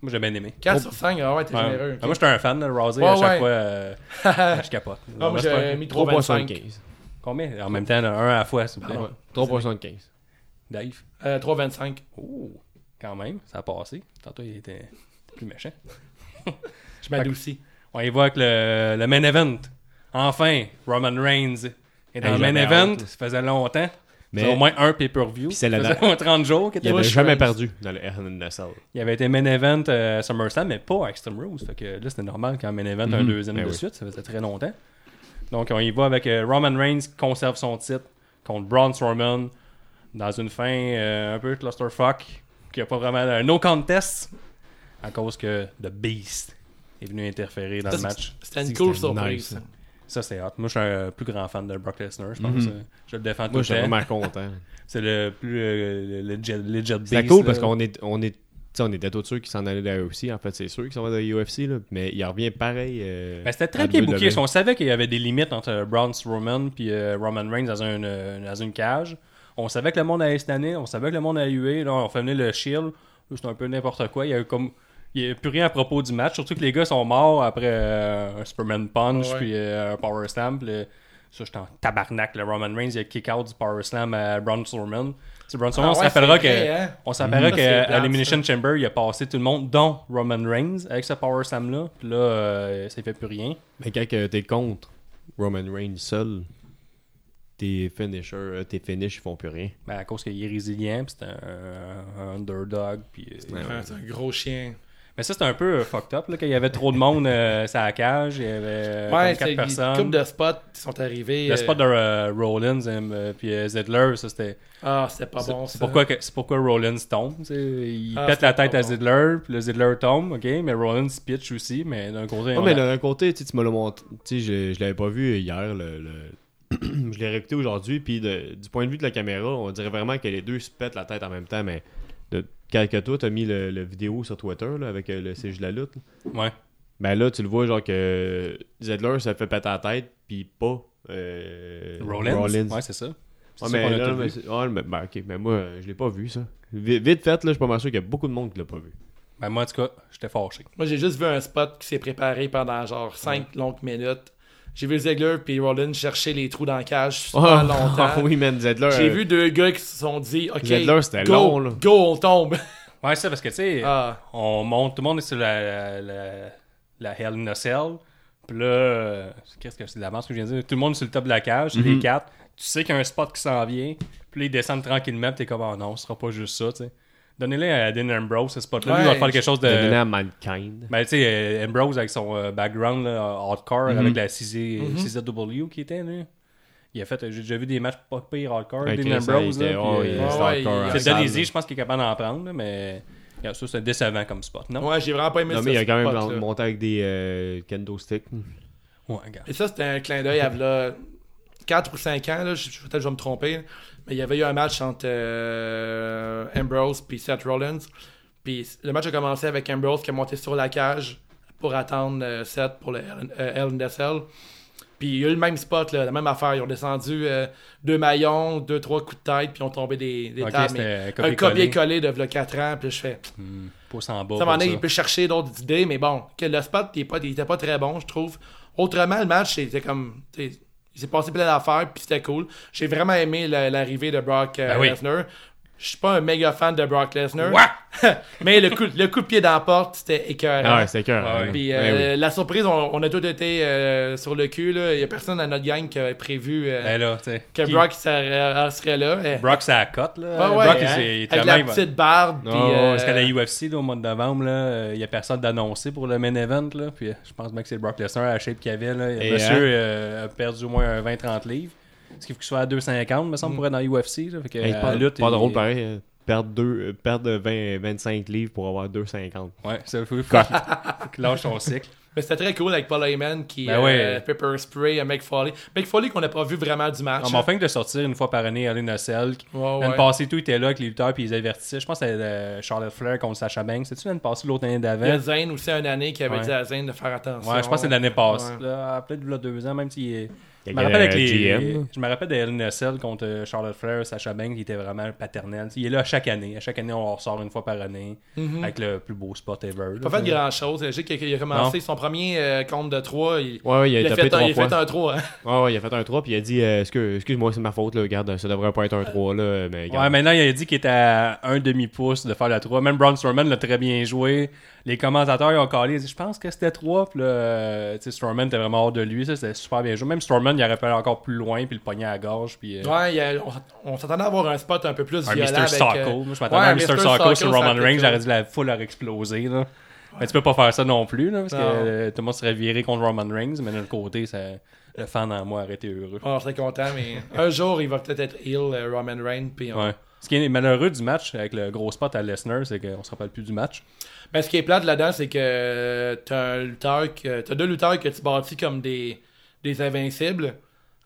Speaker 3: Moi, j'ai bien aimé.
Speaker 5: 4 sur 5, ah ouais, t'es
Speaker 3: Ouais.
Speaker 5: généreux.
Speaker 3: Ah, moi, j'étais un fan de Rousey. à
Speaker 5: Ouais,
Speaker 3: chaque
Speaker 5: ouais.
Speaker 3: fois, euh, je capote.
Speaker 5: Ah, moi, j'ai mis 3.75.
Speaker 4: 3.75.
Speaker 3: Combien En même temps, là, un à la fois, s'il
Speaker 5: Ah,
Speaker 3: vous plaît.
Speaker 4: Ouais, 3.75.
Speaker 3: Dave.
Speaker 5: Euh, 3,25.
Speaker 3: Oh, quand même, ça a passé. Tantôt, il était plus méchant.
Speaker 5: Je m'adoucis.
Speaker 3: On évoque le, le main event. Enfin, Roman Reigns est dans
Speaker 4: Hey,
Speaker 3: le main
Speaker 4: j'avais
Speaker 3: event.
Speaker 4: hâte.
Speaker 3: Ça faisait longtemps.
Speaker 4: Mais-
Speaker 3: Ça faisait au moins un pay-per-view.
Speaker 4: Puis
Speaker 3: Ça
Speaker 4: c'est la-
Speaker 3: faisait au moins 30 jours qu'il
Speaker 4: Il
Speaker 3: était
Speaker 4: avait
Speaker 3: là.
Speaker 4: jamais perdu dans le Hell in a Cell.
Speaker 3: Il avait été main event euh, à SummerSlam, mais pas à Extreme Rules. Fait que là, c'était normal qu'en main event, un deuxième
Speaker 4: Ben
Speaker 3: de
Speaker 4: oui.
Speaker 3: suite. Ça faisait très longtemps. Donc, on y va avec euh, Roman Reigns qui conserve son titre contre Braun Strowman dans une fin euh, un peu clusterfuck, qui a pas vraiment un no contest à cause que The Beast est venu interférer dans le match.
Speaker 5: C'était
Speaker 4: C'est
Speaker 5: une
Speaker 4: que
Speaker 5: cool
Speaker 4: c'était
Speaker 5: surprise.
Speaker 4: nice.
Speaker 3: Ça, c'est hot. Moi, je suis un plus grand fan de Brock Lesnar, je pense. Euh, Je le défends
Speaker 4: Mhm. Moi,
Speaker 3: tout
Speaker 4: j'étais
Speaker 3: le temps.
Speaker 4: vraiment content.
Speaker 3: C'est le plus euh, le- le legit, legit beast.
Speaker 4: C'était cool
Speaker 3: là.
Speaker 4: parce qu'on est, on est, tu sais, on était tous sûrs qu'ils s'en allaient de la UFC. En fait, c'est sûr qu'ils s'en vont de la UFC, là, mais il revient pareil. euh,
Speaker 3: Ben, c'était
Speaker 4: à
Speaker 3: très bien
Speaker 4: WWE.
Speaker 3: booké. parce qu'on savait qu'il y avait des limites entre euh, Braun Strowman puis euh, Roman Reigns dans une, euh, dans une cage. On savait que le monde allait se tanner, on savait que le monde allait huer. Là, on fait venir le Shield. Là, C'était un peu n'importe quoi. Il y a eu comme il n'y a plus rien à propos du match. Surtout que les gars sont morts après euh, un Superman Punch
Speaker 5: Ouais.
Speaker 3: puis euh, un Power Slam. Puis le- ça, j'étais en tabarnak. Le Roman Reigns, il a kick out du Power Slam à Braun Strowman. Tu sais, Braun Strowman,
Speaker 5: Ah
Speaker 3: on se
Speaker 5: ouais,
Speaker 3: rappellera
Speaker 5: c'est vrai,
Speaker 3: que-
Speaker 5: hein?
Speaker 3: on se rappellera
Speaker 5: Ça,
Speaker 3: qu'à
Speaker 5: c'est plate,
Speaker 3: Elimination Chamber, il a passé tout le monde, dont Roman Reigns, avec ce Power Slam-là. Puis là, euh, ça ne fait plus rien.
Speaker 4: Mais quand euh, t'es contre Roman Reigns seul, tes finishers, euh, tes finishes, ils font plus rien.
Speaker 3: Ben, à cause qu'il est résilient, puis c'est un, un- un underdog. Puis, euh,
Speaker 4: Ouais, ouais.
Speaker 5: C'est un gros chien.
Speaker 3: Mais ça, c'était un peu euh, fucked up, là, qu'il y avait trop de monde euh, sur la cage. Il y avait euh,
Speaker 5: Ouais,
Speaker 3: comme quatre
Speaker 5: c'est une
Speaker 3: personnes.
Speaker 5: couple de spots qui sont arrivés.
Speaker 3: Le
Speaker 5: euh,
Speaker 3: spot de euh, Rollins euh, puis euh, Ziggler, ça c'était.
Speaker 5: Ah, c'était pas
Speaker 3: c'est-
Speaker 5: bon
Speaker 3: c'est
Speaker 5: ça.
Speaker 3: pourquoi, que- c'est pourquoi Rollins tombe. tu sais. Il
Speaker 5: Ah,
Speaker 3: pète la
Speaker 5: c'était
Speaker 3: tête à
Speaker 5: pas bon.
Speaker 3: Ziggler, puis le Ziggler tombe, ok, mais Rollins se pitch aussi, mais d'un côté.
Speaker 4: Ouais,
Speaker 3: on
Speaker 4: mais
Speaker 3: a-
Speaker 4: d'un côté, tu sais, tu me l'as montré. Tu sais, je, je l'avais pas vu hier. Le, le- je l'ai réécouté aujourd'hui. Puis de- du point de vue de la caméra, on dirait vraiment que les deux se pètent la tête en même temps. Mais de, quand que toi, t'as mis le, le vidéo sur Twitter là, avec euh, le siège de la lutte, là,
Speaker 3: Ouais.
Speaker 4: ben là, tu le vois genre que Zedler se fait péter la tête. Puis pas. euh,
Speaker 3: Rollins. Ouais, c'est ça. C'est ça
Speaker 4: Ouais,
Speaker 3: qu'on
Speaker 4: mais
Speaker 3: a
Speaker 4: là,
Speaker 3: tout
Speaker 4: mais
Speaker 3: vu.
Speaker 4: c'est- ouais, mais- ben, ok, mais moi, euh, je l'ai pas vu ça. Vi- vite fait, là, je suis pas mal sûr qu'il y a beaucoup de monde qui l'a pas vu.
Speaker 3: Ben, moi, en tout cas, j'étais fâché.
Speaker 5: Moi, j'ai juste vu un spot qui s'est préparé pendant genre 5 longues minutes. J'ai vu Ziegler puis Rollins chercher les trous dans la cage super longtemps.
Speaker 4: Ah, oui, man, euh, Zedler.
Speaker 5: J'ai vu deux gars qui se sont dit OK,
Speaker 4: Ziegler, c'était
Speaker 5: go,
Speaker 4: long, là.
Speaker 5: go, on tombe.
Speaker 3: Ouais, c'est ça, parce que tu sais,
Speaker 5: Ah.
Speaker 3: on monte, tout le monde est sur la, la, la, la Hell in a Cell. Puis là, euh, qu'est-ce que c'est de l'avance que je viens de dire? Tout le monde est sur le top de la cage,
Speaker 4: Mhm.
Speaker 3: les quatre. Tu sais qu'il y a un spot qui s'en vient. Puis là, ils descendent tranquillement. Puis t'es comme, oh non, ce sera pas juste ça, tu sais. Donnez-le à Dean Ambrose, ce spot-là. Lui, il va
Speaker 5: Ouais,
Speaker 3: faire quelque chose de.
Speaker 4: Terminé à Mankind.
Speaker 3: Ben, tu sais, euh, Ambrose avec son euh, background là, hardcore,
Speaker 5: Mhm.
Speaker 3: avec la CZ, CZW qui était, là. Il a fait, euh, j'ai déjà vu des matchs pas pire hardcore,
Speaker 4: Ouais, Chris,
Speaker 3: Dean Ambrose.
Speaker 4: il était-
Speaker 3: là,
Speaker 4: oh,
Speaker 3: puis,
Speaker 4: il-
Speaker 3: euh,
Speaker 5: ouais,
Speaker 4: c'était
Speaker 5: ouais,
Speaker 4: encore
Speaker 5: il-
Speaker 4: à
Speaker 3: c'est
Speaker 4: salle,
Speaker 3: Dolizé,
Speaker 4: là.
Speaker 3: je pense qu'il est capable d'en prendre, mais regarde, ça, c'est décevant comme spot, non?
Speaker 5: Ouais, j'ai vraiment pas aimé
Speaker 4: Non,
Speaker 5: ça,
Speaker 4: mais il a
Speaker 5: ce
Speaker 4: quand même
Speaker 5: spot-là.
Speaker 4: monté avec des euh, kendo sticks.
Speaker 3: Ouais, regarde.
Speaker 5: Et ça, c'était un clin d'œil à là, 4 ou 5 ans, là, je, je- peut-être que je vais me tromper, mais il y avait eu un match entre euh, Ambrose puis Seth Rollins. Puis le match a commencé avec Ambrose qui est monté sur la cage pour attendre euh, Seth pour le Hell in- euh, Hell in the Cell. Puis il y a eu le même spot, là, la même affaire. Ils ont descendu euh, deux maillons, deux, trois coups de tête, puis ils ont tombé des, des
Speaker 3: Ok,
Speaker 5: tables.
Speaker 3: c'était
Speaker 5: mais
Speaker 3: copier-coller.
Speaker 5: un copier-coller de 4 ans, puis je fais.
Speaker 3: Pouce en bas.
Speaker 5: Ça, à un
Speaker 3: pour
Speaker 5: moment donné,
Speaker 3: ça.
Speaker 5: il peut chercher d'autres idées, mais bon, que le spot il est pas- il était pas, très bon, je trouve. Autrement, le match, c'était comme. tu sais, Il s'est passé plein d'affaires, puis c'était cool. J'ai vraiment aimé la- l'arrivée de Brock euh,
Speaker 3: Ben oui.
Speaker 5: Lesnar. Je suis pas un méga fan de Brock Lesnar.
Speaker 3: Ouais!
Speaker 5: mais le coup, le coup de pied dans la porte, c'était écœurant.
Speaker 4: Ah ouais, c'était cœur.
Speaker 3: Ouais, Ben
Speaker 5: Puis euh, la surprise, on, on a tous été euh, sur le cul. là. Il y a personne à notre gang qui avait prévu euh,
Speaker 3: Ben là, tu sais.
Speaker 5: que
Speaker 3: qui-
Speaker 5: Brock serait, serait là. Eh,
Speaker 3: Brock, c'est à la cote, là.
Speaker 5: ouais, ouais,
Speaker 3: Brock,
Speaker 5: hein,
Speaker 3: il- il est
Speaker 5: avec
Speaker 3: tellement-
Speaker 5: la petite barbe. puis,
Speaker 3: Ouais, ouais,
Speaker 5: euh,
Speaker 3: Parce qu'à la UFC, là, au mois de novembre, là, euh, il n'y a personne d'annoncé pour le main event. Là, puis euh, je pense bien que c'est Brock Lesnar à la shape qu'il avait. Là,
Speaker 4: Et,
Speaker 3: monsieur
Speaker 4: hein?
Speaker 3: euh, a perdu au moins un 20-30 livres. Ce qui fait qu'il soit à 250, me semble, pour être dans la UFC. Là, fait que,
Speaker 4: Hey,
Speaker 3: euh,
Speaker 4: pas,
Speaker 3: à la lutte,
Speaker 4: pas
Speaker 3: il-
Speaker 4: drôle, pareil. euh, Perdre, deux, euh, perdre 20, 25 livres pour avoir 2,50.
Speaker 3: Ouais, ça faut, faut qu'il faut qu'il lâche son cycle.
Speaker 5: Mais c'était très cool avec Paul Heyman qui
Speaker 3: Ben ouais.
Speaker 5: euh, pepper spray à Mick Foley. Mick Foley qu'on n'a pas vu vraiment du match.
Speaker 3: Ah, On m'a fait de sortir une fois par année à Nacelle.
Speaker 5: Ouais,
Speaker 3: L'année
Speaker 5: Oh, ouais.
Speaker 3: passée, tout était là avec les lutteurs puis ils avertissaient. Je pense que c'était euh, Charlotte Flair contre Sacha Banks. C'était-tu l'année passée ou l'autre année
Speaker 5: Il y a
Speaker 3: d'avant?
Speaker 5: Zane aussi une année qui avait
Speaker 3: Ouais.
Speaker 5: dit à Zane de faire attention.
Speaker 3: Ouais, je pense que c'est l'année passée.
Speaker 5: Ouais.
Speaker 3: là, Ah, Peut-être là, deux ans, même s'il est. Je
Speaker 4: Il y
Speaker 3: me
Speaker 4: avait,
Speaker 3: rappelle avec
Speaker 4: euh,
Speaker 3: les.
Speaker 4: GM, là.
Speaker 3: Je me rappelle d'Ellen Nessel contre euh, Charlotte Flair, Sacha Banks, qui était vraiment paternel. Il est là à chaque année. À chaque année, on ressort une fois par année avec le plus beau spot ever.
Speaker 5: Il n'a
Speaker 3: là.
Speaker 5: pas fait grand chose. J'ai qu'il a commencé
Speaker 3: Non.
Speaker 5: son premier euh, compte de 3. Il,
Speaker 4: Ouais, ouais, il a
Speaker 5: il a
Speaker 4: tapé
Speaker 5: fait, un,
Speaker 4: trois
Speaker 5: il a
Speaker 4: fois.
Speaker 5: fait un 3. hein.
Speaker 4: Ouais, ouais, il a fait un 3 puis il a dit euh, Excuse- Excuse-moi, c'est ma faute, là, regarde, ça devrait pas être un 3 là.
Speaker 3: Ouais,
Speaker 4: Mais regarde.
Speaker 3: maintenant, il a dit qu'il était à un demi-pouce de faire la 3. Même Braun Strowman l'a très bien joué. Les commentateurs ils ont calé. Ils ont dit, je pense que c'était 3. Puis là, euh, tu sais, Strowman était vraiment hors de lui. Ça, c'était super bien joué. Même Strowman, il aurait pu aller encore plus loin puis le pogner à la gorge. Puis, euh,
Speaker 5: Ouais, il y a- on s'att- on s'attendait à avoir un spot un peu plus
Speaker 3: un
Speaker 5: violent.
Speaker 3: Mr. Ah,
Speaker 5: avec,
Speaker 3: Socko.
Speaker 5: euh,
Speaker 3: Moi, je m'attendais
Speaker 5: ouais,
Speaker 3: à un Mr. Socko sur
Speaker 5: Socko, ça
Speaker 3: Roman
Speaker 5: aurait été
Speaker 3: Reigns.
Speaker 5: cool.
Speaker 3: J'aurais dit la foule aurait explosé. Là. Mais tu peux pas faire ça non plus, là, parce que
Speaker 5: Non.
Speaker 3: euh, tout le monde serait viré contre Roman Reigns. Mais d'un autre côté, ça, le fan en moi aurait été heureux.
Speaker 5: Ouais, On serait Ah, content, mais un jour, il va peut-être être heel, euh, Roman Reigns. puis on-
Speaker 3: Ouais. Ce qui est malheureux du match avec le gros spot à Lesnar, c'est qu'on se rappelle plus du match.
Speaker 5: Ben, ce qui est plate là-dedans, c'est que euh, t'as un lutteur que t'as deux lutteurs que tu bâtis comme des, des invincibles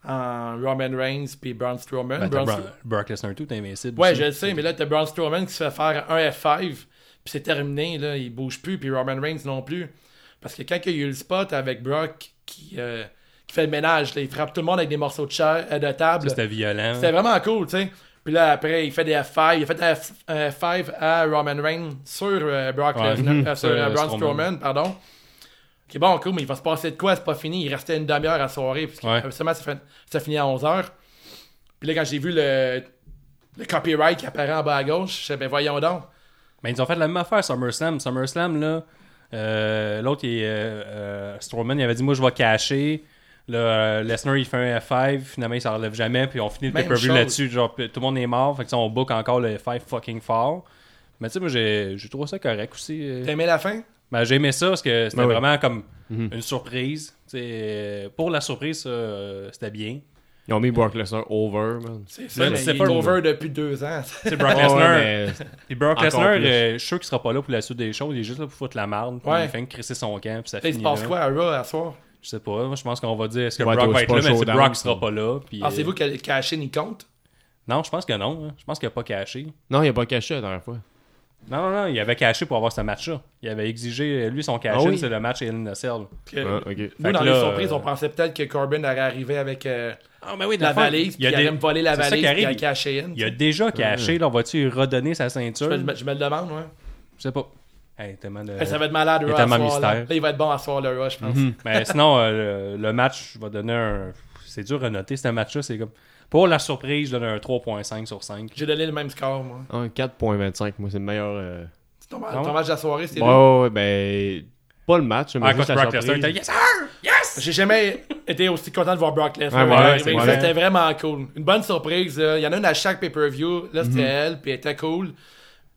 Speaker 5: en Roman Reigns puis Braun Strowman.
Speaker 3: Ben, t'as
Speaker 5: Braun
Speaker 3: Bra-
Speaker 5: Stro-
Speaker 3: Brock Lesnar tout est invincible.
Speaker 5: Ouais,
Speaker 3: aussi.
Speaker 5: je le sais, mais là t'as Braun Strowman qui se fait faire un F5 puis c'est terminé là, il bouge plus puis Roman Reigns non plus parce que quand il y a eu le spot avec Brock qui euh, qui fait le ménage, là, il frappe tout le monde avec des morceaux de chair euh, de
Speaker 3: Ça,
Speaker 5: table.
Speaker 3: C'était violent.
Speaker 5: C'était vraiment cool, tu sais. Puis là, après, il fait des F5. Il a fait un F- un F5 à Roman Reigns sur euh, Brock
Speaker 3: Ouais.
Speaker 5: Lesnar, euh, sur
Speaker 3: Sur,
Speaker 5: euh,
Speaker 3: euh,
Speaker 5: Braun
Speaker 3: Strowman.
Speaker 5: Strowman, pardon. Qui est bon, cool, mais il va se passer de quoi? C'est pas fini. Il restait une demi-heure à la soirée. Parce que
Speaker 3: Ouais.
Speaker 5: habituellement, ça, fait- ça finit à 11h. Puis là, quand j'ai vu le, le copyright qui apparaît en bas à gauche, je sais, ben voyons donc.
Speaker 3: Mais ils ont fait la même affaire, SummerSlam. SummerSlam, là, euh, l'autre, il est, euh, euh, Strowman, il avait dit Moi, je vais cacher. Là, euh, Lesnar, il fait un F5, finalement, il s'en relève jamais, puis on finit le
Speaker 5: Même
Speaker 3: pay-per-view
Speaker 5: chose.
Speaker 3: là-dessus. Genre, puis tout le monde est mort, fait que ça, on book encore le F5 fucking fort. Mais tu sais, moi, j'ai j'ai trouvé ça correct aussi. euh.
Speaker 5: T'as aimé la fin?
Speaker 3: Ben, j'ai aimé ça parce que c'était
Speaker 4: Ben oui.
Speaker 3: vraiment comme une surprise. Tu sais, euh, pour la surprise, ça, euh, c'était bien.
Speaker 4: Ils ont mis Brock Lesnar over, man.
Speaker 5: C'est ça,
Speaker 3: Même
Speaker 5: mais
Speaker 3: si
Speaker 5: il
Speaker 3: c'est
Speaker 5: est
Speaker 3: pas le-
Speaker 5: over depuis deux ans.
Speaker 3: Tu sais, Brock
Speaker 4: Ouais,
Speaker 3: Lesnar,
Speaker 4: mais-
Speaker 3: et Brock
Speaker 4: Encore
Speaker 3: Lesnar,
Speaker 4: plus.
Speaker 3: euh, je suis sûr qu'il sera pas là pour la suite des choses. Il est juste là pour foutre la marde. puis
Speaker 5: Ouais.
Speaker 3: Il fait que crisser son camp. Puis ça
Speaker 5: Il se
Speaker 3: finit
Speaker 5: passe
Speaker 3: là.
Speaker 5: quoi à Raw à soir?
Speaker 3: Je sais pas. Moi, je pense qu'on va dire est-ce que
Speaker 4: Ouais,
Speaker 3: Brock
Speaker 4: toi,
Speaker 3: va
Speaker 4: c'est
Speaker 3: être
Speaker 4: pas
Speaker 3: là,
Speaker 4: le
Speaker 3: mais c'est
Speaker 4: showdown,
Speaker 3: Brock
Speaker 4: ça.
Speaker 3: sera pas là. puis,
Speaker 5: Pensez-vous
Speaker 3: euh,
Speaker 5: que Cashin y compte?
Speaker 3: Non, je pense que non. hein. Je pense qu'il a pas caché.
Speaker 4: Non, il a pas caché la dernière fois.
Speaker 3: Non, non, non. Il avait caché pour avoir ce match-là. Il avait exigé, euh, lui, son cash
Speaker 4: Ah oui?
Speaker 3: c'est le match Helen in a Cell.
Speaker 5: Parce que
Speaker 4: Ah,
Speaker 5: Nous,
Speaker 4: ok.
Speaker 3: Fait
Speaker 5: dans
Speaker 3: que
Speaker 5: les
Speaker 3: là,
Speaker 5: surprises,
Speaker 3: euh,
Speaker 5: on pensait peut-être que Corbin allait arriver avec euh,
Speaker 3: Ah, mais oui,
Speaker 5: la valise, puis il allait me voler la
Speaker 3: C'est ça
Speaker 5: valise,
Speaker 3: qui
Speaker 5: puis il allait
Speaker 3: arrive.
Speaker 5: cacher in.
Speaker 3: Il a déjà caché. Là, on va-tu lui redonner sa
Speaker 5: Je
Speaker 3: ceinture
Speaker 5: me, je me- je me le demande, ouais.
Speaker 3: Je sais pas. Hey, tellement de-
Speaker 5: Hey, ça va être malade,
Speaker 3: il est
Speaker 5: Raw, à
Speaker 3: tellement
Speaker 5: soir, là.
Speaker 3: mystère. Mhm.
Speaker 5: Là, il va être bon à soir, le Raw, je pense.
Speaker 3: Mais sinon, euh, le, le match, je vais donner un. C'est dur à noter. C'est un match-là, c'est comme. Pour la surprise, je donne un 3.5 sur 5.
Speaker 5: J'ai donné le même score, moi.
Speaker 4: Ah, 4.25, moi, c'est le meilleur. euh,
Speaker 5: C'est Ton, ma-
Speaker 3: Ah ouais?
Speaker 5: ton match de la soirée, c'est
Speaker 4: Ouais,
Speaker 5: lui.
Speaker 4: ouais, ouais, ben. Pas le match, mais
Speaker 3: Ah,
Speaker 4: juste
Speaker 3: contre
Speaker 4: la
Speaker 3: Brock Lesnar,
Speaker 4: surprise.
Speaker 3: t'as yes, sir!
Speaker 5: J'ai jamais été aussi content de voir Brock Lesnar.
Speaker 4: Ouais, ouais,
Speaker 5: arriver.
Speaker 3: c'est
Speaker 5: Ça,
Speaker 3: vrai.
Speaker 5: C'était vraiment cool. Une bonne surprise. euh, Il y en a une à chaque pay-per-view. Là,
Speaker 3: Mhm.
Speaker 5: c'était elle, puis elle était cool.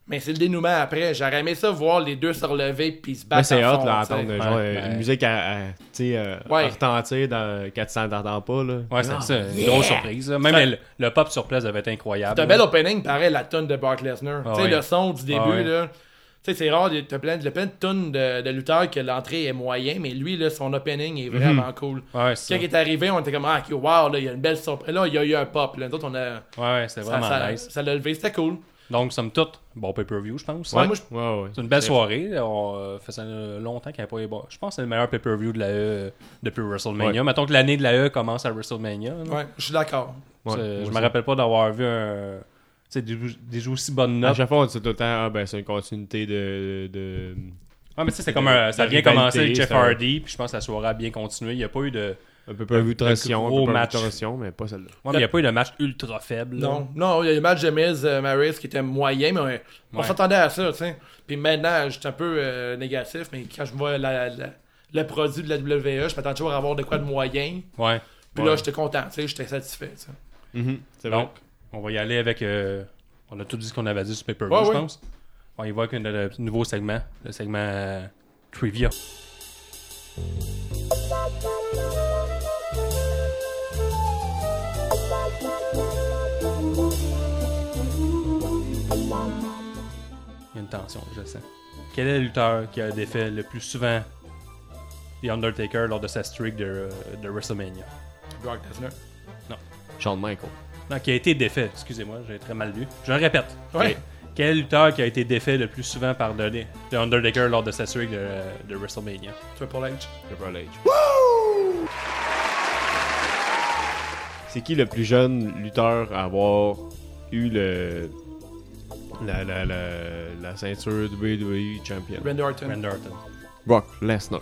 Speaker 5: Mais c'est le dénouement après. J'aurais aimé ça voir les deux se relever puis se
Speaker 4: Mais
Speaker 5: battre.
Speaker 4: Ben, c'est
Speaker 5: à
Speaker 4: hot,
Speaker 5: fond,
Speaker 4: là,
Speaker 5: tu sais.
Speaker 4: entendre genre, euh,
Speaker 3: ben-
Speaker 4: une musique à, à, tu sais, euh,
Speaker 5: Ouais.
Speaker 4: à retentir dans 400 t'entends pas, là.
Speaker 3: Ouais,
Speaker 5: Ah,
Speaker 3: c'est ça. Une grosse surprise. là. Même
Speaker 5: Ça-
Speaker 3: le, le pop sur place devait être incroyable.
Speaker 5: C'est un bel opening, pareil, la tonne de Brock Lesnar.
Speaker 3: Ah
Speaker 5: tu sais,
Speaker 3: ouais.
Speaker 5: le son du début,
Speaker 3: Ah ouais.
Speaker 5: là. Tu sais, c'est rare, il y a plein, de- plein de tonnes de, de lutteurs que l'entrée est moyen, mais lui, là, son opening est vraiment cool.
Speaker 3: Mhm. Ouais, c'est
Speaker 5: Quand
Speaker 3: ça.
Speaker 5: il est arrivé, on était comme, ah, ok, wow, là, il y a une belle surprise. Là, il y a eu un pop, là. Nous autres, on a.
Speaker 3: Ouais, ouais, c'était
Speaker 5: Ça,
Speaker 3: vraiment
Speaker 5: ça,
Speaker 3: nice.
Speaker 5: ça l'a levé, c'était cool.
Speaker 3: Donc, somme toute, bon pay-per-view, je pense.
Speaker 5: Ouais, moi, je-
Speaker 4: Ouais, ouais.
Speaker 3: C'est une belle soirée. On euh, faisait euh, longtemps qu'il n'y avait pas eu. bon, Je pense que c'est le meilleur pay-per-view de la E depuis WrestleMania. Mettons que l'année de la E commence à WrestleMania. là.
Speaker 5: Ouais, je suis d'accord.
Speaker 4: Ouais,
Speaker 3: Ça,
Speaker 4: moi
Speaker 3: je me
Speaker 4: aussi.
Speaker 3: rappelle pas d'avoir vu un. tu sais, des, des aussi bonnes
Speaker 4: À
Speaker 3: notes.
Speaker 4: chaque fois, on dit tout le temps, ah, ben, c'est une continuité de. de...
Speaker 3: Ah, mais tu sais, c'est comme un- ça a
Speaker 4: La
Speaker 3: bien
Speaker 4: rivalité,
Speaker 3: commencé avec Jeff
Speaker 4: ça-
Speaker 3: Hardy, puis je pense que la soirée a bien continué. Il n'y a pas eu de.
Speaker 4: Un peu pas vu de tension, un
Speaker 3: gros
Speaker 4: peu pas vu
Speaker 3: match.
Speaker 4: de tension, mais pas celle-là.
Speaker 3: Ouais, mais il n'y a pas eu de match ultra faible. là.
Speaker 5: Non, non, il y a le match de Miz, euh, Maryse qui était moyen, mais euh, on
Speaker 3: Ouais.
Speaker 5: s'attendait à ça, tu sais. Puis maintenant, je suis un peu euh, négatif, mais quand je vois la- la- le produit de la WWE, je m'attends toujours à avoir de quoi de moyen.
Speaker 3: Ouais.
Speaker 5: Puis
Speaker 3: Ouais.
Speaker 5: là, j'étais content, tu sais, j'étais satisfait. tu sais.
Speaker 4: C'est
Speaker 3: Donc,
Speaker 4: bon.
Speaker 3: on va y aller avec. euh, on a tout dit ce qu'on avait dit sur Paper,
Speaker 5: Ouais,
Speaker 3: je
Speaker 5: ouais.
Speaker 3: pense. On y va avec un le petit nouveau segment, le segment euh, Trivia. Il y a une tension, je le sens. Quel est le lutteur qui a défait le plus souvent The Undertaker lors de sa streak de, euh, de WrestleMania?
Speaker 5: Brock Lesnar.
Speaker 4: Shawn Michael.
Speaker 3: Non, qui a été défait. Excusez-moi, j'ai très mal lu. Je le répète.
Speaker 5: Ouais.
Speaker 3: Ok. Quel lutteur qui a été défait le plus souvent par The The Undertaker lors de sa série de, de WrestleMania?
Speaker 5: Triple H.
Speaker 4: Triple H. C'est qui le plus jeune lutteur à avoir eu le. La, la, la, la ceinture WWE Champion?
Speaker 5: Randy Orton.
Speaker 3: Randy Orton.
Speaker 4: Brock Lesnar.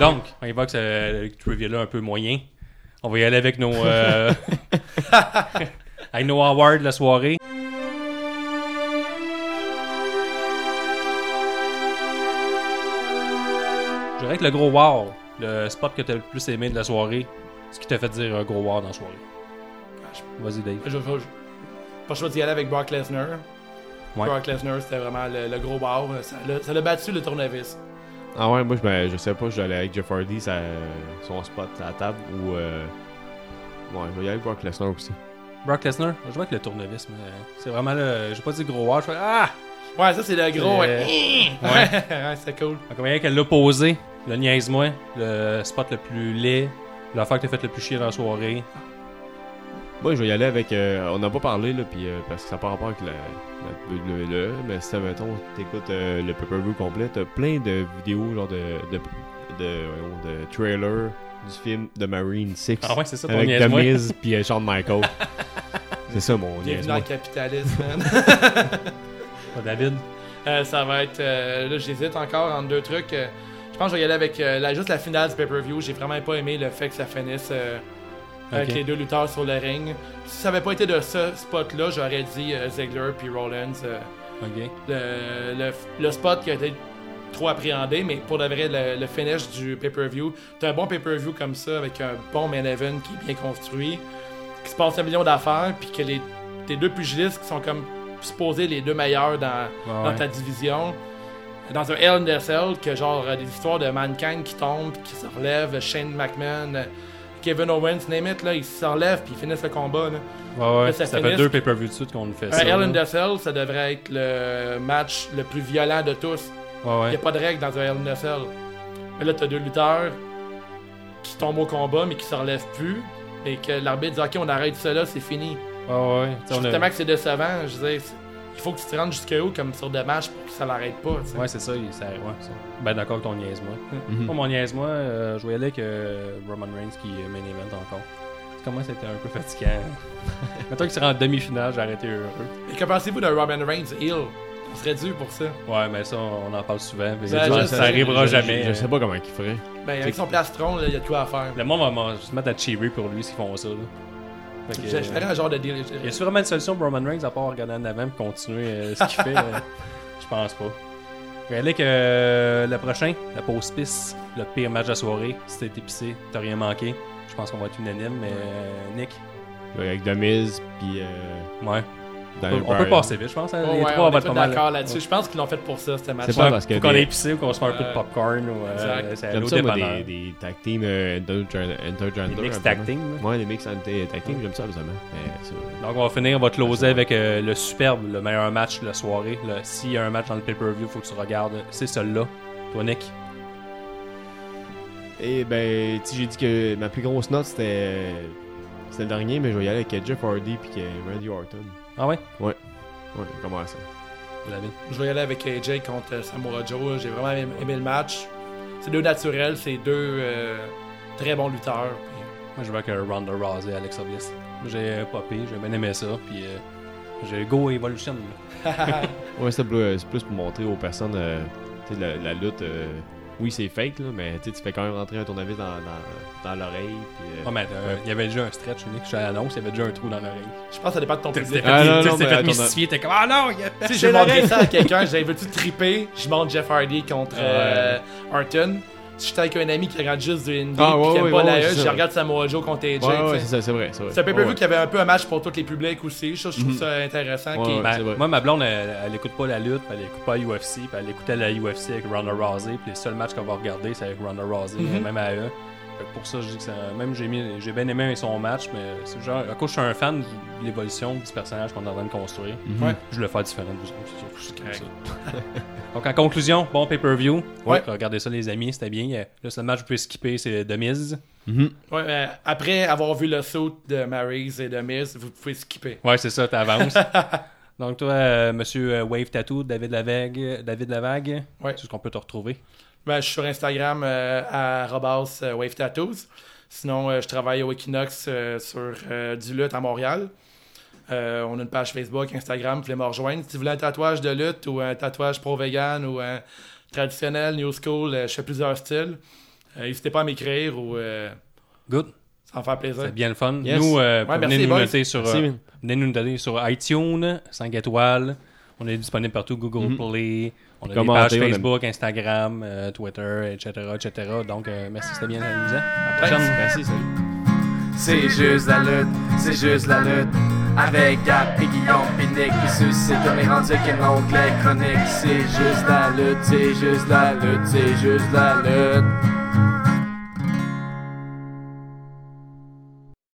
Speaker 3: Donc, on évoque ce trivia-là un peu moyen. On va y aller avec nos... euh, avec nos awards de la soirée. Je dirais que le gros wow, le spot que t'as le plus aimé de la soirée, ce qui t'a fait dire un gros wow dans la soirée. Vas-y, Dave.
Speaker 5: Je, je, je, pas choisi d'y aller avec Brock Lesnar.
Speaker 3: Ouais.
Speaker 5: Brock Lesnar, c'était vraiment le, le gros wow. Ça l'a- ça l'a battu le tournevis.
Speaker 4: Ah ouais, moi je, ben, je sais pas, j'allais avec Jeff Hardy, sa- son spot à la table ou. euh, Ouais, je vais y aller avec Brock Lesnar aussi.
Speaker 3: Brock Lesnar, je vois que le tournevis, mais c'est vraiment le. J'ai pas dit gros wow, je fais Ah!
Speaker 5: Ouais, ça, c'est le gros.
Speaker 3: Euh,
Speaker 5: Ouais, ouais c'est cool.
Speaker 3: Donc, on va y aller avec l'opposé, le niaise-moi, le spot le plus laid, l'affaire que t'as fait le plus chier dans la soirée.
Speaker 4: Moi, je vais y aller avec. euh, on n'a pas parlé, là, puis euh, parce que ça n'a pas rapport avec la, la WWE, mais si, mettons, t'écoutes euh, le pay-per-view complet, t'as plein de vidéos, genre de. de, de, voyons, de trailers du film The Marine 6.
Speaker 3: Ah ouais, c'est ça ton
Speaker 4: Avec The
Speaker 3: niaise-moi.
Speaker 4: Miz puis euh, Shawn Michael. c'est ça, mon
Speaker 5: Bienvenue
Speaker 4: niaise.
Speaker 5: dans le capitalisme, man.
Speaker 3: Ah, David.
Speaker 5: Euh, ça va être. euh, là, j'hésite encore entre deux trucs. Euh, je pense que je vais y aller avec euh, la, juste la finale du pay-per-view. J'ai vraiment pas aimé le fait que ça finisse euh, avec
Speaker 3: Ok.
Speaker 5: les deux lutteurs sur le ring. Si ça avait pas été de ce spot-là, j'aurais dit euh, Ziggler puis Rollins. euh,
Speaker 3: Ok.
Speaker 5: le, le, le spot qui a été trop appréhendé, mais pour de vrai, le, le finish du pay-per-view, t'as un bon pay-per-view comme ça, avec un bon main event qui est bien construit, qui se passe un million d'affaires, puis que les, tes deux pugilistes qui sont comme supposés les deux meilleurs dans,
Speaker 3: Ouais,
Speaker 5: dans
Speaker 3: ouais.
Speaker 5: ta division, dans un Hell in a Cell, que genre euh, des histoires de Mankind qui tombe, puis qui se relève, Shane McMahon, euh, Kevin Owens, name it, là, ils se relèvent, puis ils finissent le combat, là.
Speaker 3: Ouais, ouais,
Speaker 5: Ça
Speaker 3: ça,
Speaker 5: finisse-
Speaker 3: fait deux pay-per-view de suite qu'on le fait
Speaker 5: Un
Speaker 3: ça.
Speaker 5: Hell
Speaker 3: là.
Speaker 5: in a Cell, ça devrait être le match le plus violent de tous.
Speaker 3: Ouais,
Speaker 5: Il
Speaker 3: ouais.
Speaker 5: n'y a pas de règle dans un Hell in a Cell. Mais là, t'as deux lutteurs qui tombent au combat, mais qui se relèvent plus. Et que l'arbitre dit Ok, on arrête cela, c'est fini.
Speaker 3: Ouais, ouais.
Speaker 5: Je
Speaker 3: T'sais,
Speaker 5: trouve
Speaker 3: on a-
Speaker 5: tellement que c'est décevant. Je veux dire, c'est- il faut que tu te rendes jusqu'à où, comme sur des matchs, pour que ça l'arrête pas. tu sais.
Speaker 3: Ouais, c'est ça, il- ça, ouais, ça. Ben d'accord avec ton niaise-moi.
Speaker 4: Mhm.
Speaker 3: Pour mon niaise-moi, euh, je voyais avec euh, Roman Reigns qui est main event encore. C'est comme moi, c'était un peu fatigant. Mettons qu'il serait en demi-finale, j'ai arrêté heureux.
Speaker 5: Et que pensez-vous de Robin Reigns, Hill On serait dû pour ça.
Speaker 3: Ouais, mais ça, on en parle souvent. mais
Speaker 5: Ben,
Speaker 3: ça, ça
Speaker 5: je sais.
Speaker 3: arrivera
Speaker 4: Je-
Speaker 3: jamais.
Speaker 4: Je, je sais pas comment il ferait.
Speaker 5: Ben, avec son plastron, là, il y a tout à faire.
Speaker 3: Le monde va m'en- se mettre à cheerer pour lui s'ils font ça. Là. Fait que, euh,
Speaker 5: Je je ferais un genre de deal.
Speaker 3: y a sûrement une solution pour Roman Reigns à part regarder en avant et continuer euh, ce qu'il fait. euh, je pense pas. Regardez que euh, le prochain, la pause piste, le pire match de la soirée, si t'es épicé, t'as rien manqué. Je pense qu'on va être unanime, mais euh, Nick,
Speaker 4: Avec The Miz, puis. euh,
Speaker 3: ouais.
Speaker 4: Daniel
Speaker 3: On peut
Speaker 4: Bryan.
Speaker 3: passer vite, je pense. hein.
Speaker 5: Oh,
Speaker 3: les
Speaker 5: ouais,
Speaker 3: trois
Speaker 5: on
Speaker 3: vont
Speaker 5: est
Speaker 3: être
Speaker 5: tous
Speaker 3: pas mal.
Speaker 5: d'accord là-dessus. Je pense qu'ils l'ont fait pour ça, ce match
Speaker 4: C'est pas
Speaker 3: Ouais,
Speaker 4: parce que
Speaker 3: faut qu'on
Speaker 4: des-
Speaker 3: ait épicé ou qu'on se fait un peu
Speaker 5: Euh,
Speaker 3: de popcorn ou euh,
Speaker 5: exact.
Speaker 3: c'est à
Speaker 4: J'aime
Speaker 3: l'eau
Speaker 4: ça, moi,
Speaker 3: dépanneur.
Speaker 4: des, des tag teams euh, intergender. intergender,
Speaker 3: Des mix
Speaker 4: un peu,
Speaker 3: tag
Speaker 4: hein.
Speaker 3: team, là.
Speaker 4: Ouais, les mix anti- tag team, j'aime ça, absolument. Mais ça,
Speaker 3: Donc on va finir, on va closer avec euh, le superbe, le meilleur match de la soirée. Le- S'il y a un match dans le pay-per-view, faut que tu regardes, c'est celui-là. Toi, Nick.
Speaker 4: Et ben, tu sais, j'ai dit que ma plus grosse note, c'était. C'était le dernier, mais je vais y aller avec euh, Jeff Hardy puis que Randy Orton.
Speaker 3: Ah ouais?
Speaker 4: Ouais, comment ça?
Speaker 3: David.
Speaker 5: Je vais y aller avec AJ contre euh, Samoa Joe. là. J'ai vraiment aimé aimé le match. C'est deux naturels, c'est deux euh, très bons lutteurs. Puis,
Speaker 3: Moi, je vais avec euh, Ronda Rousey, Alexa Bliss. J'ai euh, popé, j'ai bien aimé ça, puis euh, j'ai Go Evolution.
Speaker 4: Ouais, c'est plus, c'est plus pour montrer aux personnes, euh, tu sais, la, la lutte. euh, oui, c'est fake, là, mais tu sais, tu fais quand même rentrer un tournevis dans, dans, dans l'oreille. puis, euh,
Speaker 3: Ah, mais euh, il y avait déjà un stretch, Nick, je te l'annonce, il y avait déjà un trou dans l'oreille.
Speaker 5: Je pense que ça dépend de ton
Speaker 3: Tu t'es
Speaker 5: public.
Speaker 3: fait,
Speaker 4: Ah, non,
Speaker 3: tu
Speaker 4: non,
Speaker 3: t'es
Speaker 4: mais
Speaker 3: fait
Speaker 4: attends,
Speaker 3: mystifier, t'es comme Ah non, il y a
Speaker 5: Si
Speaker 3: percé
Speaker 5: j'ai
Speaker 3: l'oreille!
Speaker 5: montré ça à quelqu'un, j'ai veux-tu triper Je montre Jeff Hardy contre euh, Orton. Si j'étais avec un ami qui regarde juste du indie
Speaker 4: Ah,
Speaker 5: puis
Speaker 4: ouais,
Speaker 5: qui aime
Speaker 4: ouais,
Speaker 5: pas
Speaker 4: ouais,
Speaker 5: la
Speaker 4: c'est
Speaker 5: E, je
Speaker 4: ça.
Speaker 5: regarde Samoa Joe contre AJ.
Speaker 4: Ouais, ouais,
Speaker 5: tu sais.
Speaker 4: c'est ça, c'est vrai. C'est vrai.
Speaker 5: c'est un peu plus
Speaker 4: Ouais, Mhm.
Speaker 5: qu'il y avait un peu un match pour tous les publics aussi. Ça, je trouve ça intéressant.
Speaker 4: Ouais,
Speaker 5: qu'il-
Speaker 4: Ah, ouais.
Speaker 3: Ben,
Speaker 4: C'est vrai.
Speaker 3: moi, ma blonde, elle, elle écoute pas la lutte, puis elle écoute pas la UFC, puis elle écoutait la UFC avec Ronda Rousey, puis les seuls matchs qu'on va regarder, c'est avec Ronda Rousey,
Speaker 4: Mhm.
Speaker 3: même à eux. Fait que Pour ça, je dis que c'est- même j'ai mis- j'ai bien aimé son match, mais c'est genre, à cause je suis un fan de l'évolution du personnage qu'on est en train de construire,
Speaker 4: Mhm.
Speaker 5: Ouais.
Speaker 3: je le fais différent de vous autres, c'est sûr, je suis comme ça. Donc, en conclusion, bon pay-per-view.
Speaker 5: Ouais.
Speaker 3: Donc, Regardez ça, les amis, c'était bien. Le seul match que vous pouvez skipper, c'est The Miz.
Speaker 5: Ouais, mais après avoir vu le saut de Maryse et de Miz, vous pouvez skipper.
Speaker 3: Ouais, c'est ça, t'avances. Donc, toi, euh, monsieur euh, Wave Tattoo, David Lavague, David Lavague,
Speaker 5: Ouais.
Speaker 3: c'est ce qu'on peut te retrouver.
Speaker 5: Ben, je suis sur Instagram euh, à arobase, euh, Wave Tattoos. Sinon, euh, je travaille au Equinox euh, sur euh, du lutte à Montréal. Euh, on a une page Facebook, Instagram, vous pouvez me rejoindre. Si vous voulez un tatouage de lutte ou un tatouage pro-vegan ou un traditionnel, new school, euh, je fais plusieurs styles. Euh, N'hésitez pas à m'écrire ou euh,
Speaker 3: Good.
Speaker 5: ça va me faire plaisir.
Speaker 3: C'est bien le fun.
Speaker 4: Yes.
Speaker 3: Nous, euh,
Speaker 5: Ouais, merci,
Speaker 3: venez, nous
Speaker 5: boys.
Speaker 3: noter sur,
Speaker 4: Merci,
Speaker 3: euh,
Speaker 4: man.
Speaker 3: venez nous noter sur iTunes, 5 étoiles. On est disponible partout, Google Play. On a des
Speaker 4: Commentez,
Speaker 3: pages
Speaker 4: on aime.
Speaker 3: Facebook, Instagram, euh, Twitter, etc., etc. Donc, euh, merci, c'était bien amusant. À la prochaine.
Speaker 4: Merci, salut.
Speaker 2: C'est juste la lutte, c'est juste la lutte. Avec Gap et Guillaume Pinique qui suscite comme les rendus qu'un oncle chronique. C'est juste la lutte, c'est juste la lutte, c'est juste la lutte.